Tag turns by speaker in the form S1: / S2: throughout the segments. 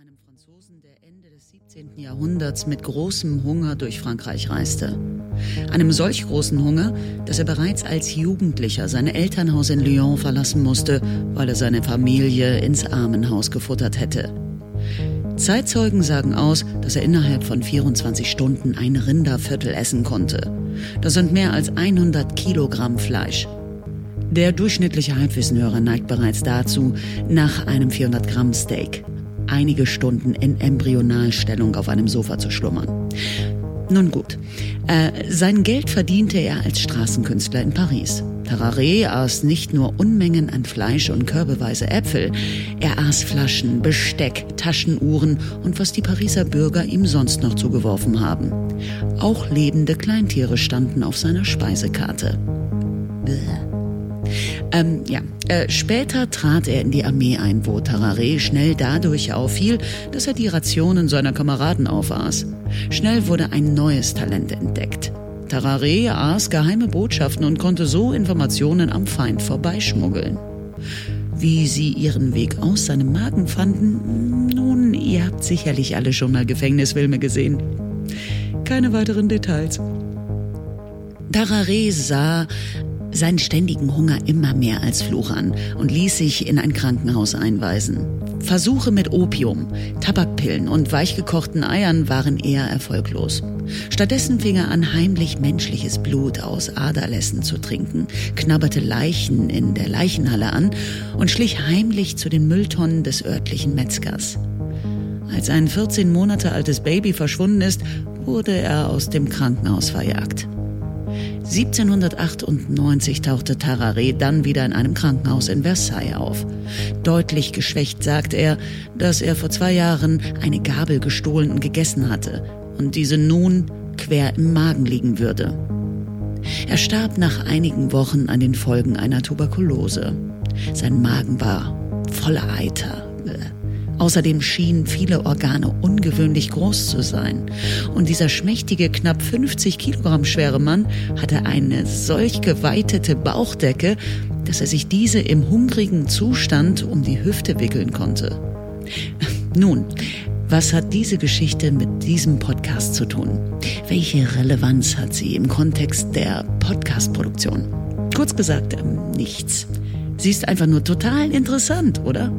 S1: einem Franzosen, der Ende des 17. Jahrhunderts mit großem Hunger durch Frankreich reiste. Einem solch großen Hunger, dass er bereits als Jugendlicher sein Elternhaus in Lyon verlassen musste, weil er seine Familie ins Armenhaus gefuttert hätte. Zeitzeugen sagen aus, dass er innerhalb von 24 Stunden ein Rinderviertel essen konnte. Das sind mehr als 100 Kilogramm Fleisch, der durchschnittliche Halbwissenhörer neigt bereits dazu, nach einem 400-Gramm-Steak einige Stunden in Embryonalstellung auf einem Sofa zu schlummern. Nun gut, äh, sein Geld verdiente er als Straßenkünstler in Paris. Tararé aß nicht nur Unmengen an Fleisch und körbeweise Äpfel, er aß Flaschen, Besteck, Taschenuhren und was die Pariser Bürger ihm sonst noch zugeworfen haben. Auch lebende Kleintiere standen auf seiner Speisekarte. Bäh. Ähm, ja. Äh, später trat er in die Armee ein, wo Tararé schnell dadurch auffiel, dass er die Rationen seiner Kameraden aufaß. Schnell wurde ein neues Talent entdeckt. Tararé aß geheime Botschaften und konnte so Informationen am Feind vorbeischmuggeln. Wie sie ihren Weg aus seinem Magen fanden, nun, ihr habt sicherlich alle schon mal Gefängnisfilme gesehen. Keine weiteren Details. Tararé sah, seinen ständigen Hunger immer mehr als Fluch an und ließ sich in ein Krankenhaus einweisen. Versuche mit Opium, Tabakpillen und weichgekochten Eiern waren eher erfolglos. Stattdessen fing er an, heimlich menschliches Blut aus Aderlässen zu trinken, knabberte Leichen in der Leichenhalle an und schlich heimlich zu den Mülltonnen des örtlichen Metzgers. Als ein 14 Monate altes Baby verschwunden ist, wurde er aus dem Krankenhaus verjagt. 1798 tauchte Tararé dann wieder in einem Krankenhaus in Versailles auf. Deutlich geschwächt sagt er, dass er vor zwei Jahren eine Gabel gestohlen und gegessen hatte und diese nun quer im Magen liegen würde. Er starb nach einigen Wochen an den Folgen einer Tuberkulose. Sein Magen war voller Eiter. Äh, Außerdem schienen viele Organe ungewöhnlich groß zu sein. Und dieser schmächtige, knapp 50 Kilogramm schwere Mann hatte eine solch geweitete Bauchdecke, dass er sich diese im hungrigen Zustand um die Hüfte wickeln konnte. Nun, was hat diese Geschichte mit diesem Podcast zu tun? Welche Relevanz hat sie im Kontext der Podcast-Produktion? Kurz gesagt, ähm, nichts. Sie ist einfach nur total interessant, oder?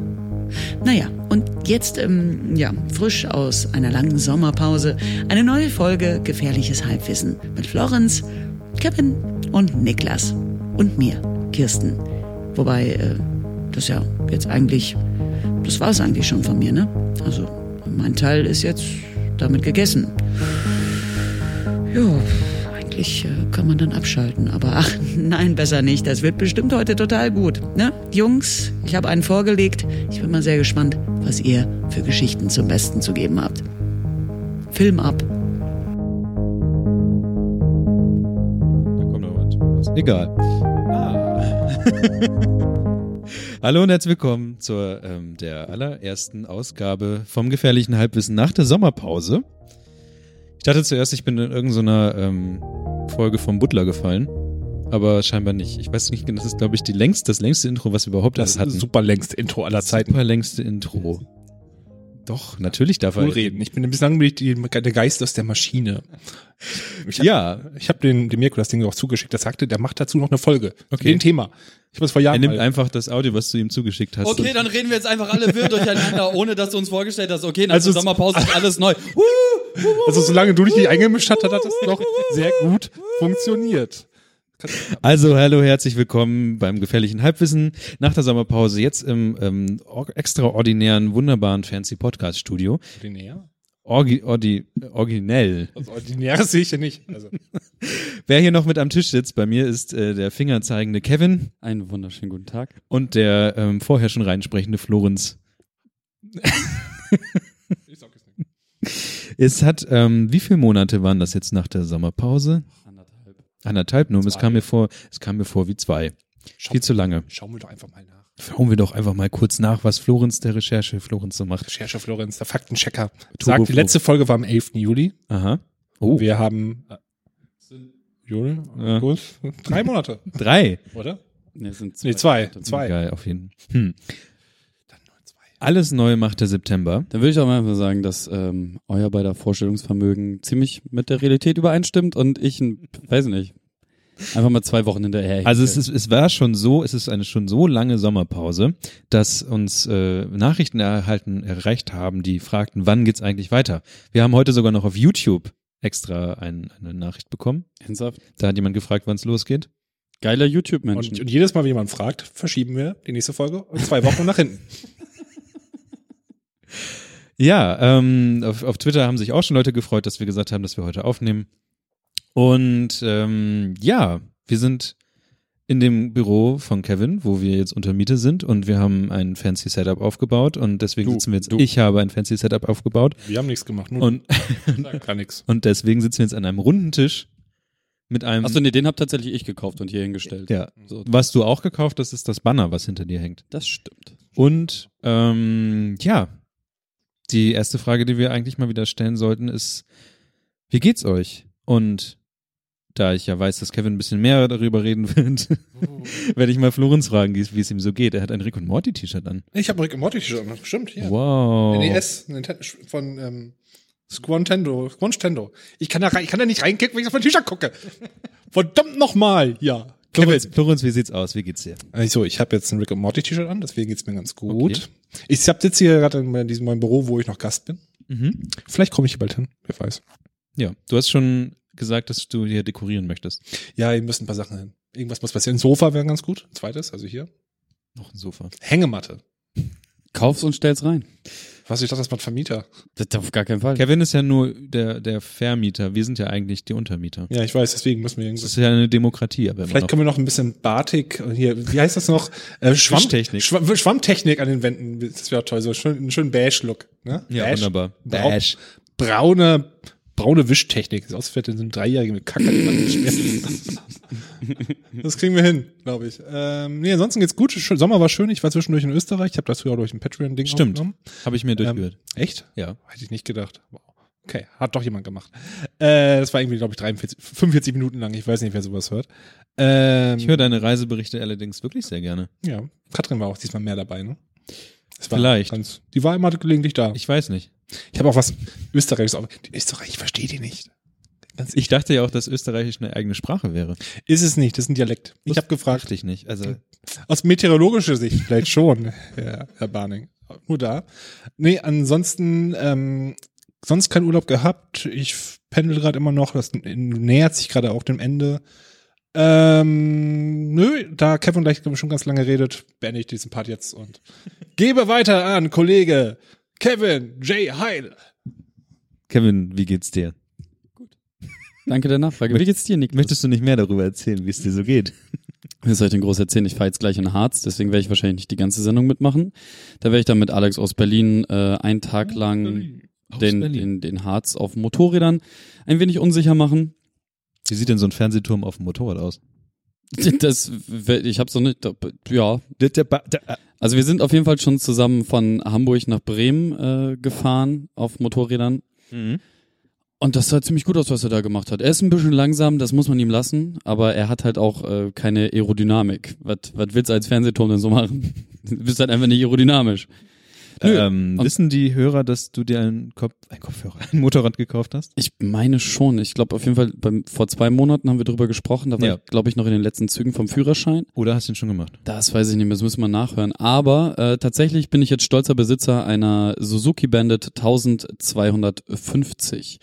S1: Naja, und jetzt, ähm, ja, frisch aus einer langen Sommerpause, eine neue Folge Gefährliches Halbwissen mit Florenz, Kevin und Niklas und mir, Kirsten. Wobei, äh, das ja jetzt eigentlich, das war es eigentlich schon von mir, ne? Also, mein Teil ist jetzt damit gegessen. Jo, eigentlich äh, kann man dann abschalten, aber ach, nein, besser nicht. Das wird bestimmt heute total gut, ne? Jungs, ich habe einen vorgelegt. Ich bin mal sehr gespannt, was ihr für Geschichten zum Besten zu geben habt. Film ab.
S2: Da kommt noch was. Egal. Ah. Hallo und herzlich willkommen zur ähm, der allerersten Ausgabe vom gefährlichen Halbwissen nach der Sommerpause. Ich dachte zuerst, ich bin in irgendeiner ähm, Folge vom Butler gefallen, aber scheinbar nicht. Ich weiß nicht, genau, das ist glaube ich die längst, das längste Intro, was wir überhaupt
S3: Das
S2: hatten.
S3: Äh, super längste Intro aller Zeiten.
S2: Super längste Intro. Doch, natürlich darf
S3: Cool
S2: er.
S3: reden. Ich bin bislang bin ich die, der Geist aus der Maschine. Ich hab,
S2: Ja,
S3: Ich habe dem, dem Mirko das Ding auch zugeschickt. Der sagte, der macht dazu noch eine Folge.
S2: Okay.
S3: Zu dem Thema. Ich habe es vor
S2: er
S3: Jahren.
S2: nimmt
S3: mal-
S2: einfach das Audio, was du ihm zugeschickt hast.
S4: Okay,
S2: und-
S4: dann reden wir jetzt einfach alle wild durcheinander, ohne dass du uns vorgestellt hast, okay, nach
S3: Also
S4: also
S3: es-
S4: der Sommerpause ist alles neu. Huh,
S3: also solange du dich nicht eingemischt hast, hat das noch sehr gut funktioniert.
S2: Also, hallo, herzlich willkommen beim gefährlichen Halbwissen nach der Sommerpause, jetzt im ähm, or- extraordinären, wunderbaren Fancy Podcast Studio.
S3: Ordinär?
S2: Orgi, ordi, originell.
S3: Also ordinär sehe ich ja nicht. Also,
S2: Wer hier noch mit am Tisch sitzt, bei mir ist äh, der fingerzeigende Kevin
S4: Einen wunderschönen guten Tag.
S2: und der ähm, vorher schon reinsprechende Florenz.
S3: ich sag jetzt nicht.
S2: Es hat, ähm, wie viele Monate waren das jetzt nach der Sommerpause?
S4: Anderthalb.
S2: Anderthalb nur. Es
S3: Zwei.
S2: kam mir vor, es kam mir vor wie zwei.
S3: Schau,
S2: Viel zu lange.
S3: schauen wir doch einfach mal nach.
S2: Schauen wir doch einfach mal kurz nach, was Florenz der Recherche Florenz so macht.
S3: Recherche Florenz, der Faktenchecker.
S2: Turbo
S3: Sagt, die letzte Folge war am 11. Juli.
S2: Aha. Oh,
S3: Wir haben äh, Juli,
S2: Ja.
S3: August, drei Monate,
S2: drei.
S3: oder?
S4: Ne, sind
S3: Nee, zwei. Zwei.
S2: Geil, auf jeden Fall. Hm.
S3: Dann nur zwei.
S2: Alles neu macht der September.
S4: Dann würde ich auch mal einfach sagen, dass ähm, euer beider Vorstellungsvermögen ziemlich mit der Realität übereinstimmt und ich, ein- weiß nicht, einfach mal zwei Wochen hinterher.
S2: Also es, ist, es war schon so, es ist eine schon so lange Sommerpause, dass uns äh, Nachrichten erhalten, erreicht haben, die fragten, wann geht's eigentlich weiter? Wir haben heute sogar noch auf YouTube extra ein, eine Nachricht bekommen.
S4: Ernsthaft?
S2: Da hat jemand gefragt, wann's losgeht.
S4: Geiler
S3: Und,
S4: YouTube-Menschen.
S3: und jedes Mal, wenn jemand fragt, verschieben wir die nächste Folge um zwei Wochen nach hinten.
S2: Ja, ähm, auf, auf Twitter haben sich auch schon Leute gefreut, dass wir gesagt haben, dass wir heute aufnehmen. Und ähm, ja, wir sind in dem Büro von Kevin, wo wir jetzt unter Miete sind und wir haben ein fancy Setup aufgebaut und deswegen
S3: Du,
S2: sitzen wir jetzt,
S3: du.
S2: ich habe ein fancy Setup aufgebaut
S3: Wir haben nichts gemacht. Nun,
S2: und,
S3: gar nichts.
S2: und deswegen sitzen wir jetzt an einem runden Tisch mit einem,
S4: Achso, nee, den hab tatsächlich ich gekauft und hier hingestellt.
S2: ja,
S4: So,
S2: was du auch gekauft hast, ist das Banner, was hinter dir hängt.
S4: das stimmt.
S2: Und ähm, ja, die erste Frage, die wir eigentlich mal wieder stellen sollten, ist, wie geht's euch? Und da ich ja weiß, dass Kevin ein bisschen mehr darüber reden wird, werde ich mal Florenz fragen, wie es wie es ihm so geht. Er hat ein Rick und Morty T-Shirt an.
S3: Ich habe Rick and Morty T-Shirt gemacht. Stimmt, ja.
S2: Wow.
S3: NES Ninten- von ähm, Squantendo. Squantendo. Ich kann da, rein- ich kann da nicht reinkicken, wenn ich auf mein T-Shirt gucke. Verdammt nochmal. Ja.
S2: Florenz, Florenz, wie sieht's aus? Wie geht's dir?
S3: Also, ich habe jetzt ein Rick and Morty T-Shirt an, deswegen geht's mir ganz gut. Ich hab jetzt hier gerade in diesem meinem Büro, wo ich noch Gast bin.
S2: Mhm.
S3: Vielleicht komme ich hier bald hin, wer weiß.
S2: Ja, du hast schon gesagt, dass du hier dekorieren möchtest.
S3: Ja, ihr müsst ein paar Sachen hin. Irgendwas muss passieren. Ein Sofa wäre ganz gut. Ein zweites, also hier.
S2: Noch ein Sofa.
S3: Hängematte.
S4: Kauf's und stell's rein.
S3: Was, ich dachte, das macht Vermieter.
S4: Das auf gar keinen Fall.
S2: Kevin ist ja nur der, der Vermieter. Wir sind ja eigentlich die Untermieter.
S3: Ja, ich weiß, deswegen müssen wir
S2: Das
S3: irgendwas.
S2: ist ja eine Demokratie, aber immer
S3: Vielleicht
S2: noch.
S3: können wir noch ein bisschen Batik, äh, hier, wie heißt das noch? Äh, Schwamm,
S2: Wischtechnik.
S3: Schwamm, Schwammtechnik an den Wänden. Das wäre toll. So schön, einen schönen Beige-Look. Ne?
S2: Ja,
S3: Beige,
S2: wunderbar.
S3: Brau,
S2: Beige.
S3: Braune, braune Wischtechnik. Das ausfällt in so einem Dreijährigen mit Kacke. die man nicht mehr- das kriegen wir hin, glaube ich. Ähm, nee, ansonsten geht's gut. Schön- Sommer war schön. Ich war zwischendurch in Österreich. Ich habe das früher auch durch ein Patreon-Ding
S2: Stimmt.
S3: aufgenommen.
S2: Habe ich mir durchgehört.
S3: Ähm, echt?
S2: ja.
S3: Hätte ich nicht gedacht. Wow. Okay, hat doch jemand gemacht. Äh, das war irgendwie, glaube ich, 43, 45 Minuten lang. Ich weiß nicht, wer sowas hört. Ähm,
S2: Ich höre deine Reiseberichte allerdings wirklich sehr gerne.
S3: Ja, Katrin war auch diesmal mehr dabei, ne? Das war
S2: Vielleicht.
S3: Ganz, die war immer gelegentlich da. Ich,
S2: Ich weiß nicht.
S3: habe auch was Österreichs auf. Die Österreich, ich verstehe die nicht. Ganz
S2: Ich dachte ja auch, dass Österreichisch eine eigene Sprache wäre.
S3: Ist es nicht, das ist ein Dialekt. Ich habe gefragt.
S2: Dachte ich nicht. Also
S3: Aus meteorologischer Sicht vielleicht schon, Herr, Herr Barning. Nur da. Nee, ansonsten, ähm, sonst keinen Urlaub gehabt. Ich pendel gerade immer noch. Das n- nähert sich gerade auch dem Ende. Ähm, nö, da Kevin gleich schon ganz lange redet, beende ich diesen Part jetzt und gebe weiter an Kollege Kevin J. Heil.
S2: Kevin, wie geht's dir?
S4: Danke der Nachfrage. Wie geht's dir, Nick?
S2: Möchtest du nicht mehr darüber erzählen, wie es dir so geht?
S4: Wie soll ich denn groß erzählen? Ich fahre jetzt gleich in Harz, deswegen werde ich wahrscheinlich nicht die ganze Sendung mitmachen. Da werde ich dann mit Alex aus Berlin äh, einen Tag lang den, den, den Harz auf Motorrädern ein wenig unsicher machen.
S2: Wie sieht denn so ein Fernsehturm auf dem Motorrad aus?
S4: Das, wär- ich hab's noch nicht, ja. Also wir sind auf jeden Fall schon zusammen von Hamburg nach Bremen äh, gefahren auf Motorrädern.
S2: Mhm.
S4: Und das sah ziemlich gut aus, was er da gemacht hat. Er ist ein bisschen langsam, das muss man ihm lassen, aber er hat halt auch äh, keine Aerodynamik. Was, was willst du als Fernsehturm denn so machen? Du bist halt einfach nicht aerodynamisch. Nö.
S2: Ähm,
S4: äh, Und-
S2: wissen die Hörer, dass du dir einen, Kopf, einen Kopfhörer, ein Motorrad gekauft hast?
S4: Ich meine schon. Ich glaube auf jeden Fall, beim, vor zwei Monaten haben wir drüber gesprochen. Da war
S2: Ja.
S4: ich, glaube ich, noch in den letzten Zügen vom Führerschein.
S2: Oder hast du ihn schon gemacht?
S4: Das weiß ich nicht mehr, das müssen wir nachhören. Aber äh, tatsächlich bin ich jetzt stolzer Besitzer einer Suzuki Bandit 1250.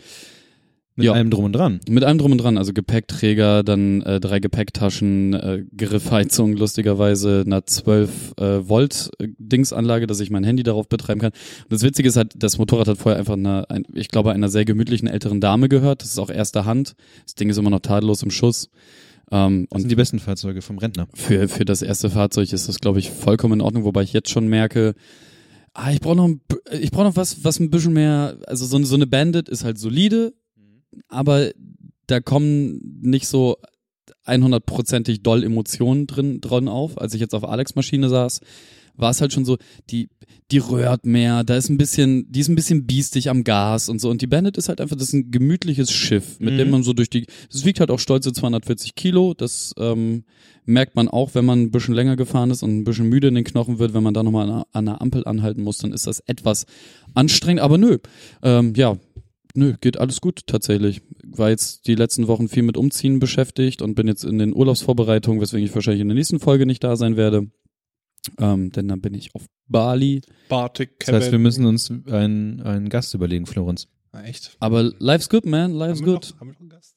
S2: Mit
S4: Ja.
S2: allem drum und dran.
S4: Mit allem drum und dran, also Gepäckträger, dann äh, drei Gepäcktaschen, äh, Griffheizung lustigerweise, einer 12 äh, Volt äh, Dingsanlage, dass ich mein Handy darauf betreiben kann. Und das Witzige ist halt, das Motorrad hat vorher einfach einer, ein, ich glaube, einer sehr gemütlichen älteren Dame gehört. Das ist auch erster Hand. Das Ding ist immer noch tadellos im Schuss. Ähm,
S2: Das
S4: und
S2: sind die besten Fahrzeuge vom Rentner.
S4: für, für das erste Fahrzeug ist das, glaube ich, vollkommen in Ordnung, wobei ich jetzt schon merke, ah, ich brauche noch, ein b- ich brauche noch was, was ein bisschen mehr, also so, eine- so eine Bandit ist halt solide, aber da kommen nicht so 100%ig doll Emotionen drin, dran auf. Als ich jetzt auf Alex Maschine saß, war es halt schon so, die, die röhrt mehr, da ist ein bisschen, die ist ein bisschen biestig am Gas und so. Und die Bandit ist halt einfach, das ist ein gemütliches Schiff, mit dem man so durch die, das wiegt halt auch stolze 240 Kilo, das ähm, merkt man auch, wenn man ein bisschen länger gefahren ist und ein bisschen müde in den Knochen wird, wenn man da nochmal an, an einer Ampel anhalten muss, dann ist das etwas anstrengend, aber nö, ähm, ja, nö, geht alles gut tatsächlich. War jetzt die letzten Wochen viel mit Umziehen beschäftigt und bin jetzt in den Urlaubsvorbereitungen, weswegen ich wahrscheinlich in der nächsten Folge nicht da sein werde. Ähm, denn dann bin ich auf Bali.
S3: Bartik,
S2: Das heißt, wir müssen uns einen, einen Gast überlegen, Florenz.
S3: Ah, echt?
S4: Aber life's good, man, life's
S3: Haben wir
S4: good.
S3: Noch, haben wir noch einen Gast?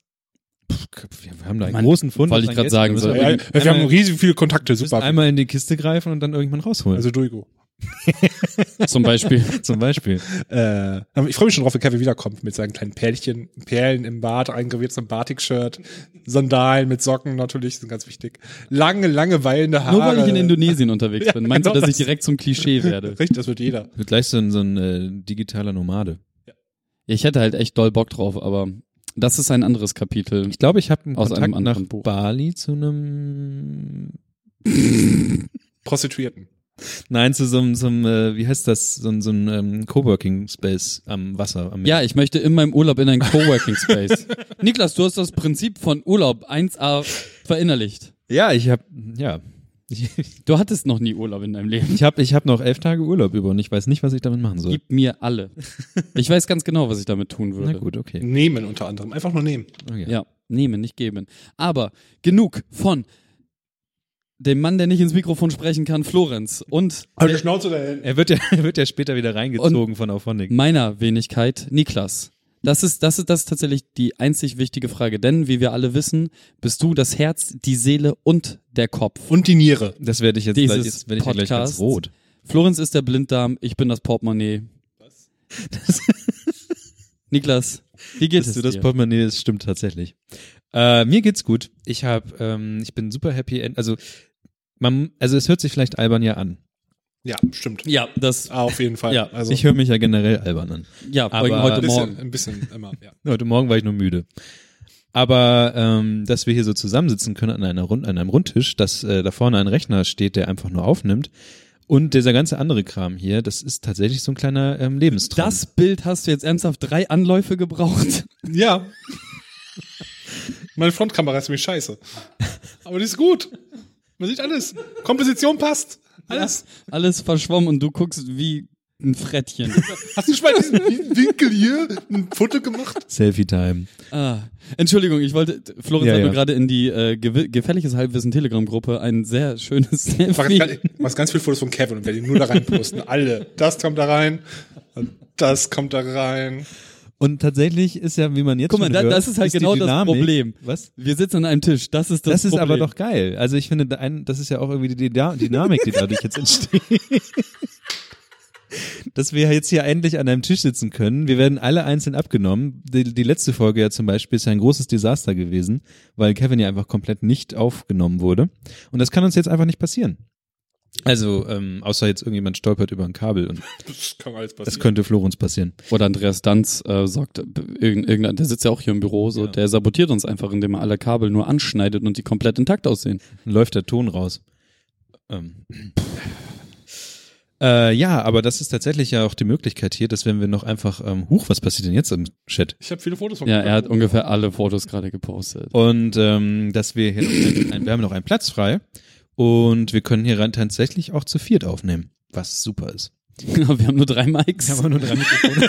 S2: Wir haben da einen
S4: Mann,
S2: großen Fund.
S4: wollte ich
S2: an
S4: grad
S2: Gästen.
S4: sagen,
S2: Da müssen
S4: so-
S2: wir
S3: Ja, ja,
S2: irgendwie
S3: wir haben
S2: einmal-
S3: riesig viele Kontakte,
S2: müssen
S3: super.
S2: einmal in die Kiste greifen und dann irgendwann rausholen.
S3: Also Duigo.
S4: Zum Beispiel.
S2: zum Beispiel.
S3: Äh, aber ich freue mich schon drauf, wenn Kevin wiederkommt mit seinen kleinen Perlchen, Perlen im Bart, eingraviert zum Batik-Shirt, Sandalen mit Socken natürlich, sind ganz wichtig. Lange, lange weilende Haare.
S4: Nur weil ich in Indonesien unterwegs bin. Meinst du,
S3: genau
S4: dass ich
S3: das.
S4: direkt zum Klischee werde?
S3: Richtig, das wird jeder.
S2: Wird gleich so ein, so ein äh, digitaler Nomade.
S4: Ja, Ich hätte halt echt doll Bock drauf, aber das ist ein anderes Kapitel.
S2: Ich glaube, ich habe einen
S4: Aus
S2: Kontakt
S4: einem
S2: nach
S4: anderen Buch.
S2: Bali zu einem
S3: Prostituierten.
S2: Nein, zu so einem, so einem äh, wie heißt das, so, einem- so einem ähm, Coworking Space am Wasser, am Meer.
S4: Ja, ich möchte in meinem Urlaub in einen Coworking Space. Niklas, du hast das Prinzip von Urlaub 1a verinnerlicht.
S2: Ja, ich habe ja,
S4: Du hattest noch nie Urlaub in deinem Leben.
S2: ich habe ich hab noch elf Tage Urlaub über und ich weiß nicht, was ich damit machen soll.
S4: Gib mir alle. Ich weiß ganz genau, was ich damit tun würde.
S2: Na gut, okay.
S3: Nehmen unter anderem. Einfach nur nehmen.
S2: okay.
S4: Ja, nehmen, nicht geben. Aber genug von dem Mann, der nicht ins Mikrofon sprechen kann, Florenz und
S3: Also Schnauze dahin.
S2: Er wird ja, er wird ja später wieder reingezogen von Auphonic.
S4: meiner Wenigkeit, Niklas. Das ist, das ist, das ist tatsächlich die einzig wichtige Frage, denn wie wir alle wissen, bist du das Herz, die Seele und der Kopf.
S3: Und die Niere.
S2: Das werde ich jetzt
S4: Dieses
S2: gleich, jetzt werde ich ja gleich ganz
S4: Podcasts.
S2: rot.
S4: Florenz ist der Blinddarm, ich bin das Portemonnaie. Niklas, wie geht
S2: Dass
S4: es
S2: du das
S4: dir?
S2: Portemonnaie, das stimmt tatsächlich. Äh, mir geht's gut. Ich habe, ähm, ich bin super happy. End also man, also es hört sich vielleicht albern ja an.
S3: Ja, stimmt.
S4: ja, das,
S3: Ah, auf jeden Fall.
S4: Ja,
S3: also
S2: ich höre mich ja generell albern an.
S4: ja,
S2: Aber-
S4: heute
S3: ein
S4: Morgen.
S3: bisschen, ein bisschen immer. Ja.
S2: Heute Morgen war ich nur müde. Aber ähm, dass wir hier so zusammensitzen können an, einer Rund an einem Rundtisch, dass äh, da vorne ein Rechner steht, der einfach nur aufnimmt und dieser ganze andere Kram hier, das ist tatsächlich so ein kleiner ähm, Lebenstraum.
S4: Das Bild hast du jetzt ernsthaft drei Anläufe gebraucht.
S3: ja. Meine Frontkamera ist nämlich scheiße. Aber die ist gut. Man sieht alles. Komposition passt. Alles.
S4: Alles verschwommen und du guckst wie ein Frettchen.
S3: Hast du schon mal diesen Winkel hier ein Foto gemacht?
S2: Selfie-Time.
S4: ah, Entschuldigung, ich wollte, Florenz
S2: Ja,
S4: hat
S2: ja.
S4: mir gerade in die äh, gewi- gefährliches Halbwissen Telegram-Gruppe ein sehr schönes
S3: Mach jetzt
S4: Selfie.
S3: ganz, mach ganz viele Fotos von Kevin und werde die nur da rein posten. Alle. Das kommt da rein. Das kommt da rein.
S2: Und tatsächlich ist ja, wie man jetzt
S4: Guck mal,
S2: schon
S4: da-
S2: hört,
S4: das ist halt
S2: die
S4: genau das
S2: Dynamik-
S4: Problem.
S2: Was?
S4: Wir sitzen an einem Tisch, das ist das
S2: Das, ist
S4: Problem.
S2: aber doch geil. Also ich finde, da ein, das ist ja auch irgendwie die Dyna- Dynamik, die dadurch jetzt entsteht. Dass wir jetzt hier endlich an einem Tisch sitzen können. Wir werden alle einzeln abgenommen. Die, die letzte Folge ja zum Beispiel ist ja ein großes Desaster gewesen, weil Kevin ja einfach komplett nicht aufgenommen wurde. Und das kann uns jetzt einfach nicht passieren. Also, ähm, außer jetzt irgendjemand stolpert über ein Kabel und
S3: Das kann alles passieren.
S2: das könnte Florenz passieren.
S4: Oder Andreas Danz äh, sagt, äh, irgend- irgendein, der sitzt ja auch hier im Büro, so,
S2: Ja.
S4: der sabotiert uns einfach, indem er alle Kabel nur anschneidet und die komplett intakt aussehen.
S2: Dann läuft der Ton raus. Ähm. Äh, ja, aber das ist tatsächlich ja auch die Möglichkeit hier, dass wenn wir noch einfach, ähm, huch, was passiert denn jetzt im Chat?
S3: ich habe viele Fotos von
S4: Ja,
S3: Kevin.
S4: er hat ungefähr alle Fotos gerade gepostet.
S2: Und ähm, dass wir hier, noch ein, wir haben noch einen Platz frei und wir können hier rein tatsächlich auch zu viert aufnehmen, was super ist.
S4: wir haben nur drei Mics.
S2: nur drei Mikrofone.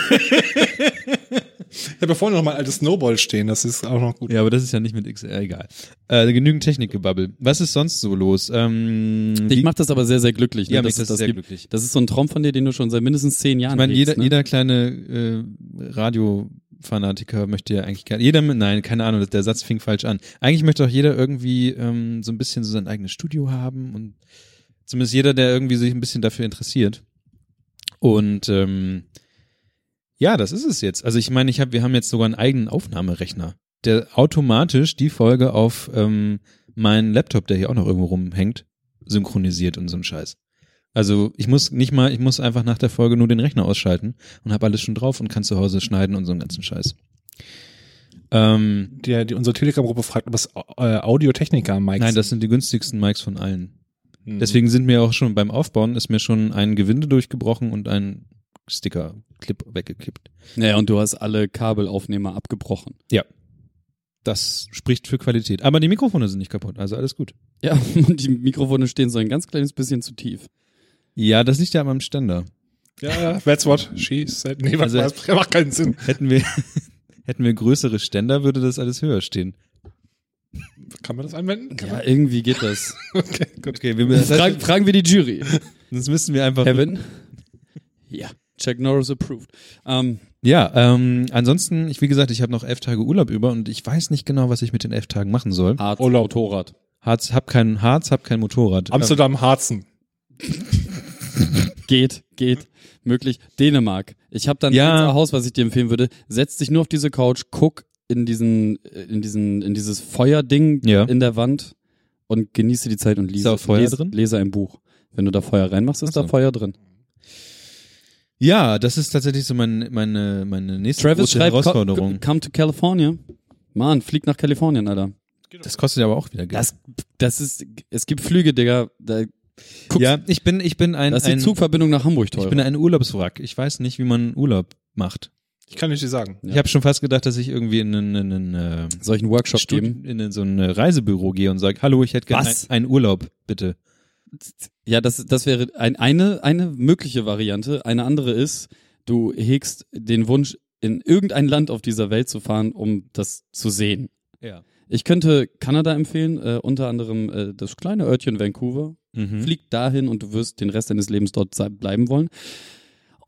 S3: Ich habe ja vorhin noch mal ein altes Snowball stehen. Das ist auch noch gut.
S2: ja, aber das ist ja nicht mit XR, egal. Äh, genügend Technikgebabbel. Was ist sonst so los? Ähm,
S4: Ich mache das aber sehr, sehr glücklich. Ne?
S2: ja, mich
S4: dass
S2: das,
S4: es
S2: das sehr
S4: gibt.
S2: glücklich.
S4: Das ist so ein Traum von dir, den du schon seit mindestens zehn Jahren
S2: Ich meine,
S4: hegst,
S2: jeder,
S4: ne?
S2: jeder kleine äh, Radiofanatiker möchte ja eigentlich gar jeder, nein, keine Ahnung, der Satz fing falsch an. Eigentlich möchte auch jeder irgendwie ähm, so ein bisschen so sein eigenes Studio haben und zumindest jeder, der irgendwie sich ein bisschen dafür interessiert. Und ähm, ja, das ist es jetzt. Also ich meine, ich habe, wir haben jetzt sogar einen eigenen Aufnahmerechner, der automatisch die Folge auf ähm, meinen Laptop, der hier auch noch irgendwo rumhängt, synchronisiert und so ein Scheiß. Also ich muss nicht mal, ich muss einfach nach der Folge nur den Rechner ausschalten und habe alles schon drauf und kann zu Hause schneiden und so einen ganzen Scheiß. Ähm,
S3: Der, die, unsere Telegram-Gruppe fragt, ob es äh, Audiotechniker am Mike
S2: nein, das sind die günstigsten Mics von allen.
S3: Mhm.
S2: Deswegen sind mir auch schon beim Aufbauen ist mir schon ein Gewinde durchgebrochen und ein Sticker-Clip weggekippt.
S4: Naja, und du hast alle Kabelaufnehmer abgebrochen.
S2: Das spricht für Qualität. Aber die Mikrofone sind nicht kaputt, also alles gut.
S4: Ja, und die Mikrofone stehen so ein ganz kleines bisschen zu tief.
S2: Ja, das liegt ja an meinem Ständer.
S3: Ja, that's what she said. Nee, was,
S2: Also-
S3: was, macht keinen Sinn.
S2: Hätten wir, hätten wir größere Ständer, würde das alles höher stehen.
S3: Kann man das anwenden? Kann
S4: Ja, irgendwie geht das.
S3: man? Okay, gut.
S2: Okay, wir, das
S4: Frag,
S2: heißt,
S4: fragen wir die Jury.
S2: sonst müssten wir einfach
S4: Kevin? Ja. Jack Norris approved. Ähm,
S2: Ja, ähm, ansonsten, ich wie gesagt, ich habe noch elf Tage Urlaub über und ich weiß nicht genau, was ich mit den elf Tagen machen soll.
S4: Harz,
S3: Urlaub.
S4: Motorrad.
S2: Harz, hab kein Harz, hab kein Motorrad.
S3: Amsterdam Harzen.
S4: Geht, geht. Möglich. Dänemark. Ich habe dann
S2: Ja.
S4: ein Haus, was ich dir empfehlen würde. Setz dich nur auf diese Couch, guck in diesen, äh, in diesen, in dieses Feuerding
S2: Ja.
S4: in der Wand und genieße die Zeit und
S2: Ist
S4: lese,
S2: da auch Feuer
S4: lese,
S2: drin?
S4: lese ein Buch. Wenn du da Feuer reinmachst, ist
S2: Ach so.
S4: da Feuer drin.
S2: Ähm, ja, das ist tatsächlich so mein, meine, meine nächste
S4: Travis
S2: große
S4: schreibt,
S2: Herausforderung.
S4: "Co- come to California. Mann, flieg nach Kalifornien, Alter.
S2: Das kostet aber auch wieder Geld.
S4: Das, das ist, es gibt Flüge, Digga. Da, guckst,
S2: ja, ich bin, ich bin ein,
S4: da ist die
S2: ein
S4: Zugverbindung nach Hamburg
S2: ich
S4: teurer.
S2: bin ein Urlaubswrack. Ich weiß nicht, wie man Urlaub macht.
S3: Ich kann nicht dir sagen.
S4: Ja.
S2: Ich habe schon fast gedacht, dass ich irgendwie in einen, in einen äh,
S4: Soll ich einen Workshop geben?
S2: Studi- in so ein äh, Reisebüro gehe und sage, hallo, ich hätte gerne
S4: Was?
S2: einen Urlaub, bitte.
S4: Ja, das, das wäre ein, eine, eine mögliche Variante. Eine andere ist, du hegst den Wunsch, in irgendein Land auf dieser Welt zu fahren, um das zu sehen.
S2: Ja.
S4: Ich könnte Kanada empfehlen, äh, unter anderem äh, das kleine Örtchen Vancouver.
S2: Mhm.
S4: Hm? Flieg dahin und du wirst den Rest deines Lebens dort sei- bleiben wollen.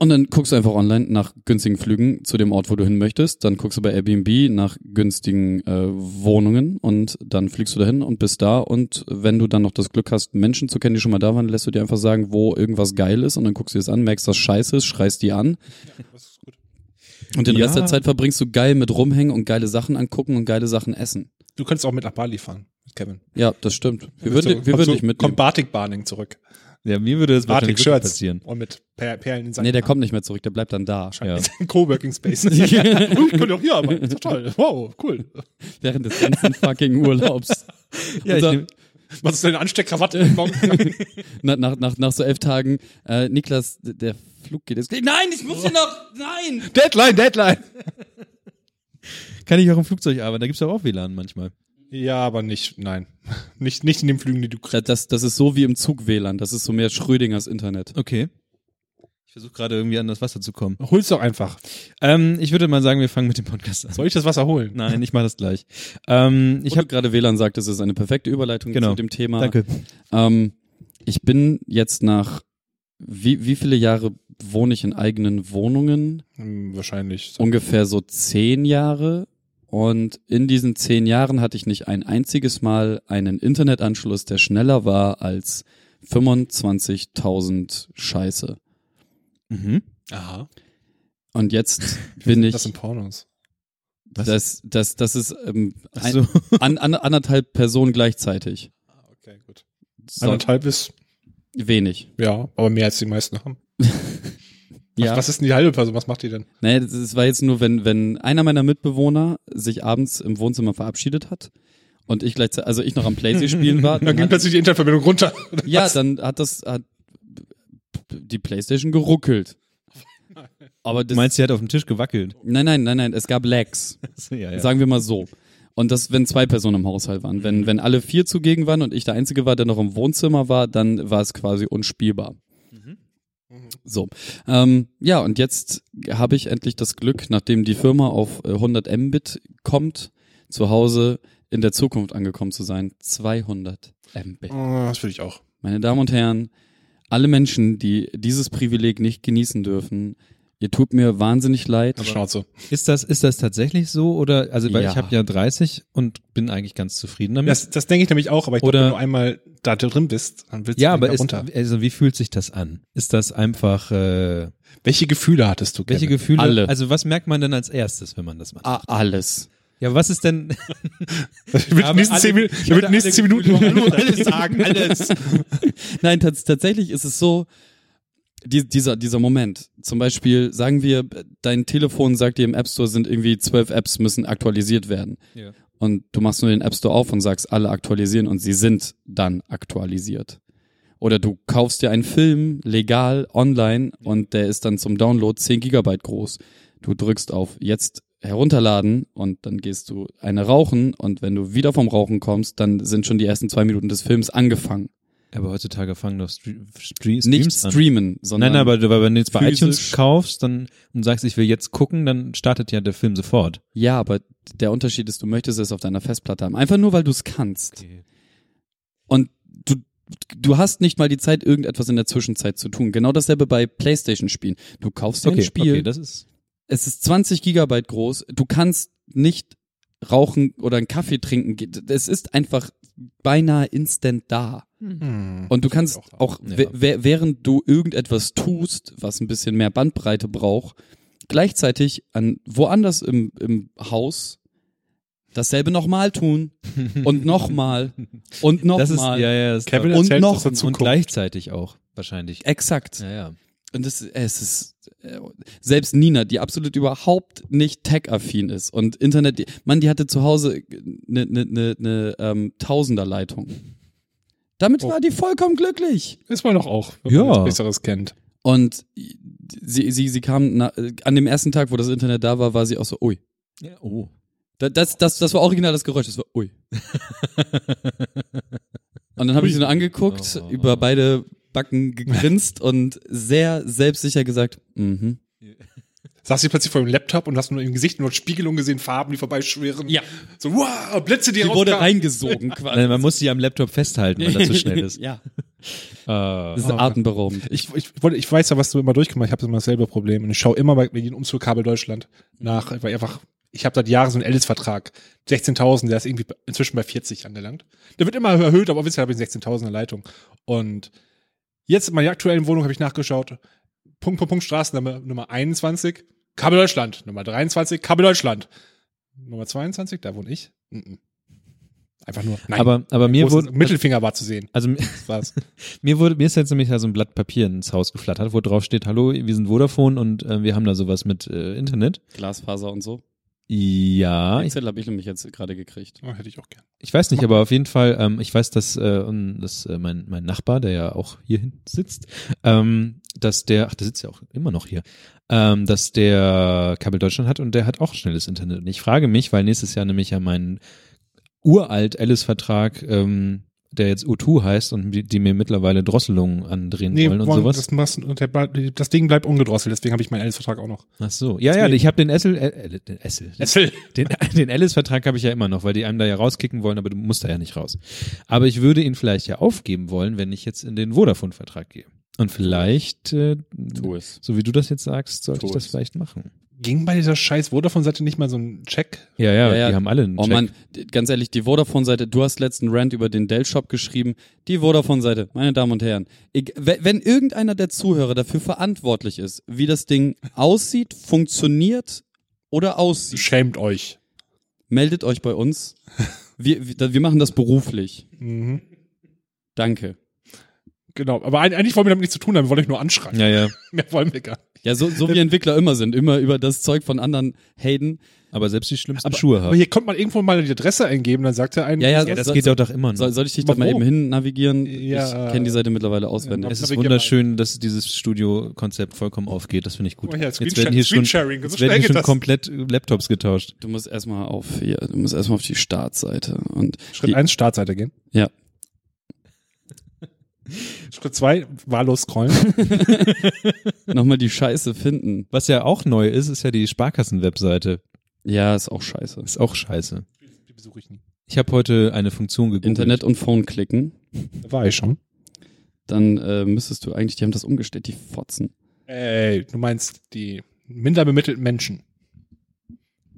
S4: Und dann guckst du einfach online nach günstigen Flügen zu dem Ort, wo du hin möchtest. Dann guckst du bei Airbnb nach günstigen äh, Wohnungen und dann fliegst du dahin und bist da. Und wenn du dann noch das Glück hast, Menschen zu kennen, die schon mal da waren, lässt du dir einfach sagen, wo irgendwas geil ist und dann guckst du dir das an, merkst, dass scheiße ist, schreist die an.
S3: Das ist gut.
S4: Und den
S2: Ja.
S4: Rest der Zeit verbringst du geil mit rumhängen und geile Sachen angucken und geile Sachen essen.
S3: Du könntest auch mit nach Bali fahren, mit Kevin.
S4: Ja, das stimmt. Wir würden,
S3: So,
S4: wir
S3: kommst
S4: würden
S3: du-
S4: dich mitnehmen.
S3: Kommt Bartik Barning zurück.
S2: Ja, mir würde das
S3: Bartik
S2: wahrscheinlich wirklich
S3: Shirts.
S2: passieren.
S3: Und mit Per- Perlen in seinem
S4: Nee, der kommt nicht mehr zurück, der bleibt dann da.
S2: Ja.
S3: Coworking Space. ich könnte auch hier arbeiten. Ist doch toll. Wow, cool.
S4: Während des ganzen fucking Urlaubs. Also,
S2: Ja, ich
S4: Unser-
S2: nehm-
S3: Was ist deine Ansteckkrawatte? Warum-
S4: nach, nach, nach, nach so elf Tagen, äh, Niklas, d- der Flug geht jetzt. Nein, ich muss hier noch. Nein!
S3: Deadline, Deadline.
S2: Kann ich auch im Flugzeug arbeiten, da gibt's doch auch WLAN manchmal.
S3: Ja, aber nicht, nein. Nicht, nicht in den Flügen, die du kriegst.
S4: Das- Das, das ist so wie im Zug WLAN. Das ist so mehr Schrödingers Internet.
S2: Okay. Ich versuche gerade irgendwie an das Wasser zu kommen.
S3: Hol's doch einfach.
S2: Ähm, ich würde mal sagen, wir fangen mit dem Podcast an.
S3: Soll ich das Wasser holen?
S2: Nein, ich mache das gleich. Ähm, ich
S4: Ich habe
S2: habe
S4: gerade WLAN sagt, es ist eine perfekte Überleitung
S2: Genau.
S4: zu dem Thema.
S2: Danke.
S4: Ähm, ich bin jetzt nach wie, wie viele Jahre wohne ich in eigenen Wohnungen?
S3: Hm, wahrscheinlich.
S4: Ungefähr so zehn Jahre. Und in diesen zehn Jahren hatte ich nicht ein einziges Mal einen Internetanschluss, der schneller war als 25.000 Scheiße.
S2: Mhm.
S3: Aha.
S4: Und jetzt bin ich,
S3: Das sind Pornos.
S2: Was?
S4: das, das, das ist ähm,
S2: Ach
S4: ein,
S2: so.
S4: an, an, anderthalb Personen gleichzeitig.
S3: Okay, gut.
S4: So,
S3: Anderthalb ist,
S4: wenig.
S3: ja, aber mehr als die meisten haben.
S4: Ja,
S3: Was, was ist denn die halbe Person? Was macht die denn?
S4: nee, das, das war jetzt nur, wenn, wenn einer meiner Mitbewohner sich abends im Wohnzimmer verabschiedet hat und ich gleichzeitig, also ich noch am Playsee spielen war,
S3: Dann
S4: dann
S3: ging
S4: hat,
S3: plötzlich die Internetverbindung runter.
S4: ja, dann hat das, hat die Playstation geruckelt. Aber
S2: Du
S4: das,
S2: meinst, sie hat auf dem Tisch gewackelt.
S4: nein, nein, nein, nein, es gab Lags.
S2: Ja, ja.
S4: Sagen wir mal so. Und das, wenn zwei Personen im Haushalt waren.
S2: Mhm.
S4: Wenn, wenn alle vier zugegen waren und ich der Einzige war, der noch im Wohnzimmer war, dann war es quasi unspielbar.
S2: Mhm.
S4: So. Ähm, ja, und jetzt habe ich endlich das Glück, nachdem die Firma auf äh, 100 Mbit kommt, zu Hause in der Zukunft angekommen zu sein. 200 Mbit.
S3: Ah, Das will ich auch.
S4: Meine Damen und Herren, alle Menschen, die dieses Privileg nicht genießen dürfen, ihr tut mir wahnsinnig leid.
S3: Schnauze.
S2: Ist das, ist das tatsächlich so oder, also, weil
S4: Ja.
S2: ich habe ja 30 und bin eigentlich ganz zufrieden damit.
S3: Das, das denke ich nämlich auch, aber ich glaube,
S2: Hm? Oder-
S3: wenn du einmal da drin bist, dann willst du
S2: ja,
S3: nicht
S2: aber
S3: mehr
S2: ist,
S3: runter.
S2: also, wie fühlt sich das an? Ist das einfach, äh,
S3: Welche Gefühle hattest du?
S2: welche
S3: Kevin?
S2: Gefühle?
S4: Alle.
S2: Also, was merkt man denn als erstes, wenn man das macht?
S4: Ah, alles.
S2: Ja, was ist denn,
S3: Ich will die
S2: Aber
S3: nächsten
S2: alle-
S3: zehn Minuten,
S2: ich
S3: ich will die
S2: würde
S3: nächsten zehn
S2: alle
S3: Minuten
S2: Gefühle
S3: nur
S2: haben.
S3: alles sagen, alles.
S4: Nein, tats tatsächlich ist es so, die, dieser, dieser Moment. Zum Beispiel sagen wir, dein Telefon sagt dir im App Store sind irgendwie zwölf Apps müssen aktualisiert werden.
S2: Ja.
S4: Und du machst nur den App Store auf und sagst, alle aktualisieren und sie sind dann aktualisiert. Oder du kaufst dir einen Film legal online und der ist dann zum Download 10 Gigabyte groß. Du drückst auf jetzt herunterladen und dann gehst du eine rauchen und wenn du wieder vom Rauchen kommst, dann sind schon die ersten zwei Minuten des Films angefangen.
S2: Aber heutzutage fangen doch Stre Stre Streams
S4: Nicht
S2: an.
S4: streamen, sondern
S2: Nein, nein, aber du- aber wenn du jetzt bei
S4: physisch-
S2: iTunes kaufst dann, und sagst, ich will jetzt gucken, dann startet ja der Film sofort.
S4: ja, aber der Unterschied ist, du möchtest es auf deiner Festplatte haben. Einfach nur, weil du es kannst. Und du, du hast nicht mal die Zeit, irgendetwas in der Zwischenzeit zu tun. Genau dasselbe bei Playstation-Spielen. Du kaufst dir
S2: Okay,
S4: ein Spiel,
S2: okay, das ist
S4: es ist 20 Gigabyte groß, du kannst nicht rauchen oder einen Kaffee trinken. Es ist einfach beinahe instant da.
S3: Hm.
S4: Und du kannst
S3: auch
S4: auch,
S2: Ja.
S4: we- we- während du irgendetwas tust, was ein bisschen mehr Bandbreite braucht, gleichzeitig an woanders im, im Haus dasselbe nochmal tun und nochmal und
S2: das ist
S4: nochmal.
S2: ja ja das
S3: Kevin
S4: Und
S3: erzählt,
S4: noch-
S3: dass er
S2: und
S3: zuguckt.
S2: gleichzeitig auch wahrscheinlich.
S4: Exakt.
S2: Ja, ja.
S4: Und es, es ist äh, selbst Nina, die absolut überhaupt nicht tech-affin ist und Internet, die- Mann, die hatte zu Hause eine ne, ne, ne, ähm, Tausenderleitung. Damit
S3: Oh.
S4: war die vollkommen glücklich.
S3: Ist man doch auch, wenn
S2: Ja.
S3: man nichts Besseres kennt.
S4: Und sie, sie, sie kam na, an dem ersten Tag, wo das Internet da war, war sie auch so, ui.
S2: ja oh.
S4: Da- Das, das, das war original das Geräusch, das war ui. Und dann habe ich sie nur angeguckt,
S2: Oh.
S4: über beide Backen gegrinst und sehr selbstsicher gesagt, mhm.
S3: Saß sie plötzlich vor dem Laptop und hast nur im Gesicht nur Spiegelung gesehen, Farben, die vorbeischwirren.
S4: Ja.
S3: So, wow, Blitze, die,
S4: Die wurde
S3: rauskamen.
S4: reingesogen quasi.
S2: Nein, Also, man muss sie am Laptop festhalten, wenn das zu schnell ist.
S4: ja,
S2: Äh,
S4: das ist atemberaubend.
S3: Ich, ich, wollte, ich weiß ja, was du immer durchgemacht hast. Ich habe immer dasselbe Problem. Und ich schaue immer bei, bei jedem Umzugkabel Deutschland nach. Weil einfach, ich habe seit Jahren so einen Alice-Vertrag. 16.000, der ist irgendwie inzwischen bei 40 angelangt. Der wird immer erhöht, aber bisher habe ich eine 16.000er Leitung. Und jetzt in meiner aktuellen Wohnung habe ich nachgeschaut. Punkt, Punkt, Punkt, Straßennummer Nummer 21, Kabel Deutschland. Nummer 23, Kabel Deutschland. Nummer 22, da wohne ich. Mhm. Einfach nur. Nein.
S2: aber aber mir
S3: Großes
S2: wurde
S3: Mittelfinger war zu sehen.
S2: also
S3: Das war's.
S2: mir wurde mir ist jetzt nämlich da so ein Blatt Papier ins Haus geflattert, wo drauf steht, hallo, wir sind Vodafone und äh, wir haben da sowas mit äh, Internet.
S4: Glasfaser und so.
S2: Ja,
S4: Den
S2: ich,
S4: Zettel habe ich nämlich jetzt gerade gekriegt.
S3: Oh, hätte ich auch gern.
S2: ich weiß nicht, aber auf jeden Fall, ähm, ich weiß, dass, äh, um, dass äh, mein, mein Nachbar, der ja auch hier hinten sitzt, ähm, dass der, ach, der sitzt ja auch immer noch hier, ähm, dass der Kabel Deutschland hat und der hat auch schnelles Internet. Und ich frage mich, weil nächstes Jahr nämlich ja mein uralt Alice-Vertrag, ähm, der jetzt U2 heißt und die, die mir mittlerweile Drosselungen andrehen wollen und
S3: Mann,
S2: sowas.
S3: Das, machst du- der Ball- das Ding bleibt ungedrosselt, deswegen habe ich meinen Alice-Vertrag auch noch.
S2: Ach so. Ja, ja,
S3: Deswegen.
S2: ich habe den Essel, äh, äh, den Essel,
S3: Erzähl.
S2: Den, den Alice-Vertrag habe ich ja immer noch, weil die einem da ja rauskicken wollen, aber du musst da ja nicht raus. Aber ich würde ihn vielleicht ja aufgeben wollen, wenn ich jetzt in den Vodafone-Vertrag gehe. Und vielleicht, äh,
S4: Tu es.
S2: so wie du das jetzt sagst, sollte
S4: Tu
S2: ich das
S4: es.
S2: vielleicht machen.
S3: Ging bei dieser scheiß Vodafone-Seite nicht mal so ein Check?
S2: Ja, ja,
S4: Ja, ja.
S2: die haben alle einen
S4: Oh
S2: Check.
S4: Mann, d- ganz ehrlich, die Vodafone-Seite, du hast letzten Rant über den Dell-Shop geschrieben. Die Vodafone-Seite, meine Damen und Herren, ich, we- wenn irgendeiner der Zuhörer dafür verantwortlich ist, wie das Ding aussieht, funktioniert oder aussieht,
S3: Schämt euch.
S4: meldet euch bei uns. Wir, wir, wir machen das beruflich.
S3: Mhm.
S4: Danke.
S3: Genau, aber eig- eigentlich wollen wir damit nichts zu tun haben, wir wollen euch nur anschreien.
S2: Ja, ja.
S3: Mehr wollen wir gar nicht.
S4: Ja, so, so
S2: Äh,
S4: wie Entwickler immer sind, immer über das Zeug von anderen Hayden.
S2: Aber selbst die schlimmsten Schuhe
S3: Aber
S2: haben.
S3: hier kommt man irgendwo mal die Adresse eingeben, dann sagt er einen.
S4: Ja, ja,
S2: Ja, das
S4: soll-
S2: geht
S4: soll-
S2: ja doch immer noch.
S4: Soll, soll ich dich da
S3: Aber
S4: mal
S3: wo?
S4: eben hin navigieren?
S3: Ja.
S4: Ich kenne die Seite mittlerweile auswendig.
S2: es ist
S3: navigier mal.
S2: wunderschön, dass dieses Studio-Konzept vollkommen aufgeht. Das finde ich gut.
S3: Oh ja,
S2: jetzt werden hier schon,
S3: Screensharing, so
S2: jetzt
S3: schnell
S2: werden hier
S3: geht
S2: schon
S3: das.
S2: komplett äh, Laptops getauscht.
S4: Du musst erstmal auf hier, du musst erstmal auf die Startseite und
S3: Schritt
S4: die,
S3: 1, Startseite gehen.
S4: Ja.
S3: Schritt 2, wahllos scrollen.
S4: nochmal die Scheiße finden.
S2: Was ja auch neu ist, ist ja die Sparkassen-Webseite.
S4: Ja, ist auch scheiße.
S2: Ist auch scheiße.
S3: die besuche ich nie.
S2: Ich habe heute eine Funktion gegoogelt.
S4: Internet und Phone klicken,
S3: Da war ich schon.
S4: dann äh, müsstest du eigentlich, die haben das umgestellt, die Fotzen.
S3: Ey, du meinst die minder bemittelten Menschen.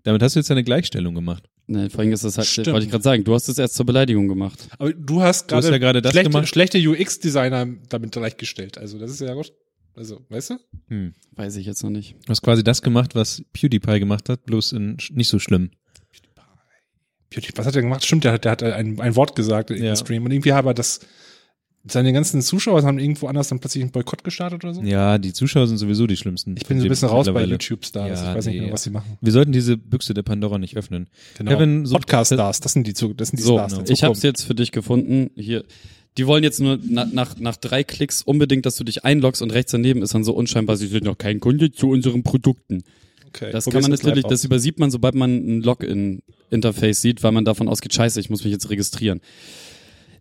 S2: Damit hast du jetzt eine Gleichstellung gemacht.
S4: Ne, vor allem ist das halt,
S3: Stimmt.
S4: wollte ich gerade sagen, du hast es erst zur Beleidigung gemacht.
S3: Aber du hast
S2: Du hast
S3: gerade
S2: ja gerade das
S3: schlechte,
S2: gemacht.
S3: schlechte UX-Designer damit gleichgestellt. Also das ist ja gut. Also, weißt du?
S2: Hm.
S4: Weiß ich jetzt noch nicht.
S2: Du hast quasi das gemacht, was PewDiePie gemacht hat, bloß in sch- nicht so schlimm.
S3: Beauty- Was hat er gemacht? Stimmt, der, hat- der hat ein, ein Wort gesagt im
S2: Ja.
S3: Stream. Und irgendwie aber das, seine ganzen Zuschauer haben irgendwo anders dann plötzlich einen Boykott gestartet oder so.
S2: Ja, die Zuschauer sind sowieso die schlimmsten.
S3: Ich bin so ein
S2: Die-
S3: bisschen raus bei
S2: mittlerweile.
S3: YouTube-Stars.
S2: Ja,
S3: ich weiß
S2: nee,
S3: nicht mehr,
S2: ja.
S3: was sie machen.
S2: Wir sollten diese Büchse der Pandora nicht öffnen.
S3: Genau.
S2: Kevin, so-
S3: Podcast-Stars, das sind die, Zu- das sind die
S4: So,
S2: ne.
S3: Stars. der
S4: ich habe
S3: Zukunft.
S4: es jetzt für dich gefunden. Hier, Die wollen jetzt nur na, nach, nach drei Klicks unbedingt, dass du dich einloggst und rechts daneben ist dann so unscheinbar, sie sind noch kein Kunde zu unseren Produkten.
S3: Okay,
S4: Das kann
S3: probier's
S4: man
S3: jetzt
S4: natürlich,
S3: live
S4: das
S3: aus.
S4: übersieht man, sobald man ein Login-Interface sieht, weil man davon ausgeht, scheiße, ich muss mich jetzt registrieren.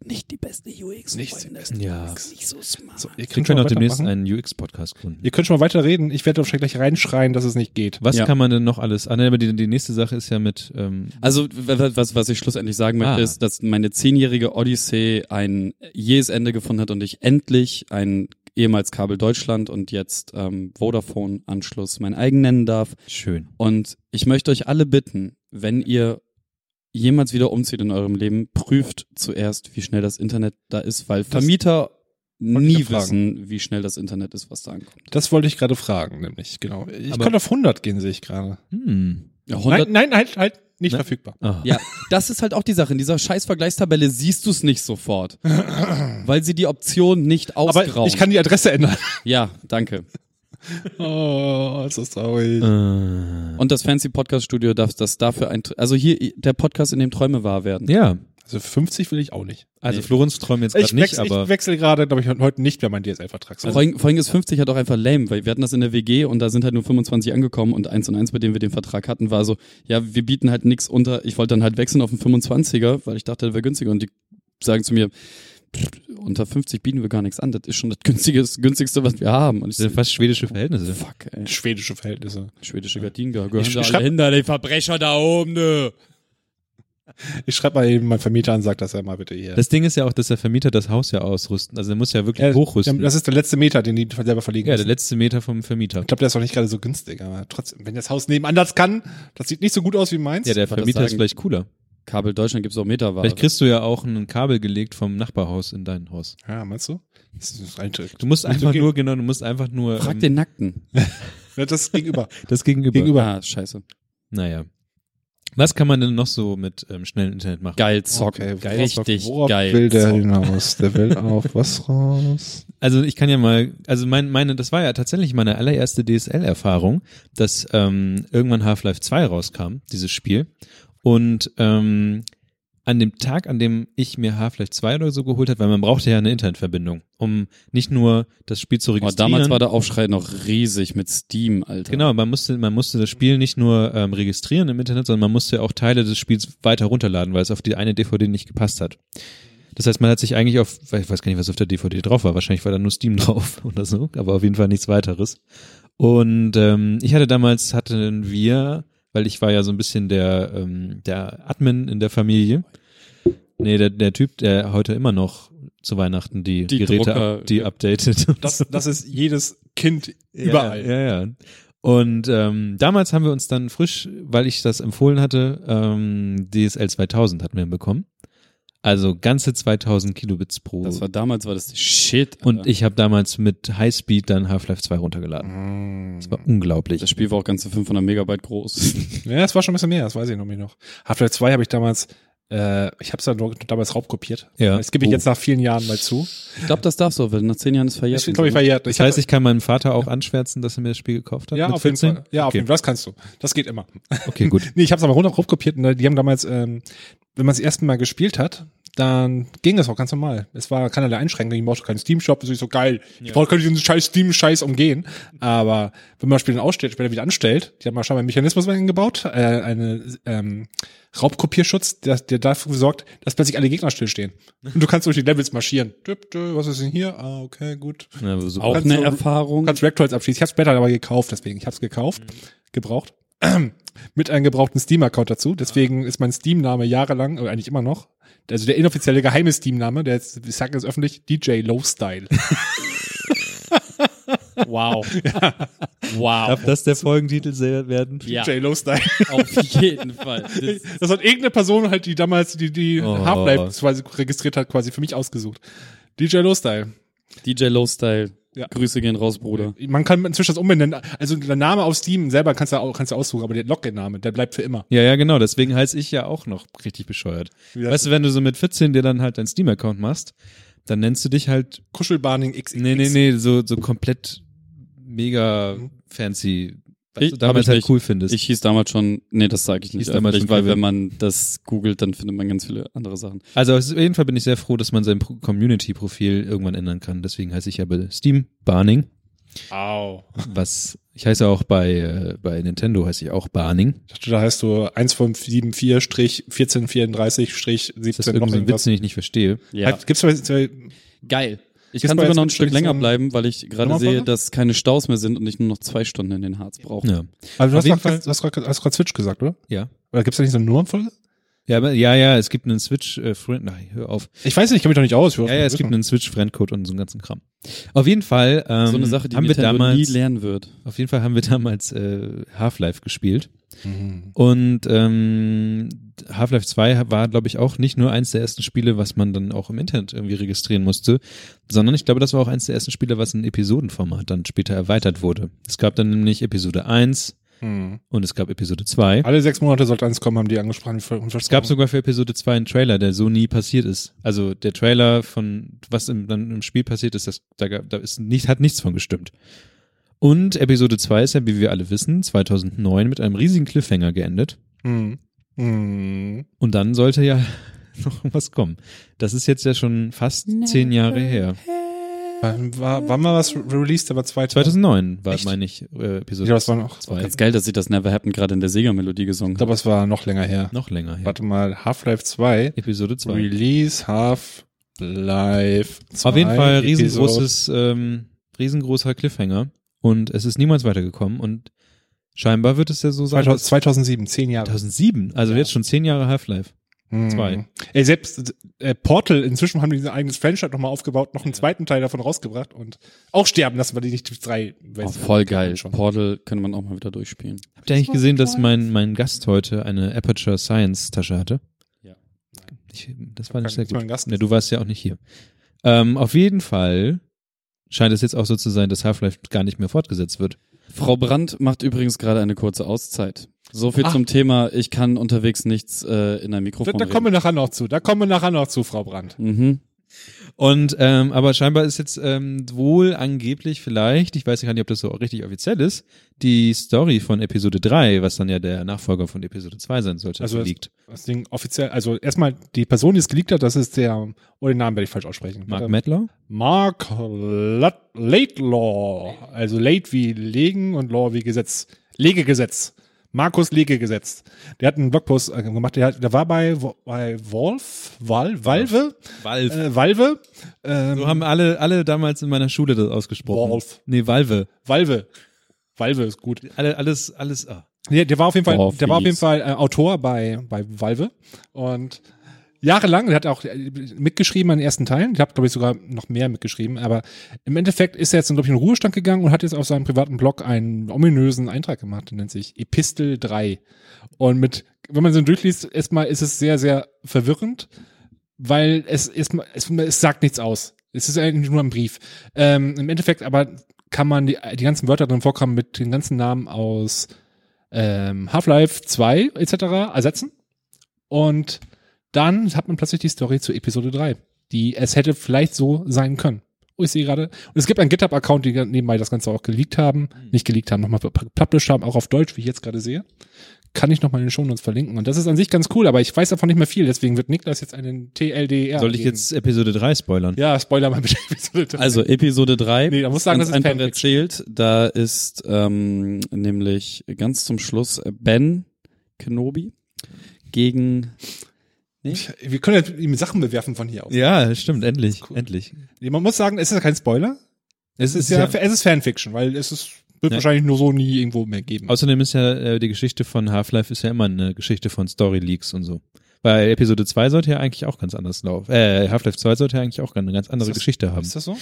S4: Nicht die beste UX,
S3: Nicht die
S4: Freunde.
S2: Ja.
S4: Das ist Nicht so smart.
S3: ihr könnt
S2: Kriegen
S3: schon
S2: wir
S3: mal
S2: noch demnächst
S3: weitermachen.
S2: einen UX-Podcast gründen.
S3: Ihr könnt schon mal weiterreden. Ich werde wahrscheinlich gleich reinschreien, dass es nicht geht.
S2: Was
S4: Ja.
S2: kann man denn noch alles? Ah, nein, aber die, die nächste Sache ist ja mit, ähm,
S4: Also, w- w- was, was ich schlussendlich sagen möchte,
S2: Ah.
S4: ist, dass meine zehnjährige Odyssee ein jähes Ende gefunden hat und ich endlich ein ehemals Kabel Deutschland und jetzt ähm, Vodafone-Anschluss meinen eigenen nennen darf.
S2: schön.
S4: Und ich möchte euch alle bitten, wenn ihr jemals wieder umzieht in eurem Leben, prüft zuerst, wie schnell das Internet da ist, weil Vermieter nie
S3: ich ja
S4: wissen, wie schnell das Internet ist, was da ankommt.
S3: Das wollte ich gerade fragen, nämlich, genau. Ich
S2: Aber-
S3: könnte auf 100 gehen, sehe ich gerade.
S2: Hm.
S4: Ja, 100
S3: Nein, nein, halt, halt, nicht
S2: Nein.
S3: verfügbar.
S2: Ah.
S4: Ja, das ist halt auch die Sache. In dieser scheiß Vergleichstabelle siehst du es nicht sofort. weil sie die Option nicht ausgrauen.
S3: Aber ich kann die Adresse ändern.
S4: ja, danke.
S3: Oh, das ist
S2: Äh,
S3: traurig.
S4: Und das Fancy Podcast Studio darf das dafür ein. Also hier der Podcast, in dem Träume wahr werden.
S2: ja.
S3: Also 50 will ich auch nicht.
S2: Also
S4: Nee.
S2: Florenz träumt jetzt
S3: Ich,
S2: gerade nicht,
S3: wechsle,
S2: aber
S3: ich wechsle gerade, glaube ich, heute nicht mehr meinen DSL-Vertrag. So.
S4: Vor allem- vor allem Also ist 50 halt auch einfach lame, weil wir hatten das in der WG und da sind halt nur 25 angekommen und eins und eins, bei dem wir den Vertrag hatten, war so, ja, wir bieten halt nichts unter. Ich wollte dann halt wechseln auf den 25er, weil ich dachte, der wäre günstiger und die sagen zu mir, pff, unter 50 bieten wir gar nichts an. Das ist schon das günstigste, günstigste was wir haben. Und ich
S2: das
S4: so,
S2: sind fast schwedische Verhältnisse.
S4: fuck, ey.
S3: Schwedische Verhältnisse.
S4: Schwedische Gardinen gehören da
S3: sch-
S4: alle
S3: schreib-
S4: hinter, die Verbrecher da oben, ne.
S3: Ich schreibe mal eben meinen Vermieter an, sag das ja mal bitte hier.
S2: Das Ding ist ja auch, dass der Vermieter das Haus ja ausrüsten. Also er muss ja wirklich
S3: Ja,
S2: hochrüsten.
S3: Das ist der letzte Meter, den die selber verlegen
S2: ja, der
S3: müssen.
S2: letzte Meter vom Vermieter.
S3: Ich glaube, der ist auch nicht gerade so günstig, aber trotzdem, wenn das Haus nebenan das kann, das sieht nicht so gut aus wie meins.
S2: Ja, der
S4: Kann man das
S2: Vermieter ist
S4: sagen?
S2: vielleicht cooler.
S4: Kabel Deutschland gibt's auch Meterware.
S2: Vielleicht kriegst du ja auch ein Kabel gelegt vom Nachbarhaus in dein Haus.
S3: ja meinst du? Das ist ein Trick.
S2: Du musst
S3: Muss
S2: einfach
S3: okay.
S2: nur, genau, du musst einfach nur
S4: Frag
S2: ähm,
S4: den Nackten.
S3: Ja, Ne, Das ist gegenüber.
S2: das Gegenüber.
S3: Gegenüber.
S4: Ah, scheiße.
S2: Naja. Was kann man denn noch so mit ähm, schnellem Internet machen?
S4: Geil zocken.
S3: Okay, worauf-
S4: Richtig
S3: worauf
S4: geil
S3: will der
S4: zocken.
S3: hinaus? Der will auf was raus?
S2: Also ich kann ja mal, also mein, meine, das war ja tatsächlich meine allererste DSL-Erfahrung, dass ähm, irgendwann Half-Life 2 rauskam, dieses Spiel. Und ähm, an dem Tag, an dem ich mir Half-Life 2 oder so geholt habe, weil man brauchte ja eine Internetverbindung, um nicht nur das Spiel zu
S4: Boah,
S2: registrieren.
S4: Oh, damals war der Aufschrei noch riesig mit Steam, Alter.
S2: Genau, man musste, man musste das Spiel nicht nur ähm, registrieren im Internet, sondern man musste auch Teile des Spiels weiter runterladen, weil es auf die eine DVD nicht gepasst hat. Das heißt, man hat sich eigentlich auf, ich weiß gar nicht, was auf der DVD drauf war, wahrscheinlich war da nur Steam drauf oder so, aber auf jeden Fall nichts weiteres. Und ähm, ich hatte damals, hatten wir, weil ich war ja so ein bisschen der, ähm, der Admin in der Familie. Nee, der, der Typ, der heute immer noch zu Weihnachten die,
S4: Die
S2: Geräte
S4: Drucker-
S2: up, die updatet. und
S3: Das,
S2: so.
S3: das ist jedes Kind überall.
S2: Ja, ja. ja. Und ähm, damals haben wir uns dann frisch, weil ich das empfohlen hatte, ähm, DSL 2000 hatten wir bekommen. Also ganze 2000 Kilobits pro.
S4: Das war damals war das die Shit. Alter.
S2: und ich habe damals mit Highspeed dann Half-Life 2 runtergeladen.
S3: Mm.
S2: Das war unglaublich.
S4: das Spiel war auch ganze 500 Megabyte groß.
S3: Ja, es war schon ein bisschen mehr, das weiß ich noch nicht noch. Half-Life 2 habe ich damals, äh, ich habe es dann nur damals raubkopiert.
S2: Ja.
S3: Das gebe ich
S2: Oh.
S3: jetzt nach vielen Jahren mal zu.
S4: Ich glaube, das darfst du, weil nach 10 Jahren ist verjährt.
S3: Ich glaube, ich verjährt.
S2: das heißt, ich kann meinem Vater auch anschwärzen, dass er mir das Spiel gekauft hat.
S3: ja,
S2: mit
S3: auf jeden
S2: 14?
S3: Fall. Ja, auf
S2: okay.
S3: jeden Fall. Das kannst du. Das geht immer.
S2: Okay, gut.
S3: Nee, ich habe es aber runter raubkopiert und äh, die haben damals, ähm, wenn man es ersten Mal gespielt hat, dann ging das auch ganz normal. Es war keinerlei Einschränkung. Ich brauchte keinen Steam-Shop. Das ist so geil. Ich brauche keinen diesen scheiß Steam-Scheiß umgehen. Aber wenn man das Spiel dann ausstellt, später wieder anstellt, die haben mal scheinbar einen Mechanismus eingebaut, äh, einen ähm, Raubkopierschutz, der, der dafür sorgt, dass plötzlich alle Gegner stillstehen. Und du kannst durch die Levels marschieren. Düp, dü, was ist denn hier? Ah, okay, gut.
S2: Na, so-
S4: auch
S3: Kannst
S4: eine
S3: du- Du
S4: Erfahrung.
S3: kannst Rectoids abschließen. Ich habe es später aber gekauft, deswegen. Ich habe es gekauft,
S2: Mhm.
S3: gebraucht. Mit einem gebrauchten Steam-Account dazu. Deswegen ist mein Steam-Name jahrelang, oder eigentlich immer noch, also der inoffizielle geheime Steam-Name, der jetzt, ich sage jetzt öffentlich, DJ Lowstyle.
S4: Wow.
S2: Darf
S4: Wow.
S2: das der Folgentitel sehr werden?
S4: Ja,
S3: DJ Lowstyle.
S4: auf jeden Fall. Das,
S3: Das hat irgendeine Person halt, die damals die, die
S2: Oh.
S3: Half-Life quasi registriert hat, quasi für mich ausgesucht. DJ Lowstyle.
S4: DJ Lowstyle.
S3: Ja.
S4: Grüße gehen raus, Bruder.
S3: Man kann inzwischen das umbenennen. Also der Name auf Steam selber kannst du, au- kannst du aussuchen, aber der Login-Name, der bleibt für immer.
S2: Ja, ja, genau. Deswegen heiße ich ja auch noch richtig bescheuert.
S3: Wie das-
S2: Weißt du, wenn du so mit 14 dir dann halt deinen Steam-Account machst, dann nennst du dich halt
S3: Kuschelbarning XX.
S2: Nee, nee, nee, so, so komplett mega fancy was
S4: Ich-
S2: du
S4: hab
S2: damals
S4: ich
S2: halt
S4: nicht.
S2: cool findest.
S4: Ich hieß damals schon, nee, das sage ich nicht,
S2: Hieß damals
S4: öffentlich,
S2: schon
S4: weil
S2: Kevin.
S4: wenn man das googelt, dann findet man ganz viele andere Sachen.
S2: also auf jeden Fall bin ich sehr froh, dass man sein Pro- Community-Profil irgendwann ändern kann. Deswegen heiße ich ja bei Steam Barning.
S3: Au.
S2: Was ich heiße auch bei, äh, bei Nintendo heiße ich auch Barning.
S3: Ich dachte, da heißt du 1574-1434-17
S2: Das ist irgendwie so ein Witz, den ich nicht verstehe.
S4: Ja,
S3: Halt, Gibt's zwei, zwei,
S4: geil. Ich
S3: Gibt's
S4: kann
S3: bei
S4: sogar
S3: jetzt
S4: noch ein
S3: mit
S4: Stück
S3: Strich
S4: länger
S3: so ein-
S4: bleiben, weil ich gerade
S3: Nummer
S4: sehe,
S3: vorne?
S4: dass keine Staus mehr sind und ich nur noch zwei Stunden in den Harz brauche.
S2: Ja.
S3: aber Also du
S2: Auf
S3: hast
S2: jeden
S3: doch grad-
S2: Fall-
S3: du hast gerade hast grad Switch gesagt, oder?
S2: Ja.
S3: Oder gibt's da nicht so eine Normfolge?
S2: Ja, aber, ja, ja, es gibt einen Switch, äh, Friend, nein, hör auf.
S3: Ich weiß nicht, ich kenne mich doch nicht aus. Ich will
S2: Ja, ja, es
S3: wissen.
S2: gibt einen Switch-Friendcode und so einen ganzen Kram. Auf jeden Fall, ähm,
S4: so eine Sache, die
S2: haben wir
S4: Nintendo
S2: damals,
S4: nie lernen wird.
S2: auf jeden Fall haben wir damals, äh, Half-Life gespielt.
S3: Mhm.
S2: Und, ähm, Half-Life 2 war, glaube ich, auch nicht nur eins der ersten Spiele, was man dann auch im Internet irgendwie registrieren musste, sondern ich glaube, das war auch eins der ersten Spiele, was in Episodenformat dann später erweitert wurde. Es gab dann nämlich Episode 1
S3: Mhm.
S2: und es gab Episode 2.
S3: Alle sechs Monate sollte eins kommen, haben die angesprochen.
S2: Es gab sogar für Episode 2 einen Trailer, der so nie passiert ist. Also der Trailer von was im, dann im Spiel passiert ist, das, da, gab- da ist nicht, hat nichts von gestimmt. Und Episode 2 ist ja, wie wir alle wissen, 2009 mit einem riesigen Cliffhanger geendet.
S3: Mhm. Mhm.
S2: Und dann sollte ja noch was kommen. Das ist jetzt ja schon fast zehn Jahre her.
S3: Wann war, wann war was re- released? Aber 2000.
S2: 2009 war,
S3: Echt?
S2: meine ich, äh,
S3: Ich
S2: Episode
S3: glaube, es war noch,
S2: 2.
S4: Ganz geil, dass ich das Never Happened gerade in der Sega-Melodie gesungen
S3: ich
S4: habe.
S3: glaube, es war noch länger her.
S2: Noch länger her.
S3: Warte mal, Half-Life 2.
S2: Episode 2.
S3: Release Half-Life 2.
S2: Auf jeden Fall
S3: Episode-
S2: riesengroßes, ähm, riesengroßer Cliffhanger und es ist niemals weitergekommen und scheinbar wird es ja so sein.
S3: 2000- 2007, zehn Jahre.
S2: 2007, also
S3: Ja.
S2: jetzt schon zehn Jahre Half-Life.
S3: Mhm.
S2: zwei.
S3: Ey, selbst äh, Portal, inzwischen haben die ein eigenes Franchise nochmal aufgebaut, noch einen
S2: Ja.
S3: zweiten Teil davon rausgebracht und auch sterben lassen, weil die nicht die drei
S4: Oh,
S3: weiß-
S4: voll geil.
S3: Schon.
S4: Portal könnte man auch mal wieder durchspielen.
S2: Habt ihr eigentlich gesehen, dass mein, mein Gast heute eine Aperture Science Tasche hatte?
S4: Ja.
S2: Ich, das war
S3: Kein-
S2: nicht sehr
S3: nicht mal
S2: gut.
S3: ein Gast.
S2: Ne, du warst ja auch nicht hier. Ähm, auf jeden Fall scheint es jetzt auch so zu sein, dass Half-Life gar nicht mehr fortgesetzt wird.
S4: Frau Brandt macht übrigens gerade eine kurze Auszeit. So viel
S3: Ach.
S4: zum Thema, ich kann unterwegs nichts äh, in ein
S3: Da,
S4: Mikrofon
S3: da kommen wir nachher noch zu. Da kommen wir nachher noch zu, Frau Brandt.
S4: reden. Mhm.
S2: Und ähm, aber scheinbar ist jetzt ähm, wohl angeblich vielleicht, ich weiß gar nicht, ob das so richtig offiziell ist, die Story von Episode 3, was dann ja der Nachfolger von Episode 2 sein sollte,
S3: Also es-
S2: liegt.
S3: Das Ding offiziell, also erstmal die Person, die es geleakt hat, das ist der, oh, den Namen werde ich falsch aussprechen. Ähm,
S2: Mark
S3: Warte.
S2: Medler?
S3: Mark Lat- Laidlaw. Also late wie legen und law wie Gesetz. Legegesetz. Markus Legegesetz. Der hat einen Blogpost äh, gemacht, der, hat, der war bei, Wo- bei Wolf, Val, Valve,
S2: Valve.
S3: äh, Valve, ähm,
S2: so haben alle, alle damals in meiner Schule das ausgesprochen.
S3: Wolf.
S2: Nee, Valve.
S3: Valve. Valve ist gut.
S2: Alle, alles, alles. Ah.
S3: Der, der war auf jeden Fall,
S4: Oh,
S3: der war auf jeden
S4: fies.
S3: Fall äh, Autor bei, bei Valve und jahrelang, der hat auch äh, mitgeschrieben an den ersten Teilen. Ich habe, glaube ich, sogar noch mehr mitgeschrieben, aber im Endeffekt ist er jetzt, glaube ich, in den Ruhestand gegangen und hat jetzt auf seinem privaten Blog einen ominösen Eintrag gemacht, der nennt sich Epistel 3. Und mit, wenn man so durchliest, erstmal ist es sehr, sehr verwirrend, weil es, erstmal, es, es sagt nichts aus. Es ist eigentlich nur ein Brief. Ähm, Im Endeffekt aber kann man die, die ganzen Wörter drin vorkommen mit den ganzen Namen aus ähm, Half-Life 2 etc. ersetzen. Und dann hat man plötzlich die Story zu Episode 3, die es hätte vielleicht so sein können. Oh, ich sehe gerade. Und es gibt einen GitHub-Account, die nebenbei das Ganze auch geleakt haben. Nicht geleakt haben, nochmal published haben, auch auf Deutsch, wie ich jetzt gerade sehe. Kann ich nochmal in den Shownotes verlinken. Und das ist an sich ganz cool, aber ich weiß davon nicht mehr viel. Deswegen wird Niklas jetzt einen TLDR.
S2: Soll ich
S3: E geben.
S2: jetzt Episode 3 spoilern?
S3: Ja, spoiler mal bitte Episode 3.
S4: Also Episode 3.
S3: Nee, da muss sagen,
S4: ganz
S3: das ist
S4: einfach
S3: Fanfiction.
S4: erzählt. Da ist ähm, nämlich ganz zum Schluss äh, Ben Kenobi gegen
S3: Wir können jetzt ihm Sachen bewerfen von hier aus.
S2: Ja, stimmt, endlich,
S3: Cool.
S2: endlich.
S3: Man muss sagen, es ist ja kein Spoiler.
S2: Es
S3: Es ist ja, es ist Fanfiction, weil es ist, wird
S2: Ja.
S3: wahrscheinlich nur so nie irgendwo mehr geben.
S2: Außerdem ist ja äh, die Geschichte von Half-Life ist ja immer eine Geschichte von Story-Leaks und so. Weil Episode 2 sollte ja eigentlich auch ganz anders laufen. Äh, Half-Life 2 sollte ja eigentlich auch eine ganz andere
S3: Ist das-
S2: Geschichte haben.
S3: ist das so?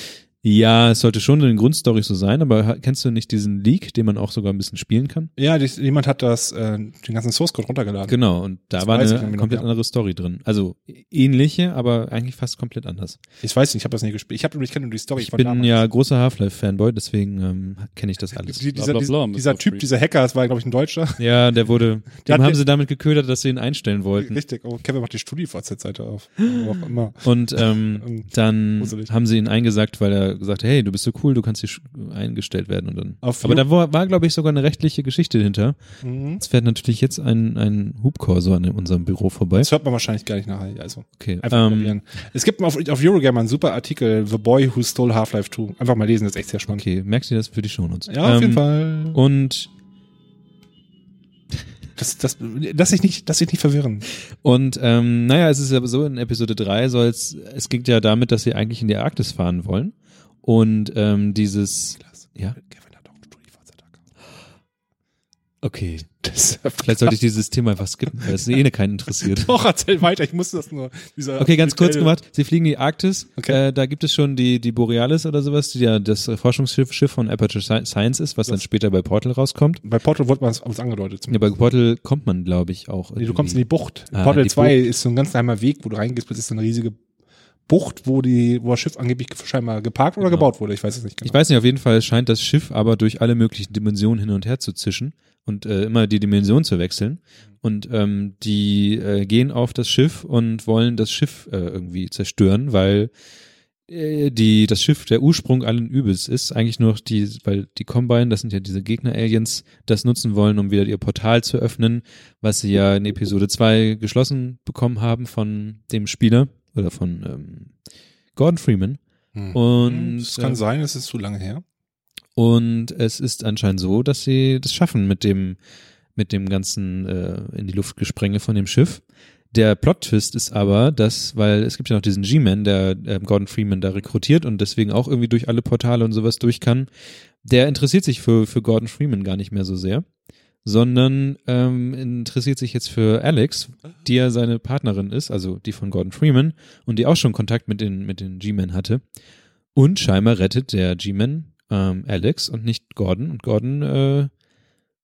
S2: Ja, es sollte schon in den Grundstory so sein, aber ha- kennst du nicht diesen Leak, den man auch sogar ein bisschen spielen kann?
S3: Ja, das- jemand hat das, äh, den ganzen Source Code runtergeladen.
S2: Genau, und da
S3: Das
S2: war
S3: weiß
S2: eine
S3: ich genau. irgendwie noch,
S2: komplett
S3: ja.
S2: andere Story drin. Also äh, ähnliche, aber eigentlich fast komplett anders.
S3: Ich weiß nicht, ich habe das nie gespielt. Ich, hab, ich kenne nur die Story
S2: Ich
S3: von
S2: bin
S3: damals.
S2: ja großer Half-Life-Fanboy, deswegen ähm, kenne ich das alles.
S3: Die,
S4: bla,
S3: dieser
S4: bla, bla,
S3: dieser,
S4: Mr.
S3: dieser Typ,
S4: Freeze.
S3: dieser Hacker, das war, glaube ich, ein Deutscher.
S2: Ja, der wurde,
S3: Der
S2: dem
S3: hat
S2: haben
S3: den-
S2: sie damit geködert, dass sie ihn einstellen wollten.
S3: Richtig. Oh, Kevin macht die StudiVZ-Seite auf. Wo auch immer.
S2: Und ähm,
S3: Ähm,
S2: dann
S3: gruselig.
S2: haben sie ihn eingesagt, weil er sogar gesagt, hey, du bist so cool, du kannst hier sch- eingestellt werden und dann.
S3: Auf
S2: Aber
S3: Ju-
S2: da war, war glaube ich, sogar eine rechtliche Geschichte hinter.
S3: Mhm.
S2: Es fährt natürlich jetzt ein, ein Hubkorsor an unserem Büro vorbei.
S3: Das hört man wahrscheinlich gar nicht nachher. Also
S2: Okay.
S3: einfach
S2: Ähm,
S3: probieren. Es gibt auf, auf Eurogamer einen super Artikel, The Boy Who Stole Half-Life 2. Einfach mal lesen, das ist echt sehr spannend.
S2: okay, merkst du dir das für die Shownotes?
S3: Ja, auf
S2: Ähm,
S3: jeden Fall.
S2: Und,
S3: Das, das, lass dich nicht, lass dich nicht verwirren.
S2: und ähm, naja, es ist aber so, in Episode 3 soll es, es ging ja damit, dass sie eigentlich in die Arktis fahren wollen. Und ähm, dieses, ja,
S3: Kevin hat auch einen Studi-Vollzeitacker.
S2: okay,
S3: Das
S2: vielleicht sollte ich dieses Thema einfach skippen, weil es eh ne keinen interessiert.
S3: Doch, erzähl weiter, ich musste das nur. Dieser
S2: Okay, ganz kurz
S3: Artikel-
S2: gemacht. Sie fliegen in die Arktis.
S3: Okay.
S2: Äh, da gibt es schon die, die Borealis oder sowas, die ja das Forschungsschiff Schiff von Aperture Sci- Science ist, was dann später bei Portal rauskommt.
S3: Bei Portal wurde man es uns angedeutet.
S2: Ja, bei Portal kommt man, glaube ich, auch.
S3: nee, du kommst in die Bucht.
S2: Ah,
S3: Portal
S2: die
S3: 2 ist so ein ganz geheimer Weg, wo du reingehst, plötzlich ist so eine riesige Bucht, wo, die, wo das Schiff angeblich scheinbar geparkt oder
S2: Genau.
S3: gebaut wurde. Ich weiß es nicht genau.
S2: Ich weiß nicht, auf jeden Fall scheint das Schiff aber durch alle möglichen Dimensionen hin und her zu zischen und äh, immer die Dimension zu wechseln. Und ähm, die äh, gehen auf das Schiff und wollen das Schiff äh, irgendwie zerstören, weil äh, die, das Schiff der Ursprung allen Übels ist. Eigentlich nur die, weil die Combine, das sind ja diese Gegner-Aliens, das nutzen wollen, um wieder ihr Portal zu öffnen, was sie ja in Episode 2 geschlossen bekommen haben von dem Spieler oder von ähm, Gordon Freeman.
S3: Hm.
S2: Und äh,
S3: es kann sein, es ist zu lange her.
S2: und es ist anscheinend so, dass sie das schaffen mit dem, mit dem ganzen äh, in die Luft gesprenge von dem Schiff. Der Plot-Twist ist aber, dass, weil es gibt ja noch diesen G-Man, der ähm, Gordon Freeman da rekrutiert und deswegen auch irgendwie durch alle Portale und sowas durch kann, der interessiert sich für, für Gordon Freeman gar nicht mehr so sehr, sondern ähm, interessiert sich jetzt für Alex, die ja seine Partnerin ist, also die von Gordon Freeman und die auch schon Kontakt mit den, mit den G-Men hatte. Und scheinbar rettet der G-Man ähm, Alex und nicht Gordon. Und Gordon äh,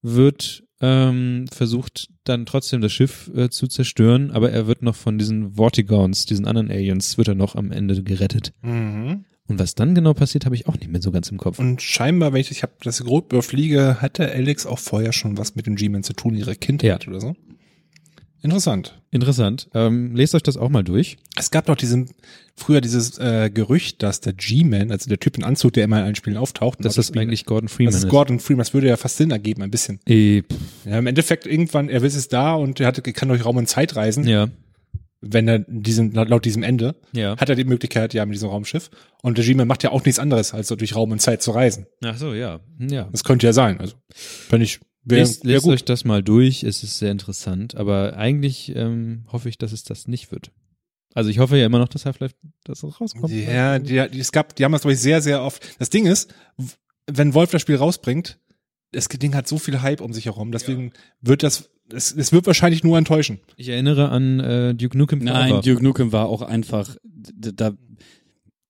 S2: wird ähm, versucht, dann trotzdem das Schiff äh, zu zerstören, aber er wird noch von diesen Vortigons, diesen anderen Aliens, wird er noch am Ende gerettet.
S3: Mhm.
S2: Und was dann genau passiert, habe ich auch nicht mehr so ganz im Kopf.
S3: Und scheinbar, wenn ich, ich habe das grob überfliege, hatte Alex auch vorher schon was mit dem G-Man zu tun, ihre Kindheit oder so. Interessant.
S2: Interessant. Ähm, lest euch das auch mal durch.
S3: Es gab noch diesen, früher dieses äh, Gerücht, dass der G-Man, also der Typ in Anzug, der immer in allen Spielen auftaucht,
S2: Dass das
S3: Spiel-
S2: eigentlich Gordon Freeman
S3: das ist
S2: ist.
S3: Gordon Freeman, das würde ja fast Sinn ergeben, ein bisschen.
S2: Äh, pff,
S3: Ja, im Endeffekt irgendwann, er ist es da und er hatte, kann durch Raum und Zeit reisen,
S2: ja,
S3: wenn er diesen, laut, laut diesem Ende,
S2: ja.
S3: hat er die Möglichkeit, ja, mit diesem Raumschiff. Und der G-Man macht ja auch nichts anderes, als so durch Raum und Zeit zu reisen.
S2: Ach so, ja. ja.
S3: Das könnte ja sein, also, wenn ich, wäre
S2: Lest,
S3: wär
S2: lest
S3: gut.
S2: euch das mal durch, es ist sehr interessant, aber eigentlich ähm, hoffe ich, dass es das nicht wird. Also ich hoffe ja immer noch, dass Half-Life das rauskommt.
S3: Ja, die, die, es gab, die haben das, glaube ich, sehr, sehr oft. Das Ding ist, w- wenn Wolf das Spiel rausbringt, das Ding hat so viel Hype um sich herum, deswegen wird das, es, es wird wahrscheinlich nur enttäuschen.
S2: Ich erinnere an äh, Duke Nukem
S4: Nein,
S2: Forever.
S4: Duke Nukem war auch einfach, d- da,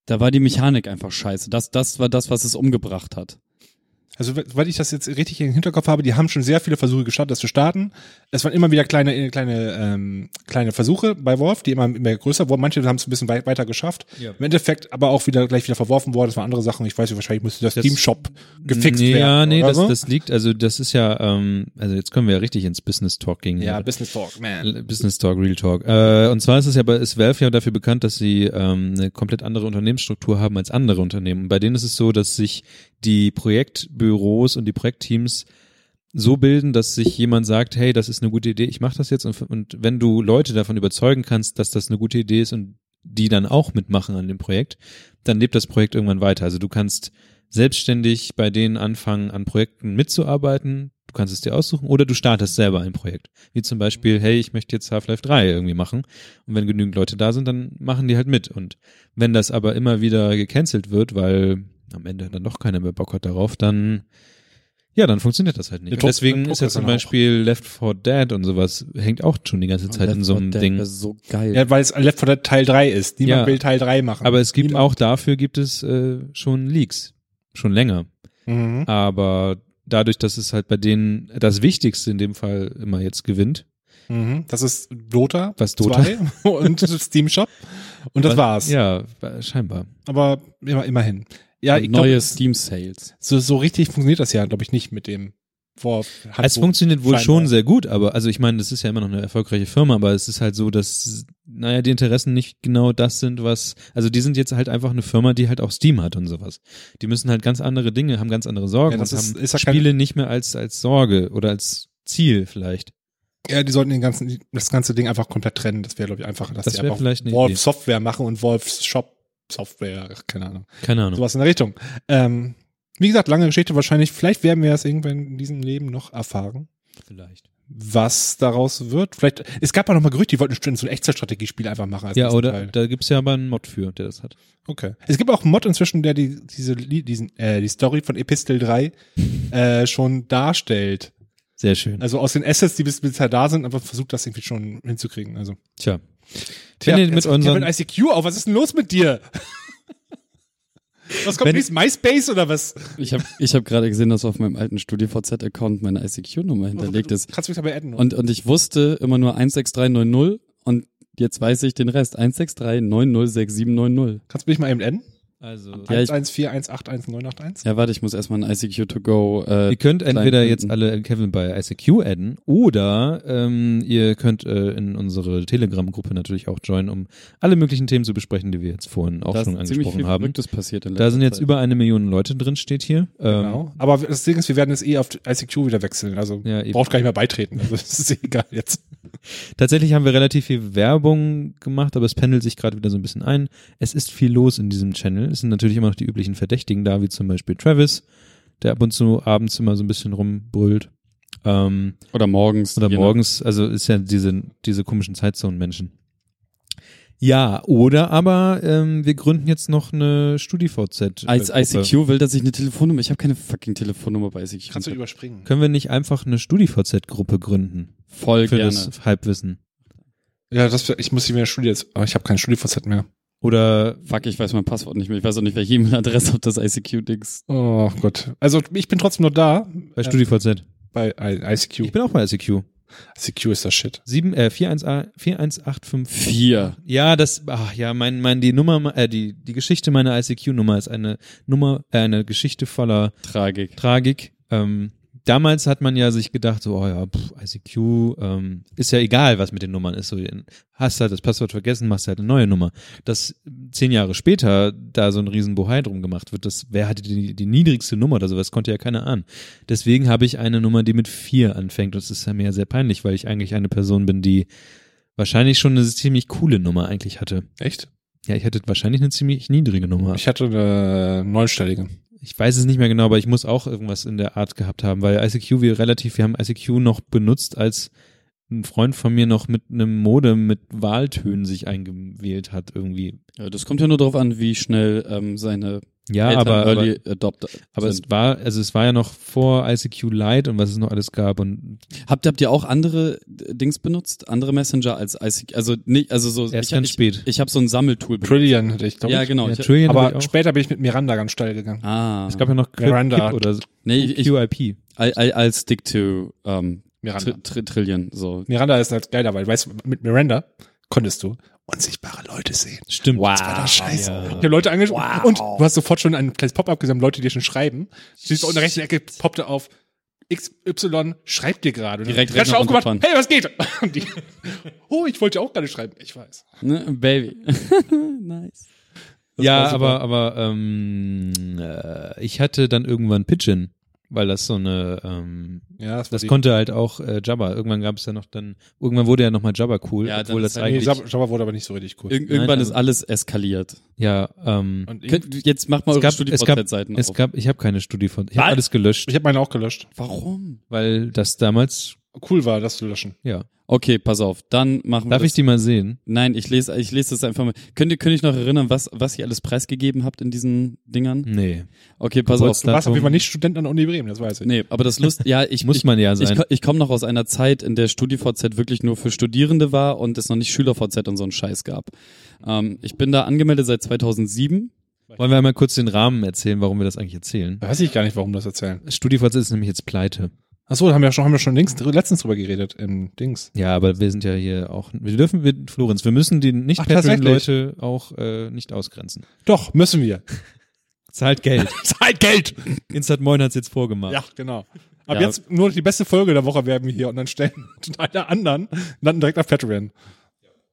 S4: da war die Mechanik einfach scheiße. Das, das war das, was es umgebracht hat.
S3: Also, we- weil ich das jetzt richtig im Hinterkopf habe, die haben schon sehr viele Versuche gestartet, das zu starten. Es waren immer wieder kleine, äh, kleine, ähm, kleine Versuche bei Wolf, die immer, immer größer wurden. Manche haben es ein bisschen wei weiter geschafft.
S2: Ja.
S3: Im Endekt aber auch wieder gleich wieder verworfen worden. Das waren andere Sachen. Ich weiß nicht, wahrscheinlich müsste das,
S2: Das-
S3: Steam Shop gefixt
S2: nee,
S3: werden.
S2: Ja, nee,
S3: oder
S2: das,
S3: so.
S2: das liegt, also das ist ja, ähm, also jetzt kommen wir ja richtig ins Business Talk gehen.
S3: ja, Business Talk, man.
S2: Business Talk, Real Talk. Äh, und zwar ist es ja bei, ist Valve ja dafür bekannt, dass sie ähm, eine komplett andere Unternehmensstruktur haben als andere Unternehmen. Und bei denen ist es so, dass sich die Projektbüros und die Projektteams so bilden, dass sich jemand sagt, hey, das ist eine gute Idee, ich mache das jetzt. Und, und wenn du Leute davon überzeugen kannst, dass das eine gute Idee ist und die dann auch mitmachen an dem Projekt, dann lebt das Projekt irgendwann weiter. Also du kannst selbstständig bei denen anfangen, an Projekten mitzuarbeiten. Du kannst es dir aussuchen oder du startest selber ein Projekt. Wie zum Beispiel, hey, ich möchte jetzt Half-Life 3 irgendwie machen. Und wenn genügend Leute da sind, dann machen die halt mit. Und wenn das aber immer wieder gecancelt wird, weil am Ende dann doch keiner mehr Bock hat darauf, dann, ja, dann funktioniert das halt nicht.
S3: Der
S2: Und
S3: Druck- der
S2: deswegen
S3: Druck
S2: ist ja
S3: ist
S2: zum
S3: dann auch-
S2: Beispiel Left 4 Dead und sowas hängt auch schon die ganze Zeit halt in so einem
S4: Der-
S2: Ding.
S4: der ist so geil.
S3: Ja, weil es Left 4 Dead Teil 3 ist. Niemand
S2: Ja.
S3: will Teil 3 machen.
S2: Aber es gibt
S3: Niemand-
S2: auch dafür gibt es äh, schon Leaks. Schon länger.
S3: Mhm.
S2: Ah. Aber dadurch, dass es halt bei denen das Wichtigste in dem Fall immer jetzt gewinnt,
S3: Mhm. Das ist Dota.
S2: Was Dota?
S3: 2 und Steam Shop. Und das
S2: Was-
S3: war's.
S2: Ja, scheinbar.
S3: Aber immer, immerhin. Ja,
S4: Und
S3: ich
S4: neue
S3: glaube,
S4: Steam Sales.
S3: so, so richtig funktioniert das ja, glaube ich, nicht mit dem vor
S2: Es
S3: Handbuch
S2: funktioniert wohl
S3: scheinbar.
S2: schon sehr gut, aber also ich meine, das ist ja immer noch eine erfolgreiche Firma, aber es ist halt so, dass, naja, die Interessen nicht genau das sind, was, also die sind jetzt halt einfach eine Firma, die halt auch Steam hat und sowas. Die müssen halt ganz andere Dinge, haben ganz andere Sorgen
S3: Ja, das
S2: und
S3: ist-
S2: haben
S3: ist ja kein-
S2: Spiele nicht mehr als, als Sorge oder als Ziel vielleicht.
S3: Ja, die sollten den ganzen, das ganze Ding einfach komplett trennen. Das wäre, glaube ich, einfacher, dass
S2: Das
S3: die
S2: wäre
S3: einfach
S2: vielleicht eine
S3: Wolf
S2: Idee.
S3: Software machen und Wolfs Shop Software, ach, keine Ahnung.
S2: Keine Ahnung.
S3: Sowas in der Richtung. Ähm, wie gesagt, lange Geschichte wahrscheinlich. Vielleicht werden wir es irgendwann in diesem Leben noch erfahren,
S2: Vielleicht.
S3: was daraus wird. Vielleicht, es gab ja noch mal Gerüchte, die wollten bestimmt so ein Echtzeitstrategiespiel einfach machen. Als
S2: Ja,
S3: nächsten
S2: oder
S3: Teil.
S2: da gibt's ja aber einen Mod für, der das hat.
S3: Okay. Es gibt auch einen Mod inzwischen, der die, diese, Li- diesen, äh, die Story von Epistel 3 äh, schon darstellt.
S2: Sehr schön.
S3: Also aus den Assets, die bis bisher da sind, aber versucht das irgendwie schon hinzukriegen. Also
S2: Tja. Wenn ihr mit
S3: jetzt hört
S2: unseren,
S3: Kevin ICQ auf, was ist denn los mit dir? was kommt
S2: Wenn-
S3: nächstes? MySpace oder was?
S4: Ich habe ich hab gerade gesehen, dass auf meinem alten StudiVZ-Account meine ICQ-Nummer hinterlegt ist.
S3: Kannst du mich dabei adden?
S4: Und, und ich wusste immer nur 16390 und jetzt weiß ich den Rest. 163906790.
S3: Kannst du mich mal eben adden?
S2: also,
S4: Ja, ich-
S3: 114181981.
S4: Ja, warte, ich muss erstmal ein ICQ to go. Äh,
S2: Ihr könnt
S4: kleinen
S2: entweder
S4: Kunden.
S2: jetzt alle Kevin bei ICQ adden oder ähm, ihr könnt äh, in unsere Telegram-Gruppe natürlich auch joinen, um alle möglichen Themen zu besprechen, die wir jetzt vorhin auch
S4: da
S2: schon
S4: ist ziemlich viel
S2: angesprochen haben.
S4: Verrücktes passiert in
S2: Da
S4: letzter
S2: sind jetzt
S4: Zeit.
S2: über eine Million Leute drin, steht hier. Ähm,
S3: Genau. Aber das Ding ist, wir werden jetzt eh auf ICQ wieder wechseln. Also
S2: Ja, eben.
S3: braucht gar nicht mehr beitreten. Also das ist eh egal jetzt.
S2: Tatsächlich haben wir relativ viel Werbung gemacht, aber es pendelt sich gerade wieder so ein bisschen ein. Es ist viel los in diesem Channel. Es sind natürlich immer noch die üblichen Verdächtigen da, wie zum Beispiel Travis, der ab und zu abends immer so ein bisschen rumbrüllt. Ähm,
S4: Oder morgens. genau.
S2: Oder
S4: je nach-
S2: morgens, also ist ja diese, diese komischen Zeitzonen-Menschen. Ja, oder aber ähm, wir gründen jetzt noch eine StudiVZ.
S4: Als
S2: äh, Gruppe.
S4: ICQ will, dass ich eine Telefonnummer. Ich habe keine fucking Telefonnummer bei ICQ.
S3: Kannst du überspringen.
S2: Können wir nicht einfach eine StudiVZ-Gruppe gründen
S4: Voll
S2: für
S4: gerne.
S2: das Halbwissen?
S3: Ja, das, ich muss hier wieder Studie jetzt. Aber ich habe kein StudiVZ mehr.
S2: Oder äh,
S4: Fuck, ich weiß mein Passwort nicht mehr. Ich weiß auch nicht, welche E-Mail-Adresse auf das ICQ-Dings.
S3: Oh Gott. Also ich bin trotzdem noch da.
S2: bei
S3: Äh,
S2: StudiVZ.
S3: Bei I- ICQ.
S2: Ich bin auch bei ICQ.
S3: ICQ ist das Shit.
S2: 7, äh, 41, 41854.
S4: Vier.
S2: Ja, das, ach ja, mein, mein, die Nummer, äh, die, die Geschichte meiner ICQ-Nummer ist eine Nummer, äh, eine Geschichte voller
S4: Tragik.
S2: Tragik. Ähm, damals hat man ja sich gedacht, so, oh ja, pff, ICQ, ähm, ist ja egal, was mit den Nummern ist. So, hast halt das Passwort vergessen, machst halt eine neue Nummer. Dass zehn Jahre später da so ein riesen Bohai drum gemacht wird, das, wer hatte die, die niedrigste Nummer oder sowas, konnte ja keiner ahnen. Deswegen habe ich eine Nummer, die mit vier anfängt. Das ist ja mir ja sehr peinlich, weil ich eigentlich eine Person bin, die wahrscheinlich schon eine ziemlich coole Nummer eigentlich hatte.
S3: Echt?
S2: Ja, ich hatte wahrscheinlich eine ziemlich niedrige Nummer.
S3: Ich hatte eine neunstellige.
S2: Ich weiß es nicht mehr genau, aber ich muss auch irgendwas in der Art gehabt haben, weil ICQ wir relativ, wir haben ICQ noch benutzt, als ein Freund von mir noch mit einem Modem mit Wahltönen sich eingewählt hat irgendwie.
S4: Ja, das kommt ja nur darauf an, wie schnell ähm, seine
S2: Ja,
S4: Eltern
S2: aber, aber,
S4: Early Adopter
S2: aber es
S4: sind.
S2: war, also es war ja noch vor ICQ Lite und was es noch alles gab und
S4: Habt, habt ihr auch andere äh, Dings benutzt? Andere Messenger als ICQ? Also nicht, also so.
S2: erst
S4: ich,
S2: ganz
S4: ich,
S2: spät.
S4: Ich habe so ein Sammeltool benutzt.
S3: Trillion hatte ich, glaube
S4: Ja,
S3: ich.
S4: genau.
S2: ja,
S4: ich,
S2: Trillion hab ich
S3: Aber
S2: auch.
S3: später bin ich mit Miranda ganz steil gegangen.
S4: ah.
S2: es gab ja noch Crip,
S3: Miranda.
S2: Kip oder so.
S4: nee, ich, ich,
S2: QIP.
S4: I, I, I'll stick to ähm,
S3: Miranda.
S4: tri, tri, Trillion. So.
S3: Miranda ist halt geiler, weil weißt, du, mit Miranda konntest du unsichtbare Leute sehen.
S2: Stimmt.
S4: Wow.
S3: Das war doch scheiße.
S2: ja.
S3: Ich hab Leute angesprochen. Und du hast sofort schon ein kleines Pop-up gesehen, Leute, die dir schon schreiben. Siehst du unten rechts in der Ecke, poppte auf. XY schreibt dir gerade.
S4: Direkt
S3: Ganz
S4: Rechner
S3: schnell aufgemacht.
S4: runterfahren.
S3: Hey, was geht? Und die, oh, ich wollte ja auch gerade schreiben. Ich weiß.
S4: Ne, Baby. nice.
S3: Das
S2: ja,
S3: war
S2: aber,
S3: super.
S2: aber ähm, äh, ich hatte dann irgendwann Pigeon, weil das so eine ähm,
S3: Ja, das, war
S2: Das
S3: die-
S2: konnte halt auch äh, Jabba. Irgendwann gab es ja noch dann, irgendwann wurde ja nochmal Jabba cool,
S4: Ja, dann
S2: obwohl das
S4: ist halt-
S3: Nee,
S2: eigentlich,
S3: Jabba Jabba wurde aber nicht so richtig cool.
S4: Ir irgendwann
S2: also-
S4: ist alles eskaliert.
S2: ja, ähm,
S3: Und ich
S4: Könnt, jetzt macht mal
S2: es
S4: eure
S2: gab, es gab,
S4: StudiVZ-Seiten
S2: es
S4: auf.
S2: gab, ich habe keine Studie von, ich habe
S4: Was?
S2: alles gelöscht,
S3: ich habe meine auch gelöscht.
S4: Warum?
S2: weil das damals,
S3: Cool war, das zu löschen.
S2: ja.
S4: Okay, pass auf. Dann machen wir
S2: Darf
S4: das.
S2: ich die mal sehen?
S4: Nein, ich lese, ich lese das einfach mal. Könnt ihr, könnt ihr euch noch erinnern, was, was ihr alles preisgegeben habt in diesen Dingern?
S2: Nee.
S4: Okay, pass auf.
S3: Du warst auf
S2: Datum-
S3: jeden Fall nicht Student an der Uni Bremen, das weiß ich.
S4: Nee, aber das Lust, ja, ich
S2: Muss
S4: ich,
S2: man ja
S4: Ich,
S2: sein.
S4: ko- ich komme noch aus einer Zeit, in der StudiVZ wirklich nur für Studierende war und es noch nicht SchülerVZ und so einen Scheiß gab. Ähm, ich bin da angemeldet seit 2007.
S2: Wollen wir einmal kurz den Rahmen erzählen, warum wir das eigentlich erzählen?
S3: Weiß ich gar nicht, warum das erzählen.
S2: StudiVZ ist nämlich jetzt pleite.
S3: Achso, da haben wir schon, haben wir schon links, letztens drüber geredet, im Dings.
S2: Ja, aber wir sind ja hier auch, wir dürfen, wir, Florenz, wir müssen die nicht
S3: Ach,
S2: patreon
S3: tatsächlich?
S2: leute auch äh, nicht ausgrenzen.
S3: Doch, müssen wir.
S2: Zahlt Geld.
S3: Zahlt Geld!
S2: Instant Moin hat's jetzt vorgemacht.
S3: Ja, genau. Ab
S4: Ja.
S3: jetzt nur die beste Folge der Woche werden wir hier und dann stellen wir einer anderen und dann direkt auf Patreon.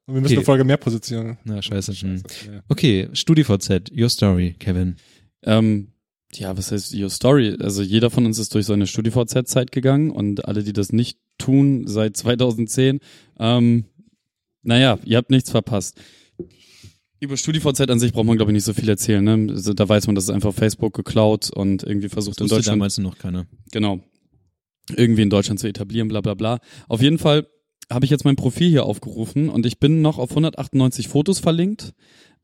S3: Und wir müssen
S2: Okay.
S3: eine Folge mehr positionieren. äh,
S2: Na, scheiße. Hm.
S3: Ja.
S2: Okay, StudiVZ, your story, Kevin.
S4: Ähm, ja, was heißt Your Story? Also jeder von uns ist durch so eine StudiVZ-Zeit gegangen und alle, die das nicht tun, seit 2010, ähm, naja, ihr habt nichts verpasst. Über StudiVZ an sich braucht man, glaube ich, nicht so viel erzählen. Ne? Also, da weiß man, das ist einfach Facebook geklaut und irgendwie versucht in
S2: wusste
S4: Deutschland
S2: damals noch keiner.
S4: genau, irgendwie in Deutschland zu etablieren, bla bla bla. Auf jeden Fall habe ich jetzt mein Profil hier aufgerufen und ich bin noch auf 198 Fotos verlinkt,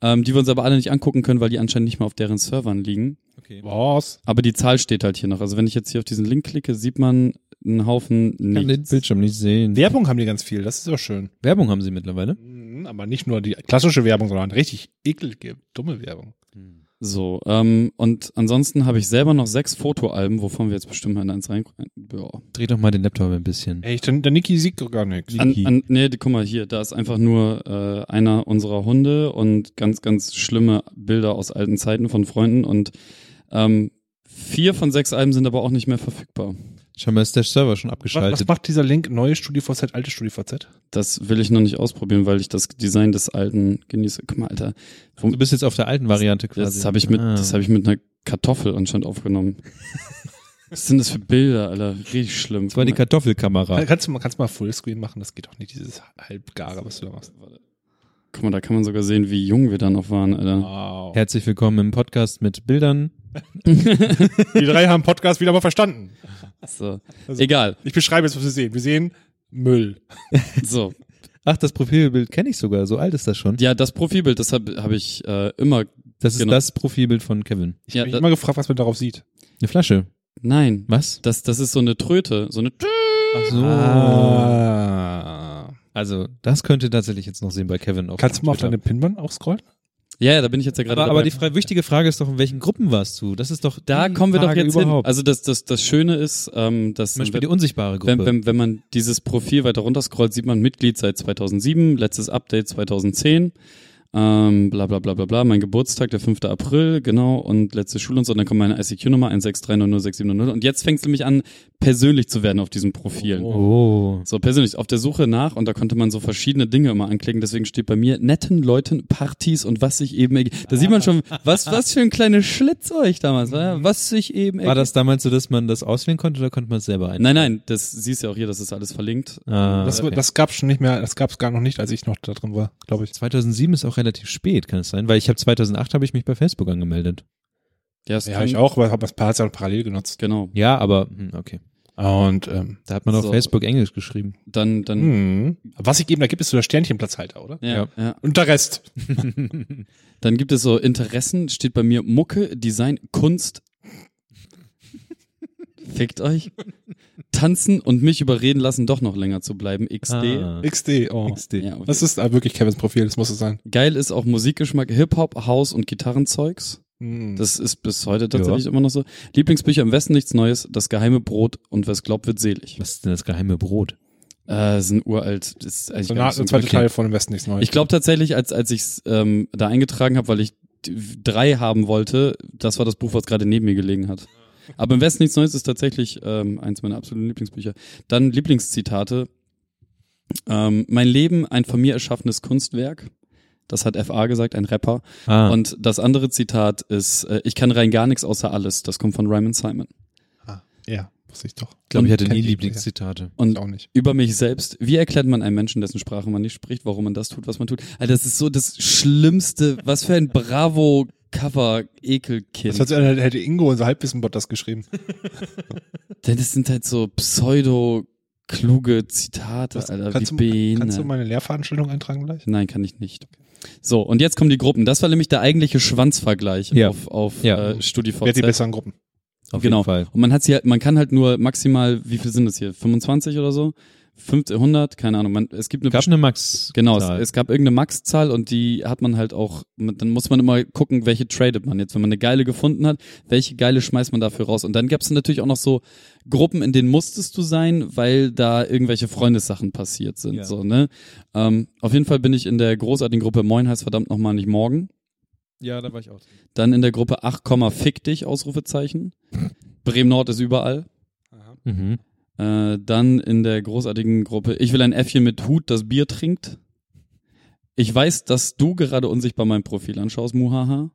S4: ähm, die wir uns aber alle nicht angucken können, weil die anscheinend nicht mehr auf deren Servern liegen.
S2: Okay.
S3: Was?
S4: Aber die Zahl steht halt hier noch. Also wenn ich jetzt hier auf diesen Link klicke, sieht man einen Haufen
S2: Ich kann den
S4: nichts.
S2: Bildschirm nicht sehen.
S3: Werbung haben die ganz viel, das ist auch schön.
S2: Werbung haben sie mittlerweile.
S3: Mhm, Aber nicht nur die klassische Werbung, sondern richtig ekelige, dumme Werbung.
S4: Hm. So, ähm, und ansonsten habe ich selber noch sechs Fotoalben, wovon wir jetzt bestimmt mal in eins rein. Ja.
S2: Dreh doch mal den Laptop ein bisschen.
S3: Echt, der, der Niki sieht doch gar nichts.
S4: An,
S2: Niki.
S4: an, nee, die- guck mal hier, da ist einfach nur äh, einer unserer Hunde und ganz, ganz schlimme Bilder aus alten Zeiten von Freunden und ähm, vier von sechs Alben sind aber auch nicht mehr verfügbar.
S2: Scheinbar ist der Server schon
S3: Was, was
S2: abgeschaltet.
S3: macht dieser Link? Neue StudiVZ, alte StudiVZ?
S4: Das will ich noch nicht ausprobieren, weil ich das Design des Alten genieße. Guck mal, Alter, wo-
S2: Du bist jetzt auf der alten Variante quasi.
S4: das habe ich mit,
S2: Ah.
S4: das habe ich mit einer Kartoffel anscheinend aufgenommen. Was sind das für Bilder, Alter? Richtig schlimm.
S2: das war die Kartoffelkamera.
S3: Kannst du mal, kannst du mal Fullscreen machen? Das geht doch nicht, dieses halbgare, was du da machst.
S4: Guck mal, da kann man sogar sehen, wie jung wir da noch waren, Alter.
S3: Wow.
S2: Herzlich willkommen im Podcast mit Bildern.
S3: Die drei haben Podcast wieder mal verstanden.
S2: Ah.
S4: So.
S3: Also-
S4: Egal.
S3: Ich beschreibe jetzt, was wir sehen. Wir sehen Müll.
S4: So,
S2: Ach, das Profilbild kenne ich sogar. So alt ist das schon.
S4: Ja, das Profilbild, das habe hab ich äh, immer.
S2: Das ist
S4: genau.
S2: das Profilbild von Kevin.
S3: Ich
S4: Ja,
S3: habe mich
S4: da-
S3: immer gefragt, was man darauf sieht.
S2: Eine Flasche.
S4: Nein,
S2: Was?
S4: das, das ist so eine Tröte, so eine. Tü-
S2: Ach so.
S3: Ah.
S2: Also, das könnte tatsächlich jetzt noch sehen bei Kevin. Auf
S3: Kannst du mal auf
S2: Twitter.
S3: deine Pinwand auch scrollen?
S4: Ja, ja, da bin ich jetzt ja gerade.
S2: aber, aber
S4: dabei. Hm,
S2: die fra- wichtige Frage ist doch, in welchen Gruppen warst du? Das ist doch
S4: da
S2: die
S4: kommen wir doch
S2: Frage
S4: jetzt
S2: überhaupt.
S4: hin. Also das, das, das Schöne ist, ähm, dass
S2: Zum Beispiel die
S4: wenn,
S2: unsichtbare Gruppe.
S4: wenn, wenn, wenn man dieses Profil weiter runterscrollt, sieht man Mitglied seit 2007, letztes Update 2010. Ähm, bla bla bla bla bla, mein Geburtstag, der 5. April, genau, und letzte Schule und so, und dann kommt meine ICQ-Nummer 163000670 und jetzt fängst du mich an, persönlich zu werden auf diesen Profilen.
S2: oh.
S4: So persönlich auf der Suche nach und da konnte man so verschiedene Dinge immer anklicken. Deswegen steht bei mir netten Leuten Partys und was sich eben. erge- Da sieht man schon, was was für ein kleines Schlitz euch damals war. Was sich eben.
S2: War
S4: erge-
S2: das damals so, dass man das auswählen konnte oder konnte man es selber ein?
S4: Nein, nein, das siehst ja auch hier, das ist alles verlinkt.
S2: Ah,
S3: Das,
S2: okay.
S3: das gab's schon nicht mehr, das gab's gar noch nicht, als ich noch da drin war, glaube ich.
S2: 2007 ist auch relativ spät, kann es sein? Weil ich habe 2008 habe ich mich bei Facebook angemeldet.
S4: Ja, es
S3: Ja,
S4: kann-
S3: ich auch, weil ich habe das Paar hat's ja parallel genutzt.
S4: Genau.
S2: Ja, aber hm, okay.
S3: Und ähm,
S2: Da hat man auf
S4: So.
S2: Facebook Englisch geschrieben.
S4: Dann, dann.
S3: hm. was ich eben da gibt, ist so der Sternchenplatzhalter, oder?
S4: Ja,
S2: Ja.
S4: ja.
S3: Und der Rest.
S4: Dann gibt es so Interessen, steht bei mir Mucke, Design, Kunst. Fickt euch. Tanzen und mich überreden lassen, doch noch länger zu bleiben. XD.
S2: Ah.
S3: XD. Oh.
S2: XD.
S4: Ja,
S3: Das ist ah, wirklich Kevins Profil, das muss es sein.
S4: Geil ist auch Musikgeschmack, Hip-Hop, House und Gitarrenzeugs.
S3: Hm.
S4: Das ist bis heute tatsächlich immer noch so. Lieblingsbücher im Westen, nichts Neues, das geheime Brot und was glaubt, wird selig.
S2: Was ist denn das geheime Brot?
S4: Äh, ist ein uralt, das ist eigentlich
S3: so
S4: gar
S3: nah,
S4: nicht so
S3: der Also zweite
S4: bekannt.
S3: Teil von dem Westen nichts Neues.
S4: Ich glaube tatsächlich, als, als ich es ähm, da eingetragen habe, weil ich d- drei haben wollte, das war das Buch, was gerade neben mir gelegen hat. Aber im Westen nichts Neues ist tatsächlich ähm, eins meiner absoluten Lieblingsbücher. Dann Lieblingszitate. Ähm, mein Leben, ein von mir erschaffenes Kunstwerk. Das hat FA gesagt, ein Rapper.
S2: Ah,
S4: Und das andere Zitat ist, äh, ich kann rein gar nichts außer alles. Das kommt von Ryman Simon.
S3: ah, ja, wusste ich doch.
S2: ich glaube, ich hatte
S3: kenn
S2: nie
S3: ich,
S2: Lieblingszitate.
S4: Und
S3: Ich auch nicht.
S4: über mich selbst, wie erklärt man einem Menschen, dessen Sprache man nicht spricht, warum man das tut, was man tut? Alter, das ist so das Schlimmste, was für ein Bravo-Cover-Ekelkind.
S3: Das hat,
S4: Das,
S3: so einer- hätte Ingo, unser Halbwissenbot, das geschrieben.
S4: das sind halt so pseudo-kluge Zitate,
S3: Was-
S4: Alter,
S3: kannst,
S4: wie
S3: du,
S4: Bene.
S3: kannst du meine Lehrveranstaltung eintragen gleich?
S4: Nein, kann ich nicht. So, und jetzt kommen die Gruppen. Das war nämlich der eigentliche Schwanzvergleich
S2: Ja.
S4: auf, auf
S2: Ja.
S4: äh,
S3: Wer hat die
S4: StudiVZ.
S3: besseren Gruppen?
S2: Auf
S4: genau.
S2: jeden Fall.
S4: Und man hat sie halt, man kann halt nur maximal, wie viel sind das hier? 25 oder so? 50, 100? Keine Ahnung. Man, es gibt eine
S2: Gab eine Max.
S4: Genau, es, es gab irgendeine Max-Zahl und die hat man halt auch, man- dann muss man immer gucken, welche tradet man jetzt. Wenn man eine geile gefunden hat, welche geile schmeißt man dafür raus. Und dann gab es natürlich auch noch so Gruppen, in denen musstest du sein, weil da irgendwelche Freundessachen passiert sind.
S2: Ja.
S4: So, ne? ähm, auf jeden Fall bin ich in der großartigen Gruppe Moin heißt verdammt nochmal nicht morgen.
S2: ja, da war ich auch.
S4: Dann in der Gruppe 8, Komma, fick dich, Ausrufezeichen. Bremen Nord ist überall.
S2: Mhm.
S4: Äh, dann in der großartigen Gruppe, ich will ein Äffchen mit Hut, das Bier trinkt. Ich weiß, dass du gerade unsichtbar mein Profil anschaust, Muhaha.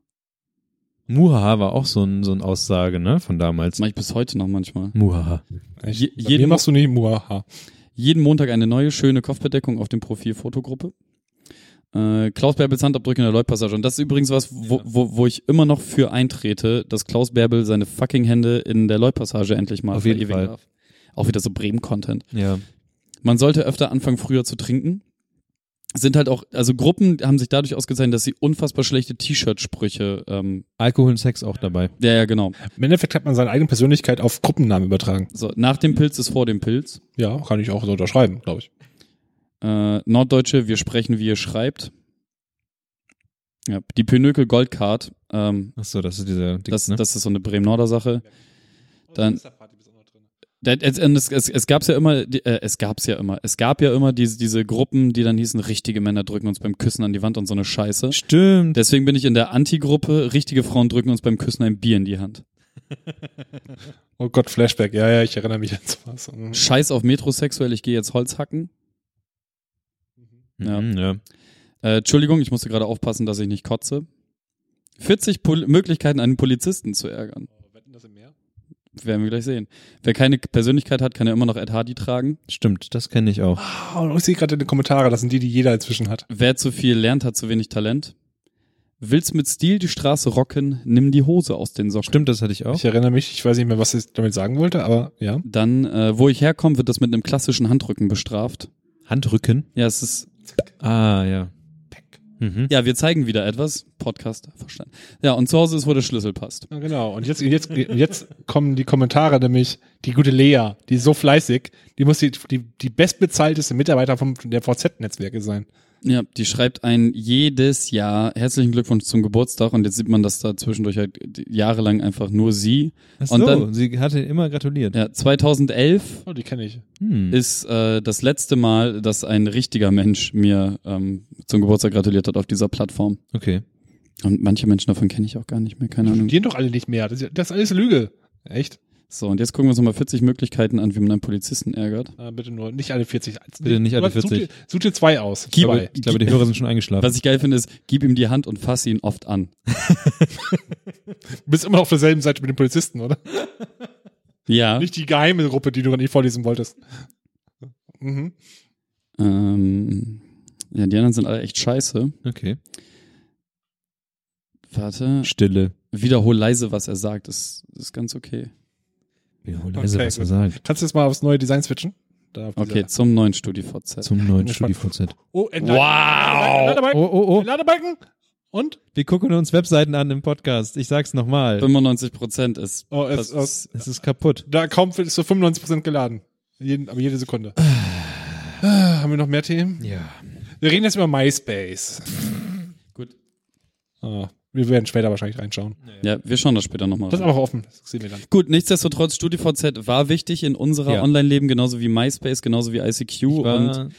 S2: Muhaha war auch so, ein, so eine Aussage, ne, von damals.
S4: Das mache ich bis heute noch manchmal.
S2: Muhaha.
S3: Ich,
S4: Je-
S3: bei
S4: jeden
S3: mir
S4: Mo-
S3: machst du nicht Muaha.
S4: Jeden Montag eine neue schöne Kopfbedeckung auf dem Profil Fotogruppe. Äh, Klaus Bärbels Handabdrücke in der Lloyd-Passage. Und das ist übrigens was, wo, wo, wo ich immer noch für eintrete, dass Klaus Bärbel seine fucking Hände in der Lloyd-Passage endlich mal
S2: Auf jeden
S4: verewigen
S2: Fall.
S4: darf. Auch wieder so Bremen-Content.
S2: Ja.
S4: Man sollte öfter anfangen, früher zu trinken. Sind halt auch, also Gruppen haben sich dadurch ausgezeichnet, dass sie unfassbar schlechte T-Shirt-Sprüche, ähm,
S2: Alkohol und Sex auch dabei.
S4: ja, ja, genau.
S3: Im Endeffekt hat man seine eigene Persönlichkeit auf Gruppennamen übertragen.
S4: So, nach dem Pilz ist vor dem Pilz.
S3: Ja, kann ich auch so unterschreiben, glaube ich.
S4: Äh, Norddeutsche, wir sprechen, wie ihr schreibt. Ja, die Pinökel Goldcard, ähm,
S2: Ach so, das ist dieser Dings,
S4: das,
S2: ne?
S4: das ist so eine Bremen-Norder Sache. Dann- Da- Es, und es, es, es gab's ja immer, die- äh, es gab's ja immer, es gab ja immer diese, diese Gruppen, die dann hießen, richtige Männer drücken uns beim Küssen an die Wand und so eine Scheiße.
S2: Stimmt.
S4: Deswegen bin ich in der Anti-Gruppe, richtige Frauen drücken uns beim Küssen ein Bier in die Hand.
S3: Oh Gott, Flashback. Ja, ja, ich erinnere mich an sowas. Mhm.
S4: Scheiß auf metrosexuell, ich gehe jetzt Holz hacken. Ja.
S2: Mhm, ja.
S4: Äh, Entschuldigung, ich musste gerade aufpassen, dass ich nicht kotze. 40 Pol Möglichkeiten, einen Polizisten zu ärgern. Werden wir gleich sehen. Wer keine Persönlichkeit hat, kann ja immer noch Ed Hardy tragen.
S2: Stimmt, das kenne ich
S4: Ah.
S2: auch.
S3: Oh, und ich sehe gerade in den Kommentaren, das sind die, die jeder inzwischen hat.
S4: Wer zu viel lernt, hat zu wenig Talent. Willst mit Stil die Straße rocken, nimm die Hose aus den Socken.
S2: Stimmt, das hatte ich auch.
S3: Ich erinnere mich, ich weiß nicht mehr, was ich damit sagen wollte, aber ja.
S4: Dann, äh, wo ich herkomme, wird das mit einem klassischen Handrücken bestraft.
S2: Handrücken.
S4: Ja, es ist,
S2: Ah, ja. Mhm.
S4: ja, wir zeigen wieder etwas. Podcast, verstanden. Ja, und zu Hause ist, wo der Schlüssel passt.
S3: Ja, genau. Und jetzt, jetzt, jetzt kommen die Kommentare nämlich, die gute Lea, die ist so fleißig, die muss die, die, die bestbezahlteste Mitarbeiter vom, der VZ-Netzwerke sein.
S4: Ja, die schreibt ein jedes Jahr herzlichen Glückwunsch zum Geburtstag und jetzt sieht man, dass da zwischendurch halt jahrelang einfach nur sie.
S2: Ach so,
S4: Und dann-
S2: sie hatte immer gratuliert.
S4: Ja, 2011
S3: Oh, die kenne ich.
S2: Hm.
S4: ist äh, das letzte Mal, dass ein richtiger Mensch mir ähm, zum Geburtstag gratuliert hat auf dieser Plattform.
S2: Okay.
S4: Und manche Menschen davon kenne ich auch gar nicht mehr, keine Ahnung.
S3: Die doch alle nicht mehr. Das, ist- das ist alles Lüge. Echt?
S4: So, und jetzt gucken wir uns nochmal 40 Möglichkeiten an, wie man einen Polizisten ärgert.
S3: Ah, bitte nur, nicht alle 40.
S2: Bitte nicht alle
S3: Aber Such
S2: 40.
S3: dir, such dir zwei aus.
S4: Gib-
S3: Zwei.
S2: Ich glaube, die Hörer sind schon eingeschlafen.
S4: Was ich geil finde, ist, gib ihm die Hand und fass ihn oft an.
S3: Du bist immer noch auf derselben Seite mit den Polizisten, oder?
S4: Ja.
S3: Nicht die geheime Gruppe, die du gerade nicht vorlesen wolltest. Mhm.
S4: Ähm, ja, die anderen sind alle echt scheiße.
S2: Okay.
S4: Warte.
S2: Stille.
S4: Wiederhol leise, was er sagt. Ist, ist ganz okay.
S2: Wiederhol leise,
S3: Okay,
S2: was er
S3: gut.
S2: sagt.
S3: Kannst du jetzt mal aufs neue Design switchen? Da auf diese-
S4: Okay, zum neuen StudiVZ.
S2: Zum neuen
S3: Ich bin
S2: StudiVZ.
S3: Oh, wow!
S2: Oh, oh, oh.
S3: Ladebalken! Und?
S2: Wir gucken uns Webseiten an im Podcast. Ich sag's nochmal.
S4: 95 Prozent ist.
S3: Oh, es,
S4: Das
S3: es,
S4: ist
S2: Es ist kaputt.
S3: da kommt ist so 95% geladen. Jeden, aber jede Sekunde. Ah, Haben wir noch mehr Themen?
S2: Ja.
S3: Wir reden jetzt über MySpace.
S4: gut.
S3: Ah, wir werden später wahrscheinlich reinschauen.
S4: Ja, wir schauen das später nochmal.
S3: Das ist aber auch offen. Das sehen wir dann.
S4: Gut, nichtsdestotrotz, StudiVZ war wichtig in unserer
S2: Ja.
S4: Online-Leben, genauso wie MySpace, genauso wie ICQ. Und
S2: Und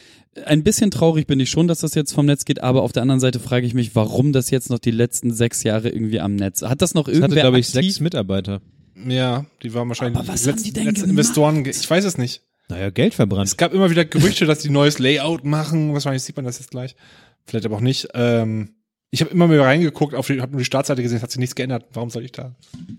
S4: ein bisschen traurig bin ich schon, dass das jetzt vom Netz geht, aber auf der anderen Seite frage ich mich, warum das jetzt noch die letzten sechs Jahre irgendwie am Netz? Hat das noch
S2: es hatte,
S4: irgendwer
S2: glaube ich,
S4: aktiv?
S2: sechs Mitarbeiter.
S3: Ja, die waren wahrscheinlich
S4: Aber was
S3: die
S4: haben die denn gemacht?
S3: Investoren. ge- Ich weiß es nicht.
S2: Naja, Geld verbrannt.
S3: Es gab immer wieder Gerüchte, dass die neues Layout machen. Wahrscheinlich sieht man das jetzt gleich. Vielleicht aber auch nicht. Ähm, ich habe immer mal reingeguckt, auf die, hab nur die Startseite gesehen, es hat sich nichts geändert. Warum soll ich da?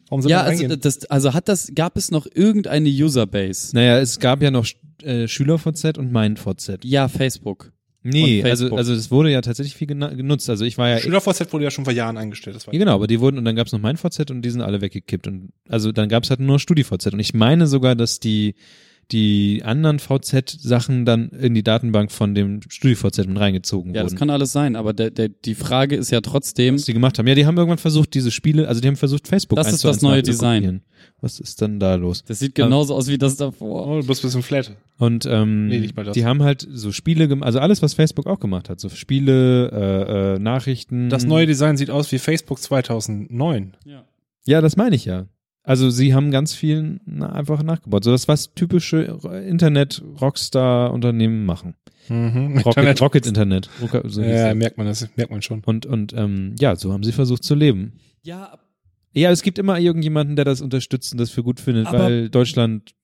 S3: Warum soll
S4: Ja,
S3: ich da
S4: also,
S3: reingehen?
S4: das, also hat das, gab es noch irgendeine Userbase?
S2: Naja, es gab ja noch äh, SchülerVZ und MeinVZ.
S4: Ja, Facebook.
S2: Nee,
S4: Und
S2: also,
S4: Facebook.
S2: also es wurde ja tatsächlich viel gena- genutzt. Also ich war ja
S3: SchülerVZ wurde ja schon vor Jahren eingestellt. Das war
S2: Ja, genau, aber die wurden, und dann gab's noch mein VZ und die sind alle weggekippt. Und also dann gab's halt nur noch StudiVZ. Und ich meine sogar, dass die, die anderen VZ-Sachen dann in die Datenbank von dem StudiVZ mit reingezogen
S4: Ja, das
S2: wurden.
S4: kann alles sein, aber der, der, die Frage ist ja trotzdem,
S2: was die gemacht haben. Ja, die haben irgendwann versucht, diese Spiele, also die haben versucht, Facebook
S4: Das ist
S2: eins zu
S4: das
S2: eins
S4: neue
S2: nachzukopieren.
S4: Design.
S2: Was ist dann da los?
S4: das sieht genauso aus wie das davor.
S3: Oh, du bist ein bisschen flat.
S2: Und ähm,
S3: Nee, nicht mal das.
S2: die haben halt so Spiele gemacht, also alles, was Facebook auch gemacht hat. So Spiele, äh, äh, Nachrichten.
S3: Das neue Design sieht aus wie Facebook 2009.
S4: Ja.
S2: Ja, das meine ich ja. Also sie haben ganz viel na, einfach nachgebaut. So das, was typische Internet-Rockstar-Unternehmen machen.
S3: Mhm.
S2: Rocket, Rocket Internet. Rocker- so hieß
S3: ja,
S2: das.
S3: merkt man das, merkt man schon.
S2: und und ähm, ja, so haben sie versucht zu leben.
S4: Ja,
S2: Ja, es gibt immer irgendjemanden, der das unterstützt und das für gut findet,
S4: Aber-
S2: weil Deutschland.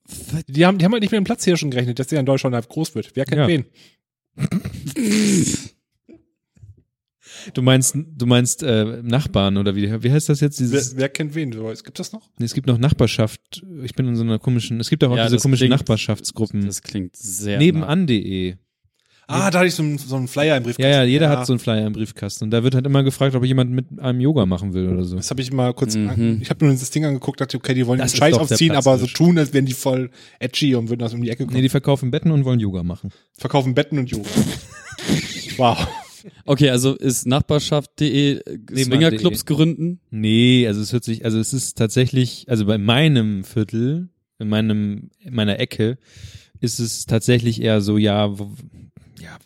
S3: Die haben, die haben halt nicht mit dem Platz hier schon gerechnet, dass der in Deutschland halb groß wird. Wer kennt
S2: Ja.
S3: wen?
S2: Du meinst, du meinst äh, Nachbarn oder wie, wie heißt das jetzt?
S3: Wer,
S2: Dieses,
S3: wer kennt wen? So, es- Gibt das noch?
S2: Nee, es gibt noch Nachbarschaft. Ich bin in so einer komischen. Es gibt auch
S4: Ja,
S2: diese
S4: das
S2: komischen
S4: klingt-
S2: Nachbarschaftsgruppen.
S4: Das genau. klingt sehr.
S2: Nebenan.de.
S3: Ah, da hatte ich so einen, so einen Flyer im
S2: E. Ja,
S3: Briefkasten.
S2: ja, jeder hat so einen Flyer im Briefkasten. Und da wird halt immer gefragt, ob jemand mit einem Yoga machen will oder so.
S3: Das habe ich mal kurz,
S4: Mhm.
S3: an, ich habe nur das Ding angeguckt, dachte, okay, die wollen
S2: Das
S3: den
S2: ist
S3: Scheiß
S2: doch der
S3: aufziehen,
S2: Platz,
S3: aber so
S2: das
S3: tun, als wären die voll edgy und würden das um die Ecke kommen.
S2: Nee, die verkaufen Betten und wollen Yoga machen.
S3: Verkaufen Betten und Yoga. wow.
S4: nah. Okay, also ist nachbarschaft.de äh, Swingerclubs gründen?
S2: Nee, also es hört sich, also es ist tatsächlich, also bei meinem Viertel, in meinem, in meiner Ecke, ist es tatsächlich eher so, ja, wo- ja,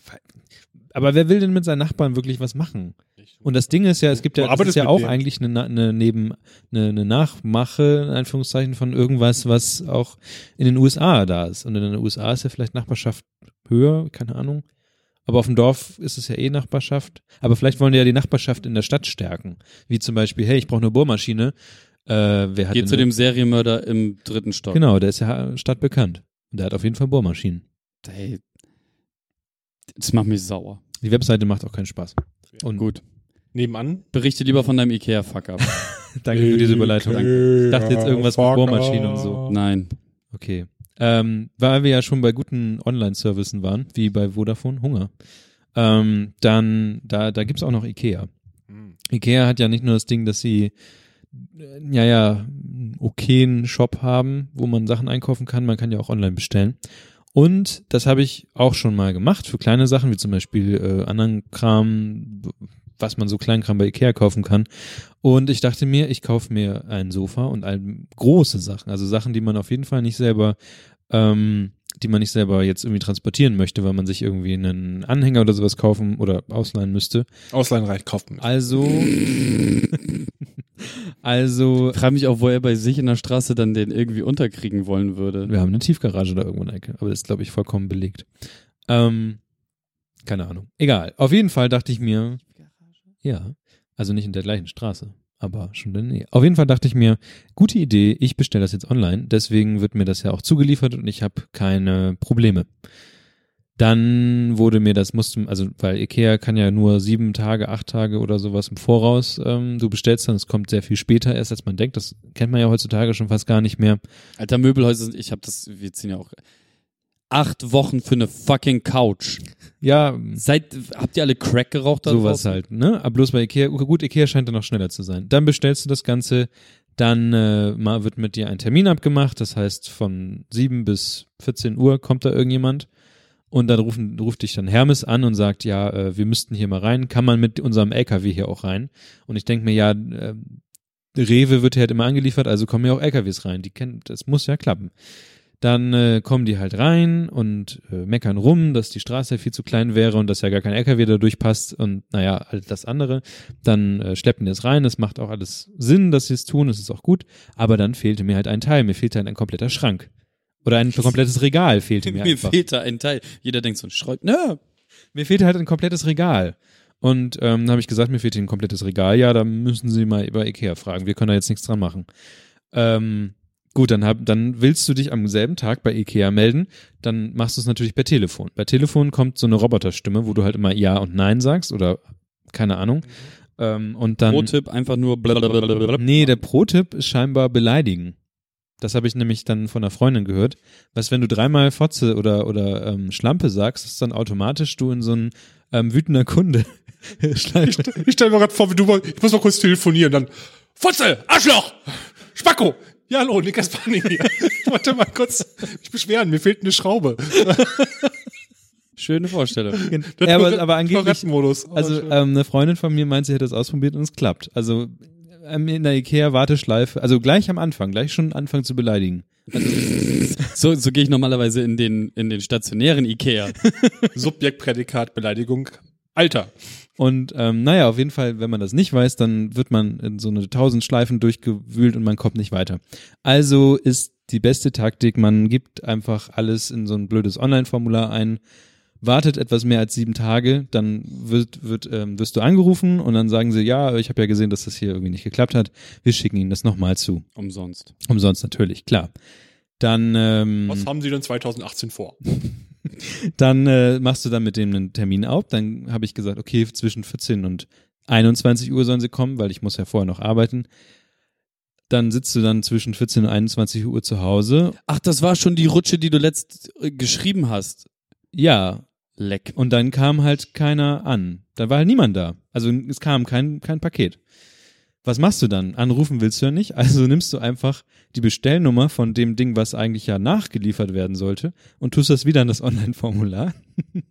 S2: aber wer will denn mit seinen Nachbarn wirklich was machen? Und das Ding ist ja, es gibt
S3: Du
S2: ja, das
S3: arbeitest
S2: ist ja
S3: mit
S2: auch
S3: denen.
S2: eigentlich eine, Na- eine neben eine, eine Nachmache in Anführungszeichen von irgendwas, was auch in den USA da ist. Und in den USA ist ja vielleicht Nachbarschaft höher, keine Ahnung. Aber auf dem Dorf ist es ja eh Nachbarschaft. Aber vielleicht wollen die ja die Nachbarschaft in der Stadt stärken. Wie zum Beispiel, hey, ich brauche eine Bohrmaschine. Äh, wer hat
S4: Geht
S2: denn
S4: zu
S2: eine-
S4: dem Serienmörder im dritten Stock.
S2: Genau, der ist ja stadtbekannt. Und der hat auf jeden Fall Bohrmaschinen.
S4: Hey, das macht mich sauer.
S2: Die Webseite macht auch keinen Spaß. Und
S4: Gut.
S3: Nebenan.
S4: Berichte lieber von deinem Ikea-Fuck-Up.
S2: danke für diese Überleitung.
S3: Ich
S2: dachte jetzt irgendwas mit Bohrmaschinen und so.
S4: Nein.
S2: Okay. Ähm, weil wir ja schon bei guten Online-Services waren, wie bei Vodafone, Hunger, ähm, dann, da, da gibt's auch noch Ikea. Ikea hat ja nicht nur das Ding, dass sie, äh, ja, ja, einen okayen Shop haben, wo man Sachen einkaufen kann, man kann ja auch online bestellen. Und das habe ich auch schon mal gemacht für kleine Sachen, wie zum Beispiel äh, anderen Kram, was man so Kleinkram bei Ikea kaufen kann. Und ich dachte mir, ich kaufe mir ein Sofa und ein, große Sachen, also Sachen, die man auf jeden Fall nicht selber, ähm, die man nicht selber jetzt irgendwie transportieren möchte, weil man sich irgendwie einen Anhänger oder sowas kaufen oder ausleihen müsste.
S3: Auslandreich kaufen.
S2: Also, also,
S4: Frag mich auch, wo er bei sich in der Straße dann den irgendwie unterkriegen wollen würde.
S2: wir haben eine Tiefgarage da irgendwo in der Ecke, aber das ist, glaube ich, vollkommen belegt. Ähm, keine Ahnung. Egal. Auf jeden Fall dachte ich mir, ja, also nicht in der gleichen Straße, aber schon in der Nähe. Auf jeden Fall dachte ich mir, gute Idee, ich bestelle das jetzt online, deswegen wird mir das ja auch zugeliefert und ich habe keine Probleme. Dann wurde mir das, musste, also weil Ikea kann ja nur sieben Tage, acht Tage oder sowas im Voraus, ähm, du bestellst dann, es kommt sehr viel später erst, als man denkt, das kennt man ja heutzutage schon fast gar nicht mehr.
S4: Alter, Möbelhäuser sind, ich hab das, wir ziehen ja auch acht Wochen für eine fucking Couch.
S2: Ja,
S4: Seid, habt ihr alle Crack geraucht da
S2: sowas
S4: draußen?
S2: halt, ne? Aber bloß bei Ikea, okay, gut, Ikea scheint dann noch schneller zu sein. Dann bestellst du das Ganze, dann äh, mal wird mit dir ein Termin abgemacht, das heißt von 7 bis 14 Uhr kommt da irgendjemand und dann rufen, ruft dich dann Hermes an und sagt, ja, äh, wir müssten hier mal rein, kann man mit unserem LKW hier auch rein? Und ich denke mir, ja, äh, Rewe wird ja halt immer angeliefert, also kommen ja auch LKWs rein, die kennen, das muss ja klappen. Dann äh, kommen die halt rein und äh, meckern rum, dass die Straße viel zu klein wäre und dass ja gar kein LKW da durchpasst und naja, all das andere. Dann äh, schleppen die es rein, es macht auch alles Sinn, dass sie es tun, es ist auch gut, aber dann fehlte mir halt ein Teil, mir fehlte halt ein kompletter Schrank. Oder ein komplettes Regal fehlte mir
S4: Mir
S2: einfach.
S4: fehlt da ein Teil. Jeder denkt so, schreibt, ne?
S2: Mir fehlte halt ein komplettes Regal. Und ähm, dann habe ich gesagt, mir fehlt hier ein komplettes Regal. Ja, da müssen Sie mal über Ikea fragen. Wir können da jetzt nichts dran machen. Ähm, gut, dann, hab, dann willst du dich am selben Tag bei Ikea melden. Dann machst du es natürlich per Telefon. Bei Telefon kommt so eine Roboterstimme, wo du halt immer Ja und Nein sagst oder keine Ahnung. Ähm, und dann.
S4: Pro-Tipp einfach nur blablabla.
S2: Nee, der Pro-Tipp ist scheinbar beleidigen. Das habe ich nämlich dann von einer Freundin gehört. Was, wenn du dreimal Fotze oder, oder ähm, Schlampe sagst, ist dann automatisch du in so ein ähm, wütender Kunde.
S3: Ich, st- ich stelle mir gerade vor, wie du mal, ich muss mal kurz telefonieren, dann Fotze, Arschloch, Spacko. Ja, hallo, Nick Aspani hier. Ich wollte mal kurz mich beschweren, mir fehlt eine Schraube.
S4: Schöne Vorstellung.
S2: ja, aber, aber angeblich,
S3: Toilettenmodus. Oh,
S2: also
S3: schön.
S2: ähm, eine Freundin von mir meint, sie hätte das ausprobiert und es klappt. Also ähm, in der Ikea-Warteschleife, also gleich am Anfang, gleich schon anfangen zu beleidigen.
S4: So, so gehe ich normalerweise in den, in den stationären Ikea.
S3: Subjekt, Prädikat, Beleidigung, Alter.
S2: Und ähm, naja, auf jeden Fall, wenn man das nicht weiß, dann wird man in so eine tausend Schleifen durchgewühlt und man kommt nicht weiter. Also ist die beste Taktik, man gibt einfach alles in so ein blödes Online-Formular ein, wartet etwas mehr als sieben Tage, dann wird, wird, ähm, wirst du angerufen und dann sagen sie, ja, ich habe ja gesehen, dass das hier irgendwie nicht geklappt hat. Wir schicken Ihnen das nochmal zu.
S4: Umsonst.
S2: Umsonst natürlich, klar. Dann, ähm,
S3: Mhm.
S5: Was haben Sie denn 2018 vor?
S2: dann äh, machst du dann mit dem einen Termin auf. Dann habe ich gesagt, okay, zwischen 14 und 21 Uhr sollen sie kommen, weil ich muss ja vorher noch arbeiten. Dann sitzt du dann zwischen 14 und 21 Uhr zu Hause.
S4: Ach, das war schon die Rutsche, die du letzt äh, geschrieben hast.
S2: Ja,
S4: Leck.
S2: und dann kam halt keiner an. Da war halt niemand da. Also es kam kein, kein Paket. Was machst du dann? Anrufen willst du ja nicht. Also nimmst du einfach die Bestellnummer von dem Ding, was eigentlich ja nachgeliefert werden sollte, und tust das wieder in das Online-Formular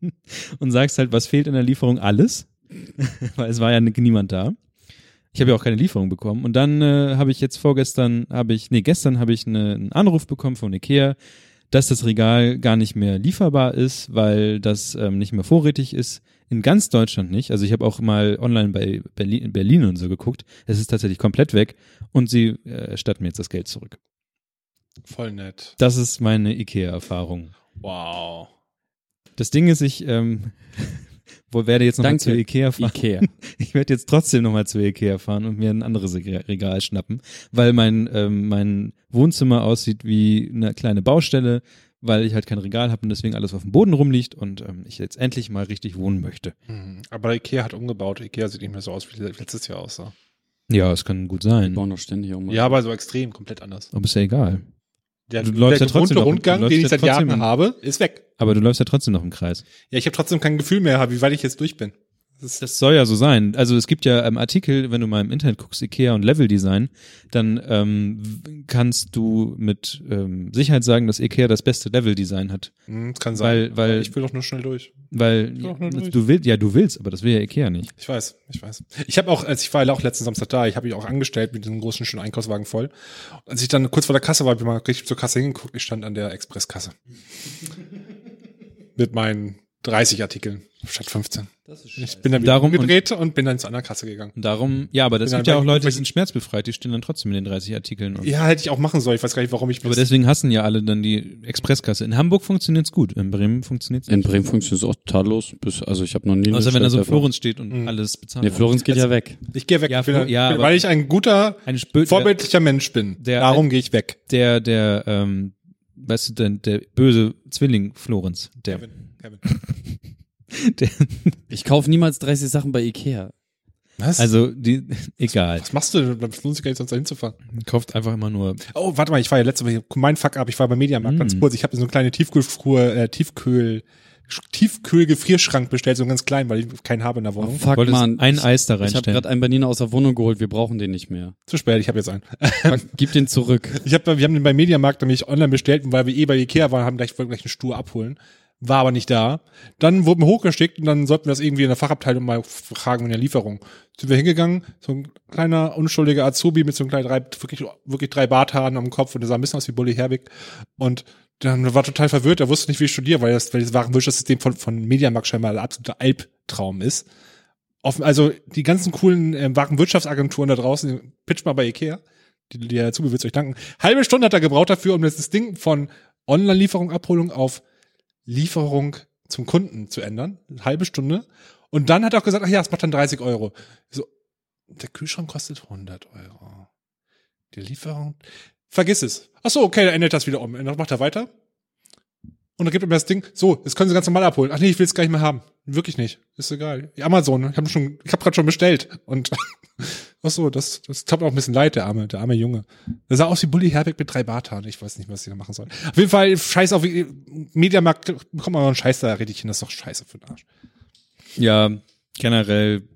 S2: und sagst halt, was fehlt in der Lieferung? Alles. Weil es war ja niemand da. Ich habe ja auch keine Lieferung bekommen. Und dann äh, habe ich jetzt vorgestern, habe ich, nee, gestern habe ich eine, einen Anruf bekommen von Ikea, dass das Regal gar nicht mehr lieferbar ist, weil das ähm, nicht mehr vorrätig ist. In ganz Deutschland nicht. Also ich habe auch mal online bei Berlin, Berlin und so geguckt. Es ist tatsächlich komplett weg und sie äh, erstatten mir jetzt das Geld zurück.
S3: Voll nett.
S2: Das ist meine IKEA-Erfahrung.
S5: Wow.
S2: Das Ding ist, ich ähm, wo- werde jetzt nochmal
S4: Danke.
S2: zu IKEA fahren.
S4: Ikea.
S2: Ich werde jetzt trotzdem nochmal zu Ikea fahren und mir ein anderes Reg- Regal schnappen, weil mein, ähm, mein Wohnzimmer aussieht wie eine kleine Baustelle, weil ich halt kein Regal habe und deswegen alles auf dem Boden rumliegt und ähm, ich jetzt endlich mal richtig wohnen möchte.
S3: Hm, Aber Ikea hat umgebaut. Ikea sieht nicht mehr so aus, wie letztes Jahr aussah.
S2: Ja, es kann gut sein.
S4: Bauen doch ständig um.
S3: Ja, aber so extrem, komplett anders.
S2: Aber ist ja egal.
S3: Der,
S2: Du läufst
S3: der
S2: ja trotzdem
S3: gewohnte
S2: noch- du
S3: Rundgang,
S2: läufst
S3: den ich
S2: ja
S3: seit
S2: trotzdem-
S3: Jahren habe, ist weg.
S2: Aber du läufst ja trotzdem noch im Kreis.
S3: Ja, ich habe trotzdem kein Gefühl mehr, wie weit ich jetzt durch bin.
S2: Das soll ja so sein. Also es gibt ja ähm, Artikel, wenn du mal im Internet guckst, Ikea und Level Design, dann ähm, w- kannst du mit ähm, Sicherheit sagen, dass Ikea das beste Level Design hat.
S3: Hm, das kann
S2: Weil-
S3: sein.
S2: weil-
S3: Aber ich will doch nur schnell durch.
S2: Weil
S3: Ja, na, durch.
S2: du willst, ja du willst, aber das will ja Ikea nicht.
S3: Ich weiß, ich weiß. Ich habe auch, als ich war ja auch letzten Samstag da, ich habe mich auch angestellt mit diesem großen, schönen Einkaufswagen voll. Als ich dann kurz vor der Kasse war, bin ich mal richtig zur Kasse hingeguckt, ich stand an der Expresskasse. mit meinen 30 Artikeln statt 15. ich bin dann wieder
S2: Darum-
S3: umgedreht und, bin dann zu einer Kasse gegangen.
S2: Und darum, ja, aber das
S3: Bin
S2: gibt
S3: dann
S2: ja auch
S3: weg-
S2: Leute, die
S3: weg-
S2: sind schmerzbefreit, die stehen dann trotzdem in den 30 Artikeln. Und,
S3: Ja, hätte ich auch machen sollen. Ich weiß gar nicht, warum ich
S2: aber deswegen hassen ja alle dann die Expresskasse. In Hamburg funktioniert's gut, in Bremen funktioniert's
S4: In
S2: nicht.
S4: Bremen funktioniert es auch tadellos. Bis, also ich habe noch nie. eine
S2: Außer wenn da so ein
S4: schlechte Erfahrung.
S2: Florenz steht und
S3: Mhm.
S2: alles bezahlt.
S4: Nee, Florenz geht ja weg.
S3: ich gehe weg,
S2: Ja,
S3: ich bin
S2: Flo-
S3: dann,
S2: ja, aber-
S3: weil ich ein guter,
S2: Eine Spö
S3: vorbildlicher Mensch bin.
S2: der-
S3: darum gehe ich weg.
S2: der, der, ähm, weißt du, der, der böse Zwilling Florenz, der,
S3: Kevin, Kevin.
S2: der
S4: Ich kaufe niemals 30 Sachen bei Ikea.
S3: Was? Also,
S2: also die, egal,
S3: was machst du denn? Bleibst lohnt sich gar nicht, sonst dahin zu fahren.
S2: kauft einfach immer nur,
S3: Oh, warte mal, ich war ja letzte Woche, mein Fuck up, ich war beim Mediamarkt
S2: Mm.
S3: ganz kurz. Ich habe so eine kleine Tiefkühlfruhe, äh, Tiefkühl, Tiefkühlgefrierschrank bestellt, so einen ganz klein, weil ich keinen habe in der
S4: Oh,
S3: Wohnung.
S4: fuck,
S2: wolltest
S4: Mann.
S2: ein
S4: ich
S2: Eis da
S4: ich habe
S2: reinstellen.
S4: gerade einen Berliner aus der Wohnung geholt. Wir brauchen den nicht mehr.
S3: Zu spät, ich habe jetzt einen.
S4: Fuck, gib den zurück.
S3: Ich hab, wir haben den beim Mediamarkt nämlich online bestellt, und weil wir eh bei Ikea waren, haben gleich, wollten gleich einen Stuhl abholen. War aber nicht da. Dann wurden wir hochgeschickt und dann sollten wir das irgendwie in der Fachabteilung mal fragen in der Lieferung. Sind wir hingegangen, so ein kleiner, unschuldiger Azubi mit so einem kleinen, drei, wirklich, wirklich drei Barthaaren am Kopf und der sah ein bisschen aus wie Bully Herbig. Und dann war total verwirrt, er wusste nicht, wie ich studiere, weil das, weil das Warenwirtschaftssystem von, von Mediamarkt scheinbar ein absoluter Albtraum ist. Offen, also die ganzen coolen ähm, Warenwirtschaftsagenturen da draußen, pitch mal bei Ikea die, die dazu wird euch danken. Halbe Stunde hat er gebraucht dafür, um das Ding von Online-Lieferung, Abholung auf Lieferung zum Kunden zu ändern. Eine halbe Stunde. Und dann hat er auch gesagt, ach ja, es macht dann 30 Euro. Ich So, der Kühlschrank kostet 100 Euro. Die Lieferung, vergiss es. Ach so, okay, dann ändert das wieder um. Und dann macht er weiter. Und dann gibt er mir das Ding, so, das können Sie ganz normal abholen. Ach nee, ich will es gar nicht mehr haben. Wirklich nicht. Ist egal. Amazon, ich habe schon, ich habe gerade schon bestellt. Und Ach so, das, das tat mir auch ein bisschen leid, der arme, der arme Junge. Der sah aus wie Bully Herbig mit drei Barthaaren. Ich weiß nicht, was die da machen sollen. Auf jeden Fall, scheiß auf, Mediamarkt, bekommt man noch einen Scheiß da richtig hin. Das ist doch scheiße für den Arsch.
S2: Ja, generell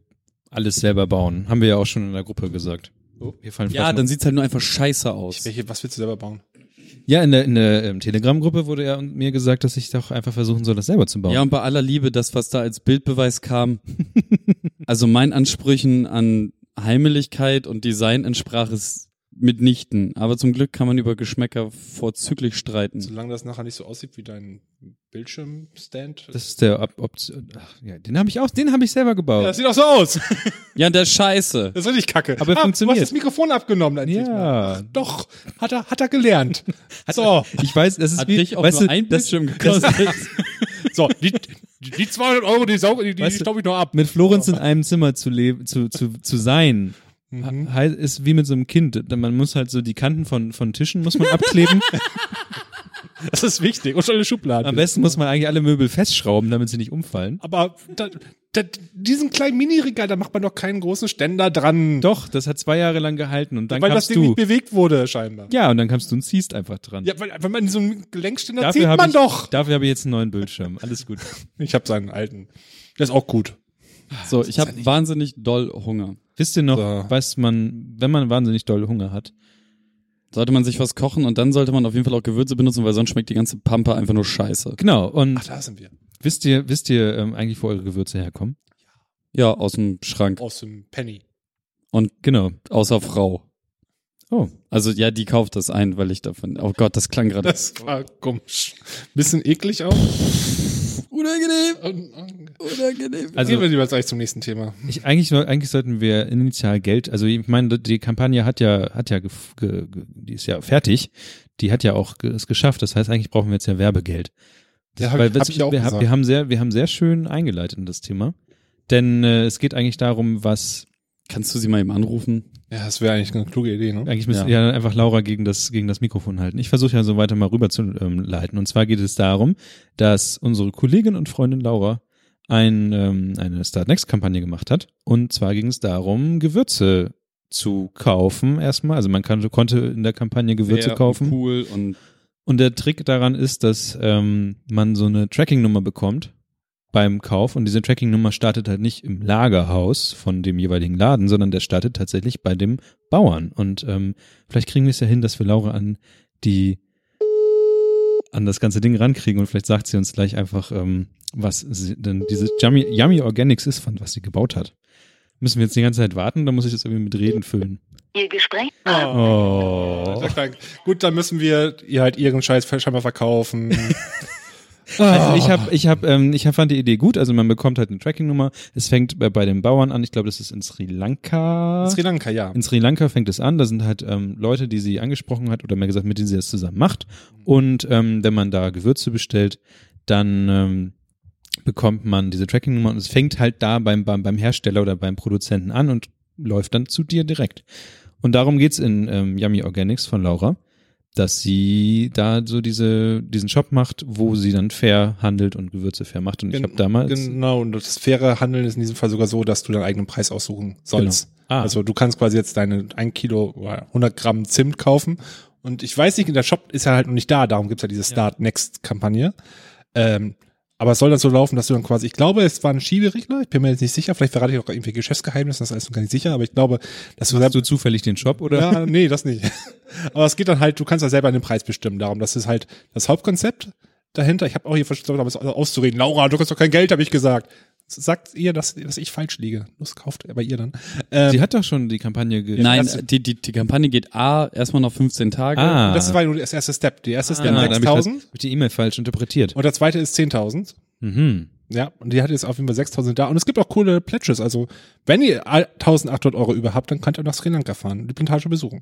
S2: alles selber bauen. Haben wir ja auch schon in der Gruppe gesagt. Oh, hier fallen
S4: Ja,
S2: Flaschen
S4: dann
S2: auf.
S4: sieht's halt nur einfach scheiße aus.
S3: Welche, was willst du selber bauen?
S2: ja in der, in der ähm, Telegram-Gruppe wurde ja und mir gesagt, dass ich doch einfach versuchen soll, das selber zu bauen.
S4: Ja, und bei aller Liebe, das, was da als Bildbeweis kam, also meinen Ansprüchen an Heimeligkeit und Design entsprach es mitnichten. Aber zum Glück kann man über Geschmäcker vorzüglich streiten.
S3: Solange das nachher nicht so aussieht wie dein Bildschirmstand.
S2: Das ist der Ob Option. Ach, ja, den habe ich auch, den habe ich selber
S3: Ja,
S2: gebaut.
S3: das sieht doch so aus.
S4: Ja, der Scheiße.
S3: Das ist richtig kacke. Ah,
S2: Aber funktioniert.
S3: Du hast das Mikrofon abgenommen.
S2: Ja.
S3: endlich mal. Ach, doch, hat er, hat er gelernt. so,
S2: ich weiß, das ist
S4: Hat
S2: wie,
S4: dich auch
S2: weißt
S4: nur
S2: du,
S4: ein
S2: das,
S4: Bildschirm gekostet.
S3: so, die,
S5: Die 200 Euro, die, saug- die, die
S2: Weißt du-
S5: staub ich noch ab.
S2: Mit Florenz in einem Zimmer zu leben, zu, zu, zu sein,
S3: Mhm.
S2: he- ist wie mit so einem Kind. Man muss halt so die Kanten von, von Tischen muss man abkleben.
S3: Das ist wichtig. Und schon eine Schublade.
S2: Am besten muss man eigentlich alle Möbel festschrauben, damit sie nicht umfallen.
S3: Aber
S5: Da, da, diesen kleinen Mini-Regal, da macht man doch keinen großen Ständer dran.
S2: Doch, das hat zwei Jahre lang gehalten und dann
S3: weil das
S2: kamst du.
S3: Ding nicht bewegt wurde, scheinbar.
S2: Ja, und dann kamst du und ziehst einfach dran.
S5: Ja, weil, wenn man so einen Gelenkständer
S2: Dafür
S5: zieht
S2: habe
S5: man
S2: ich,
S5: doch.
S2: dafür habe ich jetzt einen neuen Bildschirm. Alles gut.
S3: Ich habe seinen alten. Der ist auch gut.
S4: So, ich habe wahnsinnig doll Hunger.
S2: Wisst ihr noch,
S3: So.
S2: was man, wenn man wahnsinnig doll Hunger hat?
S4: Sollte man sich was kochen und dann sollte man auf jeden Fall auch Gewürze benutzen, weil sonst schmeckt die ganze Pampa einfach nur scheiße.
S2: Genau. Und
S3: da sind wir.
S2: wisst ihr, wisst ihr ähm, eigentlich, wo eure Gewürze herkommen?
S4: Ja, aus dem Schrank.
S3: Aus dem Penny.
S2: Genau.
S4: Außer Frau.
S2: Oh.
S4: Also ja, die kauft das ein, weil ich davon. Oh Gott, das klang gerade.
S3: Das war komisch. Bisschen eklig auch.
S4: Unangenehm,
S3: Gehen
S4: unangenehm.
S2: Also
S3: wir lieber gleich zum nächsten Thema.
S2: ich, eigentlich, eigentlich sollten wir initial Geld, also ich meine, die Kampagne hat ja, hat ja, ge, ge, ge- die ist ja fertig, die hat ja auch ge, es geschafft. Das heißt, eigentlich brauchen wir jetzt ja Werbegeld.
S3: Ja, hab ich- hab ich auch
S2: wir,
S3: gesagt.
S2: wir haben sehr, wir haben sehr schön eingeleitet in das Thema, denn äh, es geht eigentlich darum, was
S4: Kannst du sie mal eben anrufen?
S3: Ja, das wäre eigentlich eine kluge Idee, ne?
S2: Eigentlich müsste ja. einfach Laura gegen das, gegen das Mikrofon halten. Ich versuche ja so weiter mal rüber zu ähm, leiten. Und zwar geht es darum, dass unsere Kollegin und Freundin Laura ein, ähm, eine Start Next-Kampagne gemacht hat. Und zwar ging es darum, Gewürze zu kaufen erstmal. Also man kann, konnte in der Kampagne Gewürze
S4: Wer
S2: kaufen.
S4: und Cool und
S2: Und der Trick daran ist, dass ähm, man so eine Tracking-Nummer bekommt beim Kauf und diese Tracking-Nummer startet halt nicht im Lagerhaus von dem jeweiligen Laden, sondern der startet tatsächlich bei dem Bauern. Und ähm, vielleicht kriegen wir es ja hin, dass wir Laura an die an das ganze Ding rankriegen und vielleicht sagt sie uns gleich einfach, ähm, was sie, denn dieses Yummy, Yummy Organics ist, von was sie gebaut hat. Müssen wir jetzt die ganze Zeit warten, dann muss ich das irgendwie mit Reden füllen.
S6: Ihr Gespräch.
S2: Oh.
S3: Gut, dann müssen wir ihr halt ihren Scheiß scheinbar verkaufen.
S2: Also ich habe, ich habe, ähm, ich hab, fand die Idee gut. Also man bekommt halt eine Tracking-Nummer. Es fängt bei, bei den Bauern an. Ich glaube, das ist in Sri Lanka.
S3: Sri Lanka, ja.
S2: In Sri Lanka fängt es an. Da sind halt ähm, Leute, die sie angesprochen hat oder mehr gesagt, mit denen sie das zusammen macht. Und ähm, wenn man da Gewürze bestellt, dann ähm, bekommt man diese Tracking-Nummer und es fängt halt da beim, beim, beim Hersteller oder beim Produzenten an und läuft dann zu dir direkt. Und darum geht's in ähm, Yummy Organics von Laura, dass sie da so diese, diesen Shop macht, wo sie dann fair handelt und Gewürze fair macht. Und ich
S3: Gen-
S2: habe damals.
S3: Genau, und das faire Handeln ist in diesem Fall sogar so, dass du deinen eigenen Preis aussuchen sollst.
S2: Ah.
S3: Also du kannst quasi jetzt deine ein Kilo oder 100 Gramm Zimt kaufen. Und ich weiß nicht, der Shop ist ja halt noch nicht da, darum gibt's ja diese Start-Next-Kampagne. Ähm, aber es soll dann so laufen, dass du dann quasi, ich glaube, es war ein Schieberegler, ich bin mir jetzt nicht sicher, vielleicht verrate ich auch irgendwie Geschäftsgeheimnis, das ist alles noch gar nicht sicher, aber ich glaube, dass du
S2: Hast
S3: selbst
S2: du zufällig den Shop oder?
S3: ja, nee, das nicht. Aber es geht dann halt, du kannst ja selber den Preis bestimmen. Darum, das ist halt das Hauptkonzept dahinter. Ich habe auch hier versucht, aber es auszureden. Laura, du kannst doch kein Geld, habe ich gesagt. Sagt ihr, dass, dass ich falsch liege? Das kauft bei ihr dann. Ähm,
S2: Sie hat doch schon die Kampagne ge
S4: Nein,
S3: das-
S4: die, die, die Kampagne geht A erstmal noch 15 Tage.
S2: Ah.
S3: das war nur das erste Step. Der erste Step
S2: Genau, da habe ich, das-
S3: 6.000
S2: hab ich die E-Mail falsch interpretiert.
S3: und der zweite ist 10.000.
S2: Mhm.
S3: Ja, und die hat jetzt auf jeden Fall 6.000 da. Und es gibt auch coole Pledges. Also, wenn ihr 1.800 Euro über habt, dann könnt ihr nach Sri Lanka fahren und die Plantage besuchen.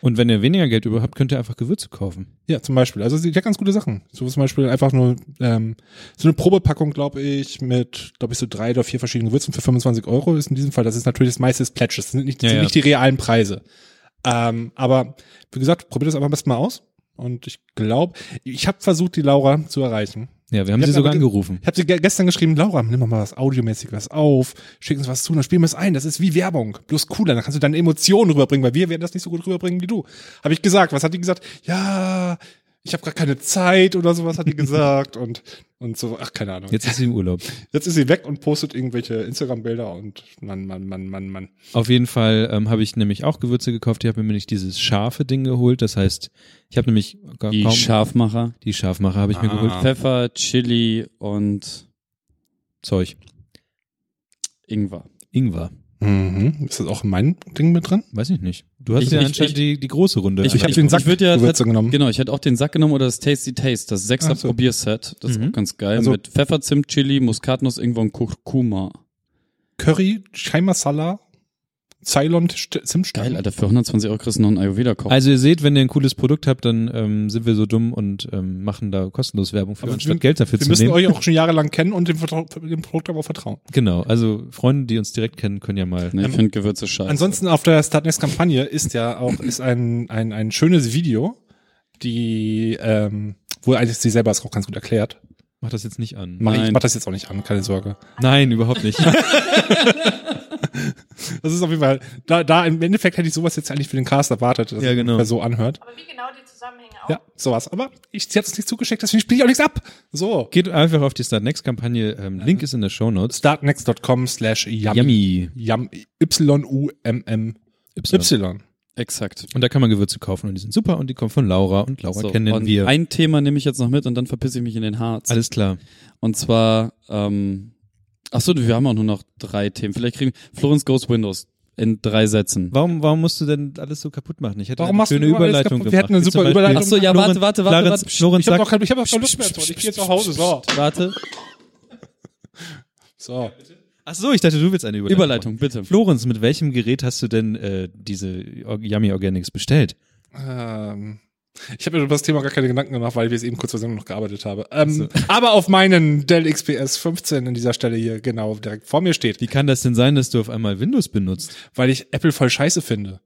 S2: Und wenn ihr weniger Geld über habt, könnt ihr einfach Gewürze kaufen.
S3: Ja, zum Beispiel. Also sie hat ganz gute Sachen. So zum Beispiel einfach nur ähm, so eine Probepackung, glaube ich, mit, glaube ich, so drei oder vier verschiedenen Gewürzen für 25 Euro ist in diesem Fall. Das ist natürlich das meiste des Pledges. Das sind nicht, das
S2: Ja,
S3: sind
S2: ja.
S3: nicht die realen Preise. Ähm, aber wie gesagt, probiert das einfach am besten mal aus. Und ich glaube, ich habe versucht, die Laura zu erreichen.
S2: Ja, wir haben
S3: Ja,
S2: sie sogar
S3: aber ge-
S2: angerufen.
S3: Ich habe sie ge gestern geschrieben, Laura, nimm doch mal was Audiomäßiges auf, schick uns was zu, dann spielen wir es ein. Das ist wie Werbung, bloß cooler. Dann kannst du deine Emotionen rüberbringen, weil wir werden das nicht so gut rüberbringen wie du. Habe ich gesagt. Was hat die gesagt? Ja, ich habe gar keine Zeit oder sowas hat die gesagt und und so. Ach, keine Ahnung. Jetzt,
S2: Jetzt ist sie im Urlaub.
S3: ist sie weg und postet irgendwelche Instagram-Bilder und Mann, Mann, Mann, Mann, Mann.
S2: Auf jeden Fall ähm, habe ich nämlich auch Gewürze gekauft. Ich habe mir nämlich dieses scharfe Ding geholt. Das heißt, ich habe nämlich gar
S4: Die
S2: kaum
S4: Scharfmacher.
S2: die Scharfmacher habe ich mir
S3: Ah.
S2: geholt.
S4: Pfeffer, Chili und
S2: Zeug.
S4: Ingwer.
S2: Ingwer.
S3: Mhm. Ist das auch in meinem Ding mit drin? Also
S2: Weiß ich nicht. Du hast
S4: Ich-
S2: ja
S4: ich-
S2: anscheinend
S4: ich-
S2: die, die große Runde.
S4: Ich- ich
S2: einmal
S4: hab den
S2: gekauft.
S4: Sack- würd ja-
S3: Gewürze
S2: Mhm.
S3: genommen.
S4: Genau, ich hätte auch den Sack genommen oder das Tasty Taste, das sechser
S3: Ach so.
S4: Probierset. Das ist
S2: Mhm.
S4: auch ganz geil.
S3: Also-
S4: Mit Pfeffer, Zimt, Chili, Muskatnuss, Ingwer und Kurkuma.
S3: Curry, Chai Masala, Ceylon-Zimtstangen.
S4: Geil, Alter, für 120 Euro kriegst du noch einen Ayurveda-Koch.
S2: Also ihr seht, wenn ihr ein cooles Produkt habt, dann ähm, sind wir so dumm und ähm, machen da kostenlos Werbung für,
S3: Aber
S2: anstatt
S3: wir-
S2: Geld dafür
S3: Wir
S2: zu
S3: müssen
S2: nehmen.
S3: euch auch schon jahrelang kennen und dem, Vertrau dem Produkt aber auch vertrauen.
S2: Genau, also Freunde, die uns direkt kennen, können ja mal.
S4: Ne, ich finde Gewürze scheiße.
S3: Ansonsten auf der Startnext-Kampagne ist ja auch ist ein, ein, ein schönes Video, die, ähm, wo eigentlich sie selber es auch ganz gut erklärt.
S2: Mach das jetzt nicht an.
S3: Mach ich,
S4: Nein.
S3: mach das jetzt auch nicht an, keine Sorge.
S2: Nein, überhaupt nicht.
S3: Das ist auf jeden Fall, da, da im Endeffekt hätte ich sowas jetzt eigentlich für den Cast erwartet, dass
S2: Ja,
S3: es
S2: genau.
S3: ungefähr so anhört.
S6: Aber wie genau die Zusammenhänge auch.
S3: Ja, sowas. Aber ich, sie hat uns nichts zugeschickt, deswegen spiele ich auch nichts ab. So.
S2: Geht einfach auf die Start Next Kampagne. Ähm, Link ist in der Show Notes.
S3: Startnext.com slash
S2: Yummy.
S3: yummy. Yum, Y-U-M-M. Y.
S4: Exakt.
S2: Und da kann man Gewürze kaufen und die sind super und die kommen von Laura und Laura kennen
S4: und
S2: wir. Also-
S4: Ein Thema nehme ich jetzt noch mit und dann verpiss ich mich in den Harz.
S2: Alles klar.
S4: Und zwar, ähm, ach so, wir haben auch nur noch drei Themen. Vielleicht kriegen Florence Goes Windows in drei Sätzen.
S2: Warum, warum musst du denn alles so kaputt machen? Ich hätte
S3: Warum
S2: eine
S3: machst du
S2: schöne
S3: immer alles
S2: Überleitung
S3: kaputt?
S2: gemacht.
S3: Wir hatten eine
S2: Wie
S3: super
S2: zum Beispiel-
S3: Überleitung.
S4: Ach so, ja, warte, warte, warte,
S2: Lorenz,
S4: warte. Psst,
S2: Lorenz
S3: Ich habe
S2: sagt,
S3: noch, kein- ich hab noch keine Lust mehr. Zorn. Ich gehe jetzt nach Hause. So.
S4: Warte,
S3: so.
S2: ach so, ich dachte, du willst eine Überleitung.
S4: Überleitung, bitte.
S2: machen. Florenz, mit welchem Gerät hast du denn äh, diese Or- Yummy Organics bestellt?
S3: Ähm, ich habe mir über das Thema gar keine Gedanken gemacht, weil wir es eben kurz vor Sendung noch gearbeitet haben. Ähm, Aber auf meinen Dell XPS 15 an dieser Stelle hier genau direkt vor mir steht,
S2: Wie kann das denn sein, dass du auf einmal Windows benutzt?
S3: weil ich Apple voll scheiße finde.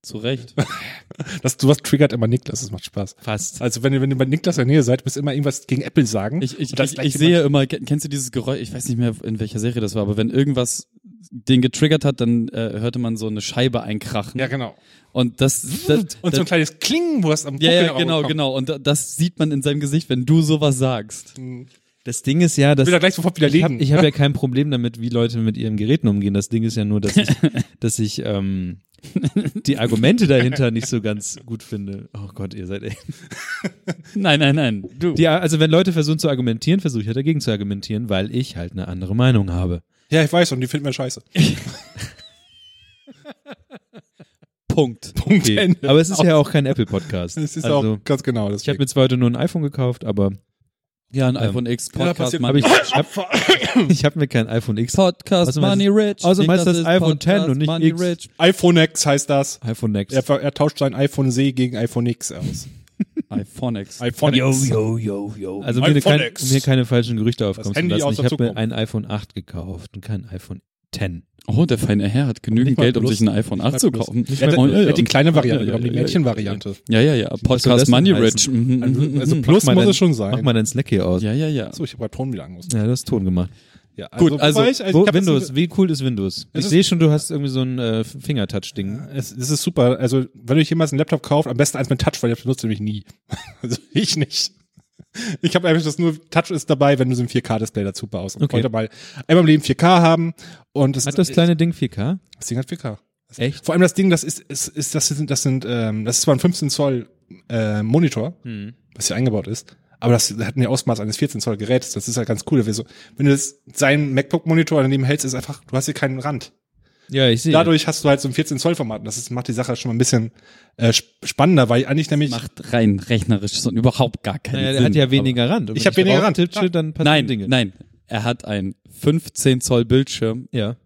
S4: Zu Recht.
S3: Das, sowas triggert immer Niklas, das macht Spaß.
S2: Fast.
S3: Also wenn ihr, wenn ihr bei Niklas in der Nähe seid, müsst ihr immer irgendwas gegen Apple sagen.
S4: Ich, ich,
S3: Und das
S4: ich,
S3: gleich
S4: ich
S3: jemand-
S4: sehe immer, ke- kennst du dieses Geräusch, ich weiß nicht mehr, in welcher Serie das war, aber wenn irgendwas den getriggert hat, dann äh, hörte man so eine Scheibe einkrachen.
S3: Ja, genau.
S4: Und das, das,
S3: Und so ein
S4: das
S3: kleines Klingen, wo es am
S4: ja, ja,
S3: Kumpelauge
S4: genau,
S3: kommt.
S4: genau. Und da- das sieht man in seinem Gesicht, wenn du sowas sagst.
S3: Mhm.
S2: Das Ding ist ja,
S3: Ich
S2: dass
S3: will da gleich sofort
S2: ich habe
S3: widerlegen.
S2: ich hab ja kein Problem damit, wie Leute mit ihren Geräten umgehen. Das Ding ist ja nur, dass ich, dass ich ähm, die Argumente dahinter nicht so ganz gut finde. Oh Gott, ihr seid echt.
S4: Nein, nein, nein. Du.
S2: Die, also wenn Leute versuchen zu argumentieren, versuche ich ja dagegen zu argumentieren, weil ich halt eine andere Meinung habe.
S3: ja, ich weiß, und die finden wir scheiße.
S4: Punkt.
S3: Punkt
S2: Okay.
S3: Ende.
S2: Aber es ist ja auch kein Apple-Podcast.
S3: Das ist
S2: also,
S3: auch ganz genau das.
S2: ich habe mir zwar heute nur ein iPhone gekauft, aber
S4: Ja, ein
S2: Ähm,
S4: iPhone X
S3: ja,
S4: Podcast
S3: passiert-
S2: hab
S4: Money.
S2: ich, ich habe ich hab mir kein iPhone X.
S4: Podcast
S2: Außerdem heißt
S4: Money
S2: es-
S4: Rich.
S2: außerdem heißt
S4: Niklas
S2: das
S4: ist
S2: iPhone
S4: Podcast
S2: 10 und nicht
S4: Money
S2: X.
S4: Rich.
S3: iPhone X heißt das.
S2: iPhone X.
S3: Er, ver- er tauscht sein iPhone C gegen iPhone X aus.
S4: iPhone X.
S3: iPhone X.
S2: Also um hier,
S3: iPhone
S2: kein,
S3: X.
S2: um hier keine falschen Gerüchte aufkommen zu
S3: Handy
S2: lassen.
S3: aus
S2: Ich
S3: der
S2: habe mir
S3: Zukunft.
S2: ein iPhone 8 gekauft und kein iPhone 10.
S4: Oh, der feine Herr hat genügend
S3: mal
S4: Geld, um
S3: Plus.
S4: sich ein iPhone 8 zu
S3: Plus.
S4: kaufen.
S3: Er hat,
S4: Oh,
S3: er hat die
S4: und-
S3: kleine Variante, wir
S4: ja,
S3: haben die
S4: ja, ja,
S3: Mädchenvariante.
S4: Ja, ja, ja.
S2: soll das
S4: Podcast
S2: denn
S4: Money
S2: heißen?
S4: Rich. Mhm, mhm,
S3: Also, also
S4: mhm.
S3: Plus
S2: Mach mal
S3: muss
S2: dein-
S3: es schon sein.
S2: Mach mal dein Slack hier aus. Ja,
S4: Ja, ja, ja.
S3: So, ich habe gerade Ton wieder angerufen.
S2: du hast Ton gemacht.
S3: Ja,
S4: Gut, also,
S3: wobei ich-
S2: Wo,
S3: ich hab das-
S2: Windows, wie cool ist Windows?
S3: Es
S2: ich
S3: ist-
S2: sehe schon, du hast irgendwie so ein äh, Fingertouch-Ding.
S3: Es, es ist super. Also, wenn ihr euch jemals einen Laptop kauft, am besten eins mit Touch, weil ihr benutzt nämlich nie. Also, ich nicht. Ich habe einfach das nur, Touch ist dabei, wenn du so ein 4K-Display dazu baust. Und
S2: Okay.
S3: okay. wollte mal einmal im Leben 4K haben. Und das,
S2: Hat das kleine Ding 4K?
S3: das Ding hat 4K. Das-
S2: Echt?
S3: Vor allem das Ding, das ist, ist, ist das sind, das sind, ähm, das ist zwar ein 15 Zoll äh, Monitor, was hier eingebaut ist, aber das hat ein Ausmaß eines 14 Zoll Geräts. Das ist halt ganz cool. Also, wenn du das, seinen MacBook-Monitor daneben hältst, ist einfach, du hast hier keinen Rand.
S2: Ja, ich sehe.
S3: Dadurch hast du halt so ein 14-Zoll-Format. Das ist, macht die Sache schon mal ein bisschen äh, sp- spannender, weil eigentlich nämlich.
S4: Macht rein rechnerisch so überhaupt gar keinen
S2: naja,
S4: Sinn.
S2: der hat ja
S4: aber-
S2: weniger Rand. Und
S3: Ich
S2: wenn
S3: hab weniger
S2: drauf
S3: Rand.
S2: Tippsche, dann passen
S4: Nein,
S2: Dinge.
S4: nein. Er hat ein 15 Zoll Bildschirm,
S2: Ja.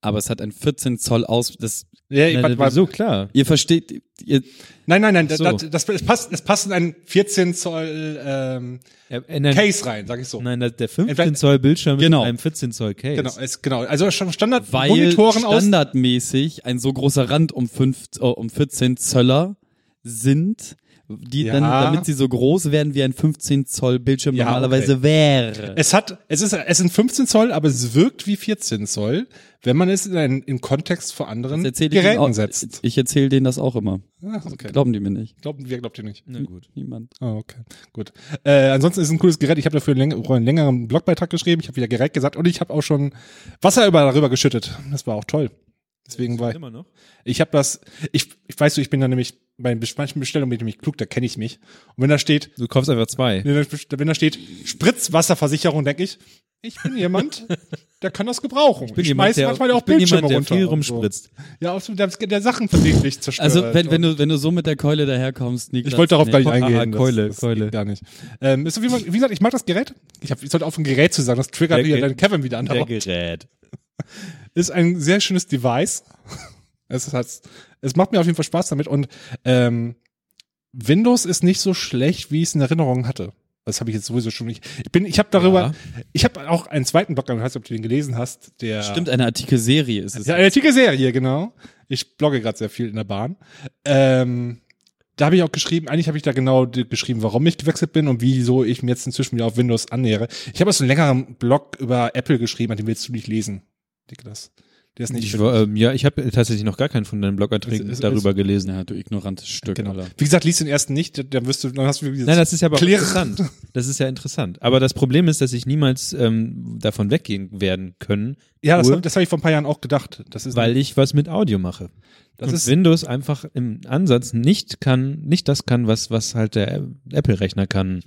S4: aber es hat ein 14 Zoll aus. Das,
S3: Ja,
S2: Nein,
S3: warte,
S2: nein,
S3: warte.
S2: so klar.
S4: ihr versteht, ihr,
S3: nein, nein, nein. da-
S2: So.
S3: da- Das, das, passt, das passt in einen 14-Zoll ähm,
S2: Ja, äh, nein,
S3: Case rein, sag ich so.
S2: nein, das- der
S3: Vielleicht-
S2: 15 Zoll Bildschirm
S4: Genau.
S2: mit einem 14 Zoll Case.
S3: Genau, ist, genau. Also schon Standard
S4: weil
S3: Monitoren aus.
S4: standardmäßig ein so großer Rand um, fünf, äh, um 14 Zöller sind, die
S3: Ja.
S4: dann, damit sie so groß werden, wie ein 15 Zoll Bildschirm
S3: Ja,
S4: normalerweise wäre.
S3: Es hat, es ist, es sind 15 Zoll, aber es wirkt wie 14 Zoll, wenn man es in einen, im Kontext vor anderen
S4: Das erzähl ich
S3: Geräten
S4: denen auch-
S3: setzt.
S4: Ich erzähle denen das auch immer.
S3: Ah, okay.
S4: Glauben die mir nicht.
S3: Glauben wir, glaubt ihr nicht?
S2: Na gut.
S4: Niemand.
S3: Ah, okay, gut. Äh, ansonsten ist es ein cooles Gerät. Ich habe dafür einen, läng einen längeren Blogbeitrag geschrieben. Ich habe wieder Gerät gesagt und ich habe auch schon Wasser über darüber geschüttet. Das war auch toll. Deswegen war ich,
S2: Immer noch.
S3: ich habe das. Ich, ich weiß, du, ich bin da nämlich bei manchen Bestellungen bin ich nämlich klug. Da kenne ich mich. Und wenn da steht,
S2: Du kaufst einfach zwei.
S3: wenn da steht Spritzwasserversicherung, denke ich, ich bin jemand, der kann das gebrauchen. Ich
S2: bin
S3: ich
S2: jemand,
S3: schmeiß
S2: der,
S3: manchmal auch
S2: ich bin
S3: Bildschirme
S2: jemand, der
S3: runter.
S2: viel
S3: und so.
S2: rumspritzt.
S3: Ja, auf der, der Sachen versehentlich zerstört.
S4: Also, wenn, wenn,
S3: und-
S4: du, wenn du so mit der Keule daherkommst, Niklas.
S3: Ich wollte darauf
S4: nee.
S3: gleich
S2: Aha,
S3: eingehen. das-
S2: Keule,
S3: das
S2: Keule.
S3: geht Gar nicht. Ähm, ist auf jeden Fall, wie gesagt, ich mag das Gerät. Ich, hab, ich sollte auf ein Gerät zu sagen, das triggert
S2: Der
S3: wieder
S2: Ge-
S3: deinen Kevin wieder an.
S2: Der
S3: Aber
S2: Gerät.
S3: ist ein sehr schönes Device. Es, ist halt, es macht mir auf jeden Fall Spaß damit und ähm, Windows ist nicht so schlecht, wie ich es in Erinnerung hatte. Das habe ich jetzt sowieso schon nicht. Ich bin, ich habe darüber,
S4: Ja.
S3: ich habe auch einen zweiten Blog, ich weiß nicht, ob du den gelesen hast. Der
S4: Stimmt, eine Artikelserie ist es.
S3: ja, eine antike Serie, genau. Ich blogge gerade sehr viel in der Bahn. Ähm, da habe ich auch geschrieben, eigentlich habe ich da genau d- geschrieben, warum ich gewechselt bin und wieso ich mir jetzt inzwischen wieder auf Windows annähere. Ich habe also einen längeren Blog über Apple geschrieben, an dem willst du nicht lesen, Niklas. Der ist nicht
S2: Ich
S3: für
S2: war, ähm, ja, ich habe tatsächlich noch gar keinen von deinen Blogartikeln
S3: Es- es-
S2: darüber gelesen.
S4: Na, du ignorantes Stück,
S3: Genau.
S4: Alter.
S3: Wie gesagt, liest den ersten nicht, dann- dann wirst du, dann hast du
S2: Nein, das ist ja aber auch
S3: Klirr.
S2: interessant. Das ist ja interessant. Aber das Problem ist, dass ich niemals ähm, davon weggehen werden können,
S3: ja, das,
S2: Ruhe.
S3: hab- das habe ich vor ein paar Jahren auch gedacht. Das ist,
S2: weil ich was mit Audio mache.
S3: das
S2: und
S3: ist,
S2: Windows einfach im Ansatz nicht kann, nicht das kann, was, was halt der Apple-Rechner kann.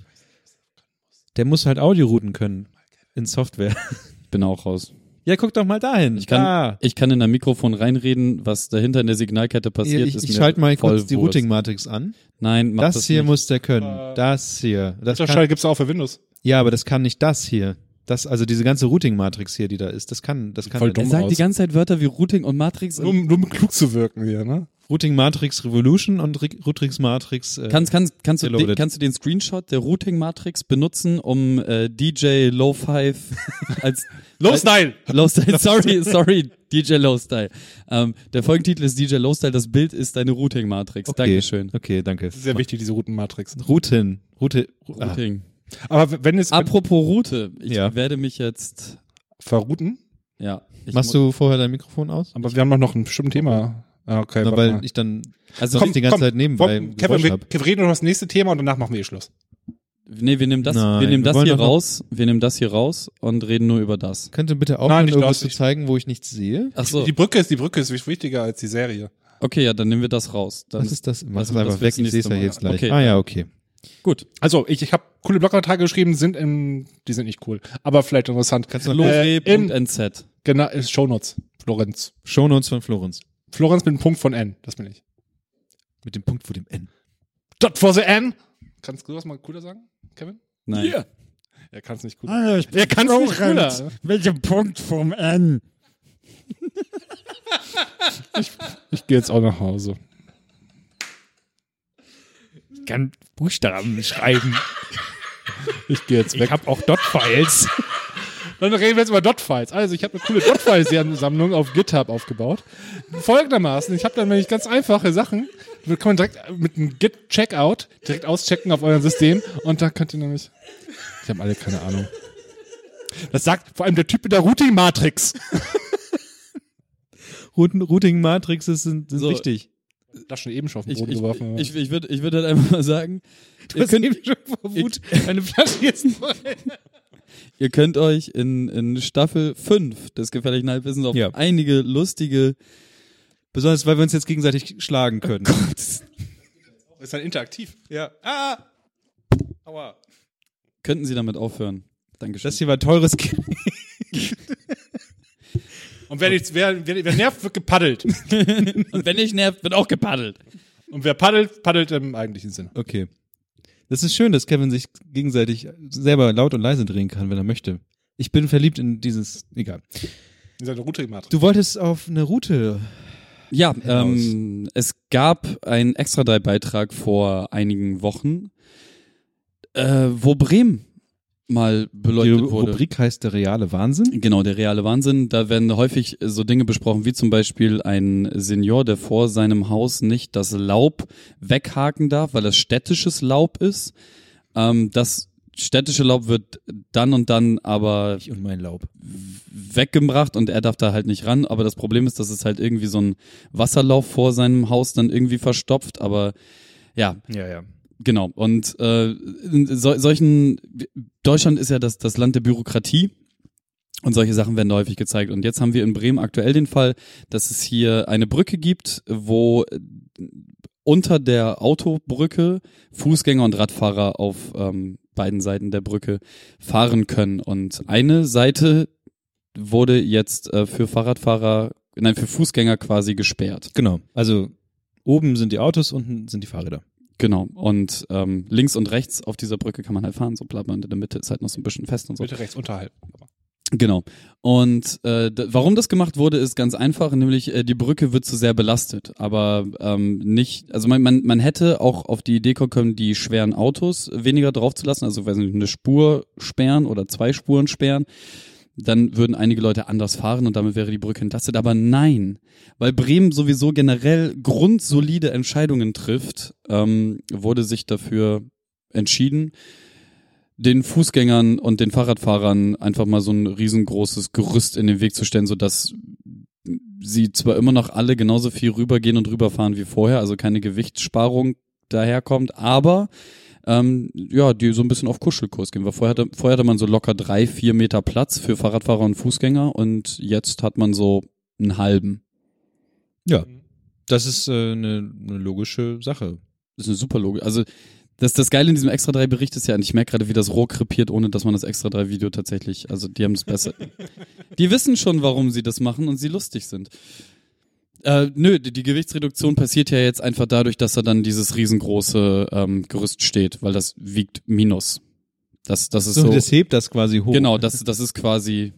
S2: Der muss halt Audio-Routen können in Software.
S4: Ich bin auch raus.
S2: Ja, guck doch mal dahin.
S4: Ich kann,
S2: Da.
S4: ich kann in ein Mikrofon reinreden, was dahinter in der Signalkette passiert
S2: ich
S4: ist.
S2: ich
S4: mir
S2: schalte mal
S4: voll
S2: kurz die
S4: Wurst.
S2: Routing-Matrix an.
S4: Nein, mach
S2: Das,
S4: das,
S2: hier
S4: nicht.
S2: muss der
S3: Äh.
S2: können. Das hier. Das kann,
S3: Ultraschall gibt's auch für Windows.
S2: ja, aber das kann nicht das hier. Das, also diese ganze Routing-Matrix hier, die da ist, das kann, das kann
S3: Voll
S2: der
S3: dumm.
S4: er
S2: nicht.
S4: sagt
S3: raus.
S4: die ganze Zeit Wörter wie Routing und Matrix
S3: Nur,
S4: und
S3: um- nur um klug zu wirken hier, ne?
S2: Routing-Matrix Revolution und Ri- Routing-Matrix. Äh,
S4: Kannst, kannst, kannst, du,
S2: Reloaded.
S4: den- kannst du den Screenshot der Routing-Matrix benutzen, um äh, DJ Low Five als
S3: Low Style!
S4: Low Style, sorry, sorry, DJ Low Style. Ähm, der Folgentitel ist DJ Low Style, das Bild ist deine Routing-Matrix.
S2: okay.
S4: Dankeschön.
S2: Okay, danke.
S3: Sehr wichtig, diese Routenmatrix.
S2: Routen. Route. Ah.
S4: Routing.
S3: Aber w- wenn es
S4: Apropos Route, ich
S2: Ja.
S4: werde mich jetzt,
S3: verrouten,
S4: ja. Ich
S2: Machst
S4: mu-
S2: du vorher dein Mikrofon aus?
S3: Aber wir haben doch noch ein bestimmtes Thema. Ah, Okay,
S2: Na,
S3: warte
S2: weil
S3: mal.
S2: ich dann
S4: Also,
S2: sonst die ganze Zeit nebenbei Geräusch
S3: Bob, Kevin, wir,
S2: hab.
S3: Kevin, reden wir über das nächste Thema und danach machen wir eh Schluss.
S4: nee, wir nehmen das,
S2: Nein,
S4: wir nehmen
S2: wir
S4: das
S2: wollen
S4: hier
S2: doch noch-
S4: raus, wir nehmen das hier raus und reden nur über das.
S2: Könnt ihr bitte
S3: Nein,
S2: aufhören,
S3: nicht
S2: irgendwas zu
S3: Aussicht.
S2: zeigen, wo ich nichts sehe?
S4: Ach so,
S3: Die Brücke ist die Brücke ist wichtiger als die Serie.
S4: okay, ja, dann nehmen wir das raus. Dann
S2: Was ist das? Mach
S4: das-
S2: es einfach
S4: das
S2: weg,
S4: wird's
S2: ich sehe es
S4: nächste
S2: ja
S4: Mal.
S2: jetzt gleich.
S4: Okay.
S2: Ah ja, okay.
S4: Gut.
S3: Also, ich, ich habe coole Blogartikel geschrieben, sind in, die sind nicht cool, aber vielleicht interessant.
S2: Kannst du noch
S3: Äh, in,
S4: Lore.nz.
S3: genau, äh, Shownotes. Florenz.
S2: Shownotes von Florenz.
S3: Florenz mit dem Punkt von N, das bin ich.
S2: Mit dem Punkt vor dem N.
S3: Dot for the N. Kannst du das mal cooler sagen, Kevin?
S4: Nein.
S3: Er kann es nicht cooler.
S6: Ah, ich bin
S3: Er kann's nicht
S6: Lorenz.
S3: cooler.
S6: Welcher Punkt vom N?
S3: Ich gehe jetzt auch nach Hause.
S5: Ich kann Buchstaben schreiben.
S3: Ich gehe jetzt weg.
S5: Ich habe auch Dot-Files.
S3: Dann reden wir jetzt über Dotfiles. Also, ich habe eine coole Dotfiles-Sammlung auf GitHub aufgebaut. Folgendermaßen, ich habe dann nämlich ganz einfache Sachen. Da kann man direkt mit einem Git-Checkout direkt auschecken auf eurem System und da könnt ihr nämlich. Ich habe alle keine Ahnung. Das sagt vor allem der Typ mit der Routing-Matrix.
S2: Routen, Routing Matrixes sind, sind
S4: So.
S2: wichtig.
S3: Das schon eben schon auf den
S4: Ich,
S3: Boden
S4: ich,
S3: geworfen.
S4: ich, ich würde ich würd halt einfach mal sagen, ihr könnt,
S3: eine Flasche jetzt.
S4: ihr könnt euch in, in Staffel 5 des gefährlichen Halbwissens auf
S2: Ja.
S4: einige lustige
S2: Besonders, weil wir uns jetzt gegenseitig schlagen können.
S4: Oh
S3: Ist dann interaktiv.
S2: ja. Ah! Aua.
S4: Könnten Sie damit aufhören? Dankeschön.
S2: Das hier war teures Kind.
S3: Und wer, nichts, wer, wer, wer nervt, wird gepaddelt.
S4: Und wenn ich nervt, wird auch gepaddelt.
S3: Und wer paddelt, paddelt im eigentlichen Sinne.
S2: Okay. Das ist schön, dass Kevin sich gegenseitig selber laut und leise drehen kann, wenn er möchte. Ich bin verliebt in dieses. Egal.
S3: In seine Routing-Matrix.
S2: Du wolltest auf eine Route.
S4: Ja, ähm, es gab einen extra beitrag vor einigen Wochen, äh, wo Bremen mal
S2: Die
S4: beleuchtet wurde.
S2: Rubrik heißt der reale Wahnsinn.
S4: Genau, der reale Wahnsinn. Da werden häufig so Dinge besprochen, wie zum Beispiel ein Senior, der vor seinem Haus nicht das Laub weghaken darf, weil das städtisches Laub ist. Ähm, das städtische Laub wird dann und dann aber
S2: Ich und mein Laub.
S4: weggebracht und er darf da halt nicht ran. Aber das Problem ist, dass es halt irgendwie so ein Wasserlauf vor seinem Haus dann irgendwie verstopft. Aber ja,
S2: Ja, ja.
S4: Genau. Und äh, in sol- solchen Deutschland ist ja das, das Land der Bürokratie. Und solche Sachen werden häufig gezeigt. Und jetzt haben wir in Bremen aktuell den Fall, dass es hier eine Brücke gibt, wo äh, unter der Autobrücke Fußgänger und Radfahrer auf ähm, beiden Seiten der Brücke fahren können. Und eine Seite wurde jetzt äh, für Fahrradfahrer, nein, für Fußgänger quasi gesperrt.
S2: Genau. Also oben sind die Autos, unten sind die Fahrräder.
S4: Genau. Und ähm, links und rechts auf dieser Brücke kann man halt fahren, so bleibt man in der Mitte, ist halt noch so ein bisschen fest und so.
S3: Bitte rechts unterhalb.
S4: Genau. Und äh, d- warum das gemacht wurde, ist ganz einfach, nämlich äh, die Brücke wird zu sehr belastet. Aber ähm, nicht, also man, man, man hätte auch auf die Idee kommen können, die schweren Autos weniger drauf zu lassen, also weiß nicht, eine Spur sperren oder zwei Spuren sperren. Dann würden einige Leute anders fahren und damit wäre die Brücke entlastet. Aber nein, weil Bremen sowieso generell grundsolide Entscheidungen trifft, ähm, wurde sich dafür entschieden, den Fußgängern und den Fahrradfahrern einfach mal so ein riesengroßes Gerüst in den Weg zu stellen, sodass sie zwar immer noch alle genauso viel rübergehen und rüberfahren wie vorher, also keine Gewichtssparung daherkommt, aber ähm, ja, die so ein bisschen auf Kuschelkurs gehen. Weil vorher hatte, vorher hatte man so locker drei, vier Meter Platz für Fahrradfahrer und Fußgänger und jetzt hat man so einen halben.
S2: Das ist äh, eine, eine logische Sache.
S4: Das ist eine super Logik. Also das, das Geile in diesem Extra 3 Bericht ist ja, und ich merke gerade, wie das Rohr krepiert, ohne dass man das Extra 3 Video tatsächlich, also die haben es besser. die wissen schon, warum sie das machen und sie lustig sind. Äh, nö, die, die Gewichtsreduktion passiert ja jetzt einfach dadurch, dass da dann dieses riesengroße ähm, Gerüst steht, weil das wiegt minus. Das, das ist so.
S2: Das hebt das quasi hoch.
S4: genau, das, das ist quasi,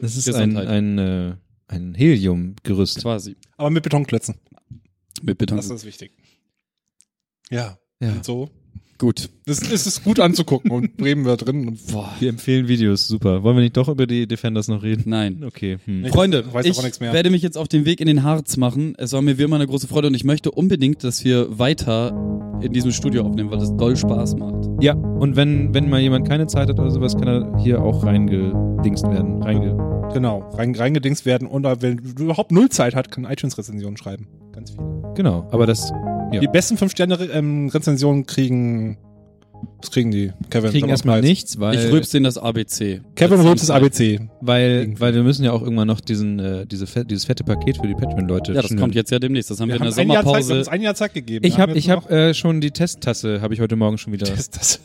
S2: Das ist ein,
S4: Gesundheit.
S2: ein, äh, ein Heliumgerüst.
S4: quasi
S3: Aber mit Betonklötzen.
S4: mit Beton.
S3: Das ist wichtig. Ja.
S2: Ja.
S3: Und so.
S4: Gut.
S3: Das, es ist gut anzugucken und Bremen war drin. Und
S4: Boah.
S2: Wir empfehlen Videos, super. Wollen wir nicht doch über die Defenders noch reden?
S4: Nein.
S2: Okay. Hm.
S4: Freunde,
S3: weiß
S4: ich
S3: davon nichts mehr.
S4: werde mich jetzt auf den Weg in den Harz machen. Es war mir wie immer eine große Freude und ich möchte unbedingt, dass wir weiter in diesem Studio aufnehmen, weil das doll Spaß macht.
S2: Ja, und wenn, wenn mal jemand keine Zeit hat oder sowas, kann er hier auch reingedingst werden. Reinge
S3: genau, rein, reingedings werden. Und wenn du überhaupt null Zeit hat, kann iTunes-Rezensionen schreiben. Ganz viel.
S2: genau, aber das Ja.
S3: Die besten 5-Sterne-Rezensionen kriegen. Was kriegen die? Kevin.
S2: kriegen
S3: sag
S2: erstmal
S3: Preis.
S2: nichts, weil,
S4: ich rülpse denen das ABC.
S3: Kevin
S4: Das
S3: Rhodes ist
S4: sind-
S3: ABC.
S2: weil, weil wir müssen ja auch irgendwann noch diesen, äh, diese, fe- dieses fette Paket für die Patreon-Leute
S4: Ja, das
S2: schnüren.
S4: kommt jetzt ja demnächst. Das haben wir,
S3: Wir haben,
S4: in
S3: ein
S4: der
S3: Jahr Zeit, wir haben
S4: Sommerpause.
S3: uns ein Jahr Zeit gegeben.
S2: Ich habe
S3: Haben
S2: ich
S3: wir
S2: hab, äh, schon die Testtasse, habe ich heute Morgen schon wieder.
S3: noch- Das, das,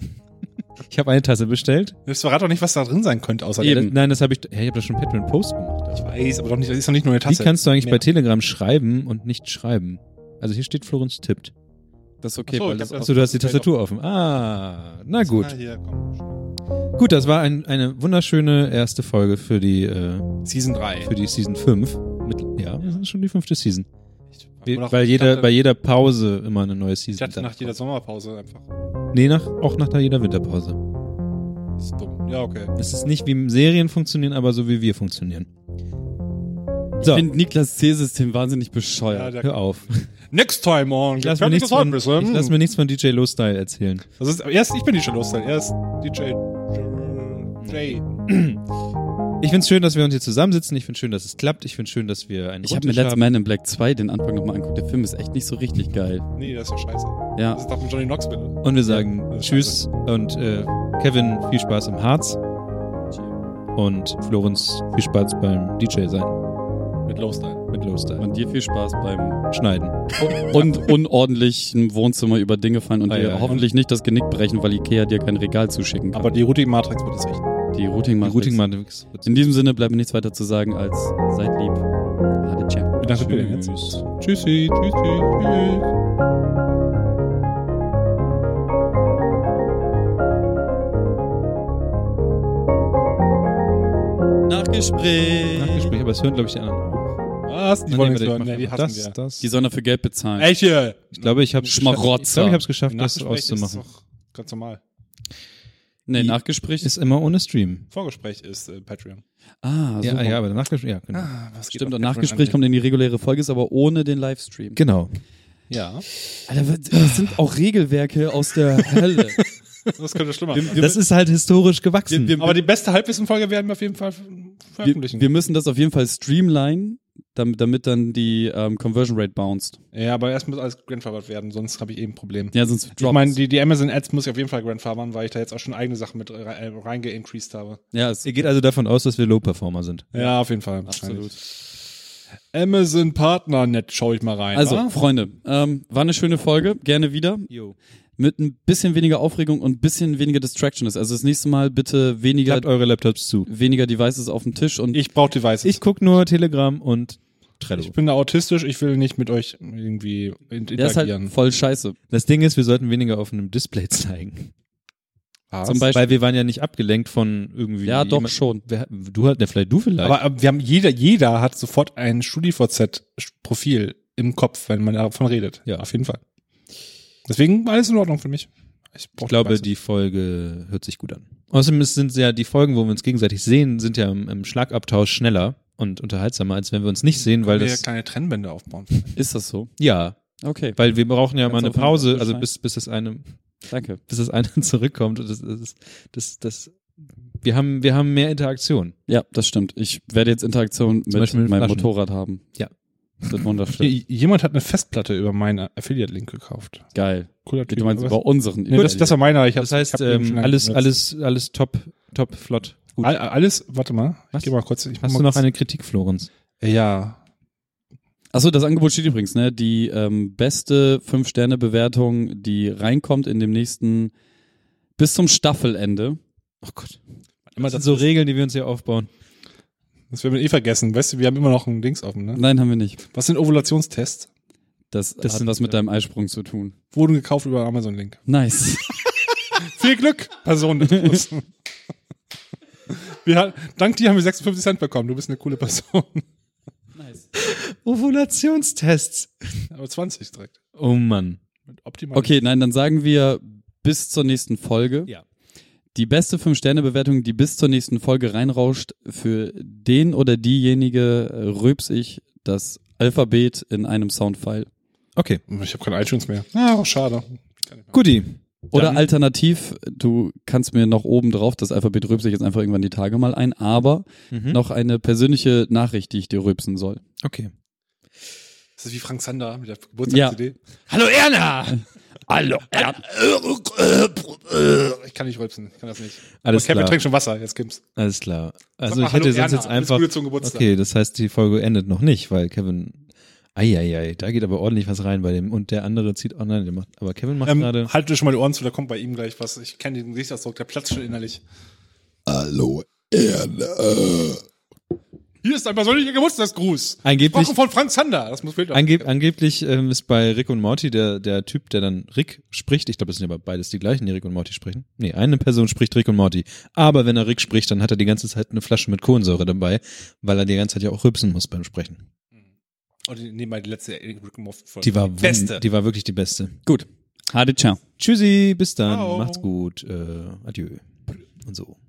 S2: Ich habe eine Tasse bestellt.
S3: das verrat doch nicht, was da drin sein könnte, außer
S4: Eben.
S2: Das, nein, das habe ich. Hä, ich habe das schon Patreon Post gemacht.
S3: Ich weiß, aber doch nicht, das ist doch nicht nur eine Tasse.
S2: Wie kannst du eigentlich
S3: Mehr.
S2: bei Telegram schreiben und nicht schreiben? Also hier steht Florenz tippt.
S4: Das ist
S3: Ach
S4: okay,
S3: so,
S4: weil
S3: ich
S4: das
S3: hab
S4: auch,
S2: Achso, du hast die Tastatur offen. Ah, na
S3: Ah,
S2: gut.
S3: hier, komm.
S2: Gut, das war ein, eine wunderschöne erste Folge für die, äh,
S3: Season 3.
S2: für die Season 5. Mit, ja, das ist schon die fünfte Season. Wir,
S3: Oder-
S2: weil
S3: ich
S2: jeder,
S3: dachte-
S2: bei jeder Pause immer eine neue
S3: Ich
S2: Season.
S3: hatte nach jeder Sommerpause einfach.
S2: nee, nach, auch nach jeder Winterpause.
S3: Das ist dumm. Ja, okay.
S2: Es ist nicht wie Serien funktionieren, aber so wie wir funktionieren.
S4: ich
S2: So,
S4: finde Niklas C-System wahnsinnig
S3: Ja,
S4: bescheuert.
S3: der-
S2: Oh hör auf.
S3: Next time on.
S2: Ich lass mir nichts von, ich
S3: ähm.
S2: lass mir nichts von DJ Lowstyle erzählen.
S3: das ist, erst ich bin DJ Lostyle, erst DJ J.
S2: Ich find's schön, dass wir uns hier zusammensitzen. Ich find's schön, dass es klappt. Ich find's schön, dass wir einen
S4: ich habe mir
S2: Rundtisch
S4: letztes Man in Black 2 den Anfang nochmal angeguckt. Der Film ist echt nicht so richtig geil.
S3: Nee, das ist doch scheiße. Das
S4: Ja,
S3: ist doch von Johnny Knoxville.
S2: Und wir sagen
S3: das ist
S2: Tschüss und äh, Kevin, viel Spaß im Harz. Und Florenz, viel Spaß beim DJ sein
S3: Mit Lostyle.
S2: mit Lowstyle.
S4: und dir viel Spaß beim
S2: Und schneiden.
S4: und unordentlichen Wohnzimmer über Dinge fallen und
S2: Ah,
S4: dir
S2: ja, ja.
S4: hoffentlich nicht das Genick brechen, weil Ikea dir kein Regal zuschicken kann.
S3: Aber die Routing Matrix wird es recht.
S4: die Routing
S2: Die
S4: macht
S2: Routing
S4: nichts.
S2: Matrix.
S4: In diesem Sinne bleibt mir nichts weiter zu sagen als seid lieb. Hade Champ.
S3: Danke für den Hinweis. Tschüssi, tschüssi, tschüss.
S4: Nachgespräch.
S2: Nachgespräch, aber es hören, glaube ich, die anderen auch.
S3: Was? Die
S2: Ah,
S3: wollen
S2: warte,
S3: nichts
S2: ich
S3: hören.
S2: mach
S3: Nee, die
S2: einfach
S3: hassen wir.
S2: das, das.
S4: Die sollen dafür Geld bezahlen.
S3: Echt hier?
S2: Ich glaube, ich habe es geschafft,
S4: Schmarotzer.
S2: ich glaube, ich hab's geschafft das
S3: Nachgespräch
S2: auszumachen.
S3: Ist doch ganz normal.
S4: Nee,
S2: Die-
S4: Nachgespräch
S2: Ist immer ohne Stream.
S3: Vorgespräch ist äh, Patreon.
S4: Ah, super.
S2: Ja, ja, aber Nachgespräch, ja, genau.
S3: was
S4: Stimmt, und Nachgespräch kommt in die reguläre Folge, ist aber ohne den Livestream.
S2: Genau.
S3: Ja.
S4: Alter, was- das sind auch Regelwerke aus der Hölle.
S3: Das könnte schlimmer sein.
S2: Das ist halt historisch gewachsen.
S4: Wir, wir,
S3: Aber die beste Halbwissen-Folge werden wir auf jeden Fall veröffentlichen.
S4: wir, wir müssen das auf jeden Fall streamline, damit, damit dann die ähm, Conversion Rate bounced.
S3: ja, aber erst muss alles grandfathered werden, sonst habe ich eben ein Problem.
S4: Ja, sonst
S3: ich
S4: drops.
S3: meine, die, die Amazon-Ads muss ich auf jeden Fall grandfathern, weil ich da jetzt auch schon eigene Sachen mit re- äh, reingeincreased habe.
S4: ja, ist
S2: Ihr geht also davon aus, dass wir Low-Performer sind.
S3: Ja, auf jeden Fall.
S4: absolut.
S3: Amazon-Partner-Net schaue ich mal rein.
S4: Also,
S3: wa?
S4: Freunde, ähm, war eine schöne Folge. Gerne wieder.
S2: Jo.
S4: Mit ein bisschen weniger Aufregung und ein bisschen weniger Distraction ist. Also das nächste Mal bitte weniger,
S2: Klappt eure Laptops zu.
S4: weniger Devices auf dem Tisch und
S3: ich brauche Devices.
S2: Ich guck nur Telegram und Trello.
S3: Ich bin da autistisch, ich will nicht mit euch irgendwie in-
S4: der ist halt
S3: interagieren.
S4: voll scheiße.
S2: Das Ding ist, wir sollten weniger auf einem Display zeigen.
S3: Spaß.
S4: Zum Beispiel.
S2: Weil wir waren ja nicht abgelenkt von irgendwie.
S4: Ja, doch
S2: jemand-
S4: schon.
S2: Wer, du, halt- ja, vielleicht du vielleicht.
S3: Aber äh, wir haben jeder, jeder hat sofort ein StudiVZ-Profil im Kopf, wenn man davon redet.
S2: Ja.
S3: Auf jeden Fall. Deswegen war alles in Ordnung für mich. brauch
S2: ich glaube,
S3: Spaß.
S2: die Folge hört sich gut an. Außerdem es sind ja die Folgen, wo wir uns gegenseitig sehen, sind ja im, im Schlagabtausch schneller und unterhaltsamer, als wenn wir uns nicht sehen, weil
S3: wir
S2: das.
S3: kleine Trennwände aufbauen.
S4: Ist das so?
S2: Ja,
S4: Okay,
S2: weil wir brauchen ja mal eine
S4: Kannst du auf den
S2: Pause,
S4: Tisch
S2: also
S4: schneiden?
S2: bis, bis das eine,
S4: danke.
S2: bis das eine zurückkommt. Das, das, ist- das, das, wir haben, wir haben mehr Interaktion.
S4: Ja, das stimmt. Ich werde jetzt Interaktion mit
S2: Beispiel mit
S4: meinem
S2: Flaschen.
S4: Motorrad haben.
S2: Ja.
S4: Das wird wunderschön.
S3: J- Jemand hat eine Festplatte über meinen Affiliate-Link gekauft.
S4: Geil.
S3: Cooler
S4: Du meinst
S3: aber-
S4: über unseren
S3: nee, das, das war meiner. Ich hab,
S2: Das heißt,
S3: ich hab eben
S2: ähm,
S3: schon
S2: alles,
S3: benutzt.
S2: alles, alles top, top, flott. Gut.
S3: All, alles, warte mal.
S2: Was?
S3: Ich geh mal kurz. Ich
S2: Hast
S3: mach
S2: du
S3: mal
S2: noch eine Kritik, Florenz?
S3: kurz- Ja.
S4: Achso, das Angebot steht übrigens, ne? Die ähm, beste 5-Sterne-Bewertung, die reinkommt in dem nächsten, bis zum Staffelende.
S2: Oh Gott.
S3: Immer
S2: Das sind so Regeln, die wir uns hier aufbauen.
S3: Das werden wir eh vergessen. Weißt du, wir haben immer noch ein Dings offen, ne?
S4: Nein, haben wir nicht.
S3: Was sind Ovulationstests?
S4: Das,
S2: Das
S4: hat
S2: sind- äh,
S4: was mit deinem Eisprung zu tun.
S3: Wurden gekauft über Amazon-Link.
S4: Nice.
S3: Viel Glück, Person. des Plus. wir, hat- dank dir haben wir 56 Cent bekommen. Du bist eine coole Person.
S4: nice.
S2: Ovulationstests.
S3: Aber 20 direkt.
S2: Oh Mann.
S3: Mit optimal.
S4: Okay, nein, dann sagen wir bis zur nächsten Folge.
S2: Ja.
S4: Die beste 5-Sterne-Bewertung, die bis zur nächsten Folge reinrauscht, für den oder diejenige äh, rülps ich das Alphabet in einem Soundfile.
S2: Okay.
S3: Ich habe keine iTunes mehr. Ah, schade.
S2: Guti.
S4: Oder
S2: Dann-
S4: alternativ, du kannst mir noch oben drauf, das Alphabet rülpse ich jetzt einfach irgendwann die Tage mal ein, aber
S2: Mhm.
S4: noch eine persönliche Nachricht, die ich dir rülpsen soll.
S2: Okay.
S3: Das ist wie Frank Sander mit der
S4: Ja.
S3: Geburtstagsidee.
S2: Hallo Erna!
S4: Hallo, ja.
S3: Ich kann nicht rülpsen. Ich kann das nicht.
S2: Alles
S3: Aber Kevin
S2: klar.
S3: trinkt schon Wasser. Jetzt Kims.
S2: Alles klar. Also
S3: mal
S2: ich hätte
S3: Hallo,
S2: sonst
S3: Erna.
S2: jetzt einfach.
S3: Alles Gute zum Geburtstag.
S2: Okay, das heißt, die Folge endet noch nicht, weil Kevin. Eieiei, da geht aber ordentlich was rein bei dem. Und der andere zieht. Oh nein, der macht. Aber Kevin macht gerade.
S3: Ähm, halt dir schon mal die Ohren zu, da kommt bei ihm gleich was. Ich kenne den Gesichtsausdruck, der platzt schon innerlich.
S7: Hallo Erde.
S3: Hier ist ein persönlicher Geburtstagsgruß.
S2: Angeblich-
S3: Gesprochen von Frank Sander. Das muss Bild
S2: Angeb angeblich ähm, ist bei Rick und Morty der, der Typ, der dann Rick spricht. Ich glaube, das sind aber beides die gleichen, die Rick und Morty sprechen. Nee, eine Person spricht Rick und Morty. Aber wenn er Rick spricht, dann hat er die ganze Zeit eine Flasche mit Kohlensäure dabei, weil er die ganze Zeit ja auch rübsen muss beim Sprechen.
S3: Und Oh, die- nehmen mal die letzte Rick and Folge.
S2: Die war, wun-
S3: beste.
S2: Die war wirklich die beste.
S4: Gut. Hadi, ciao.
S2: Tschüssi, bis dann.
S3: Ciao.
S2: Macht's gut. Äh, adieu. Und so.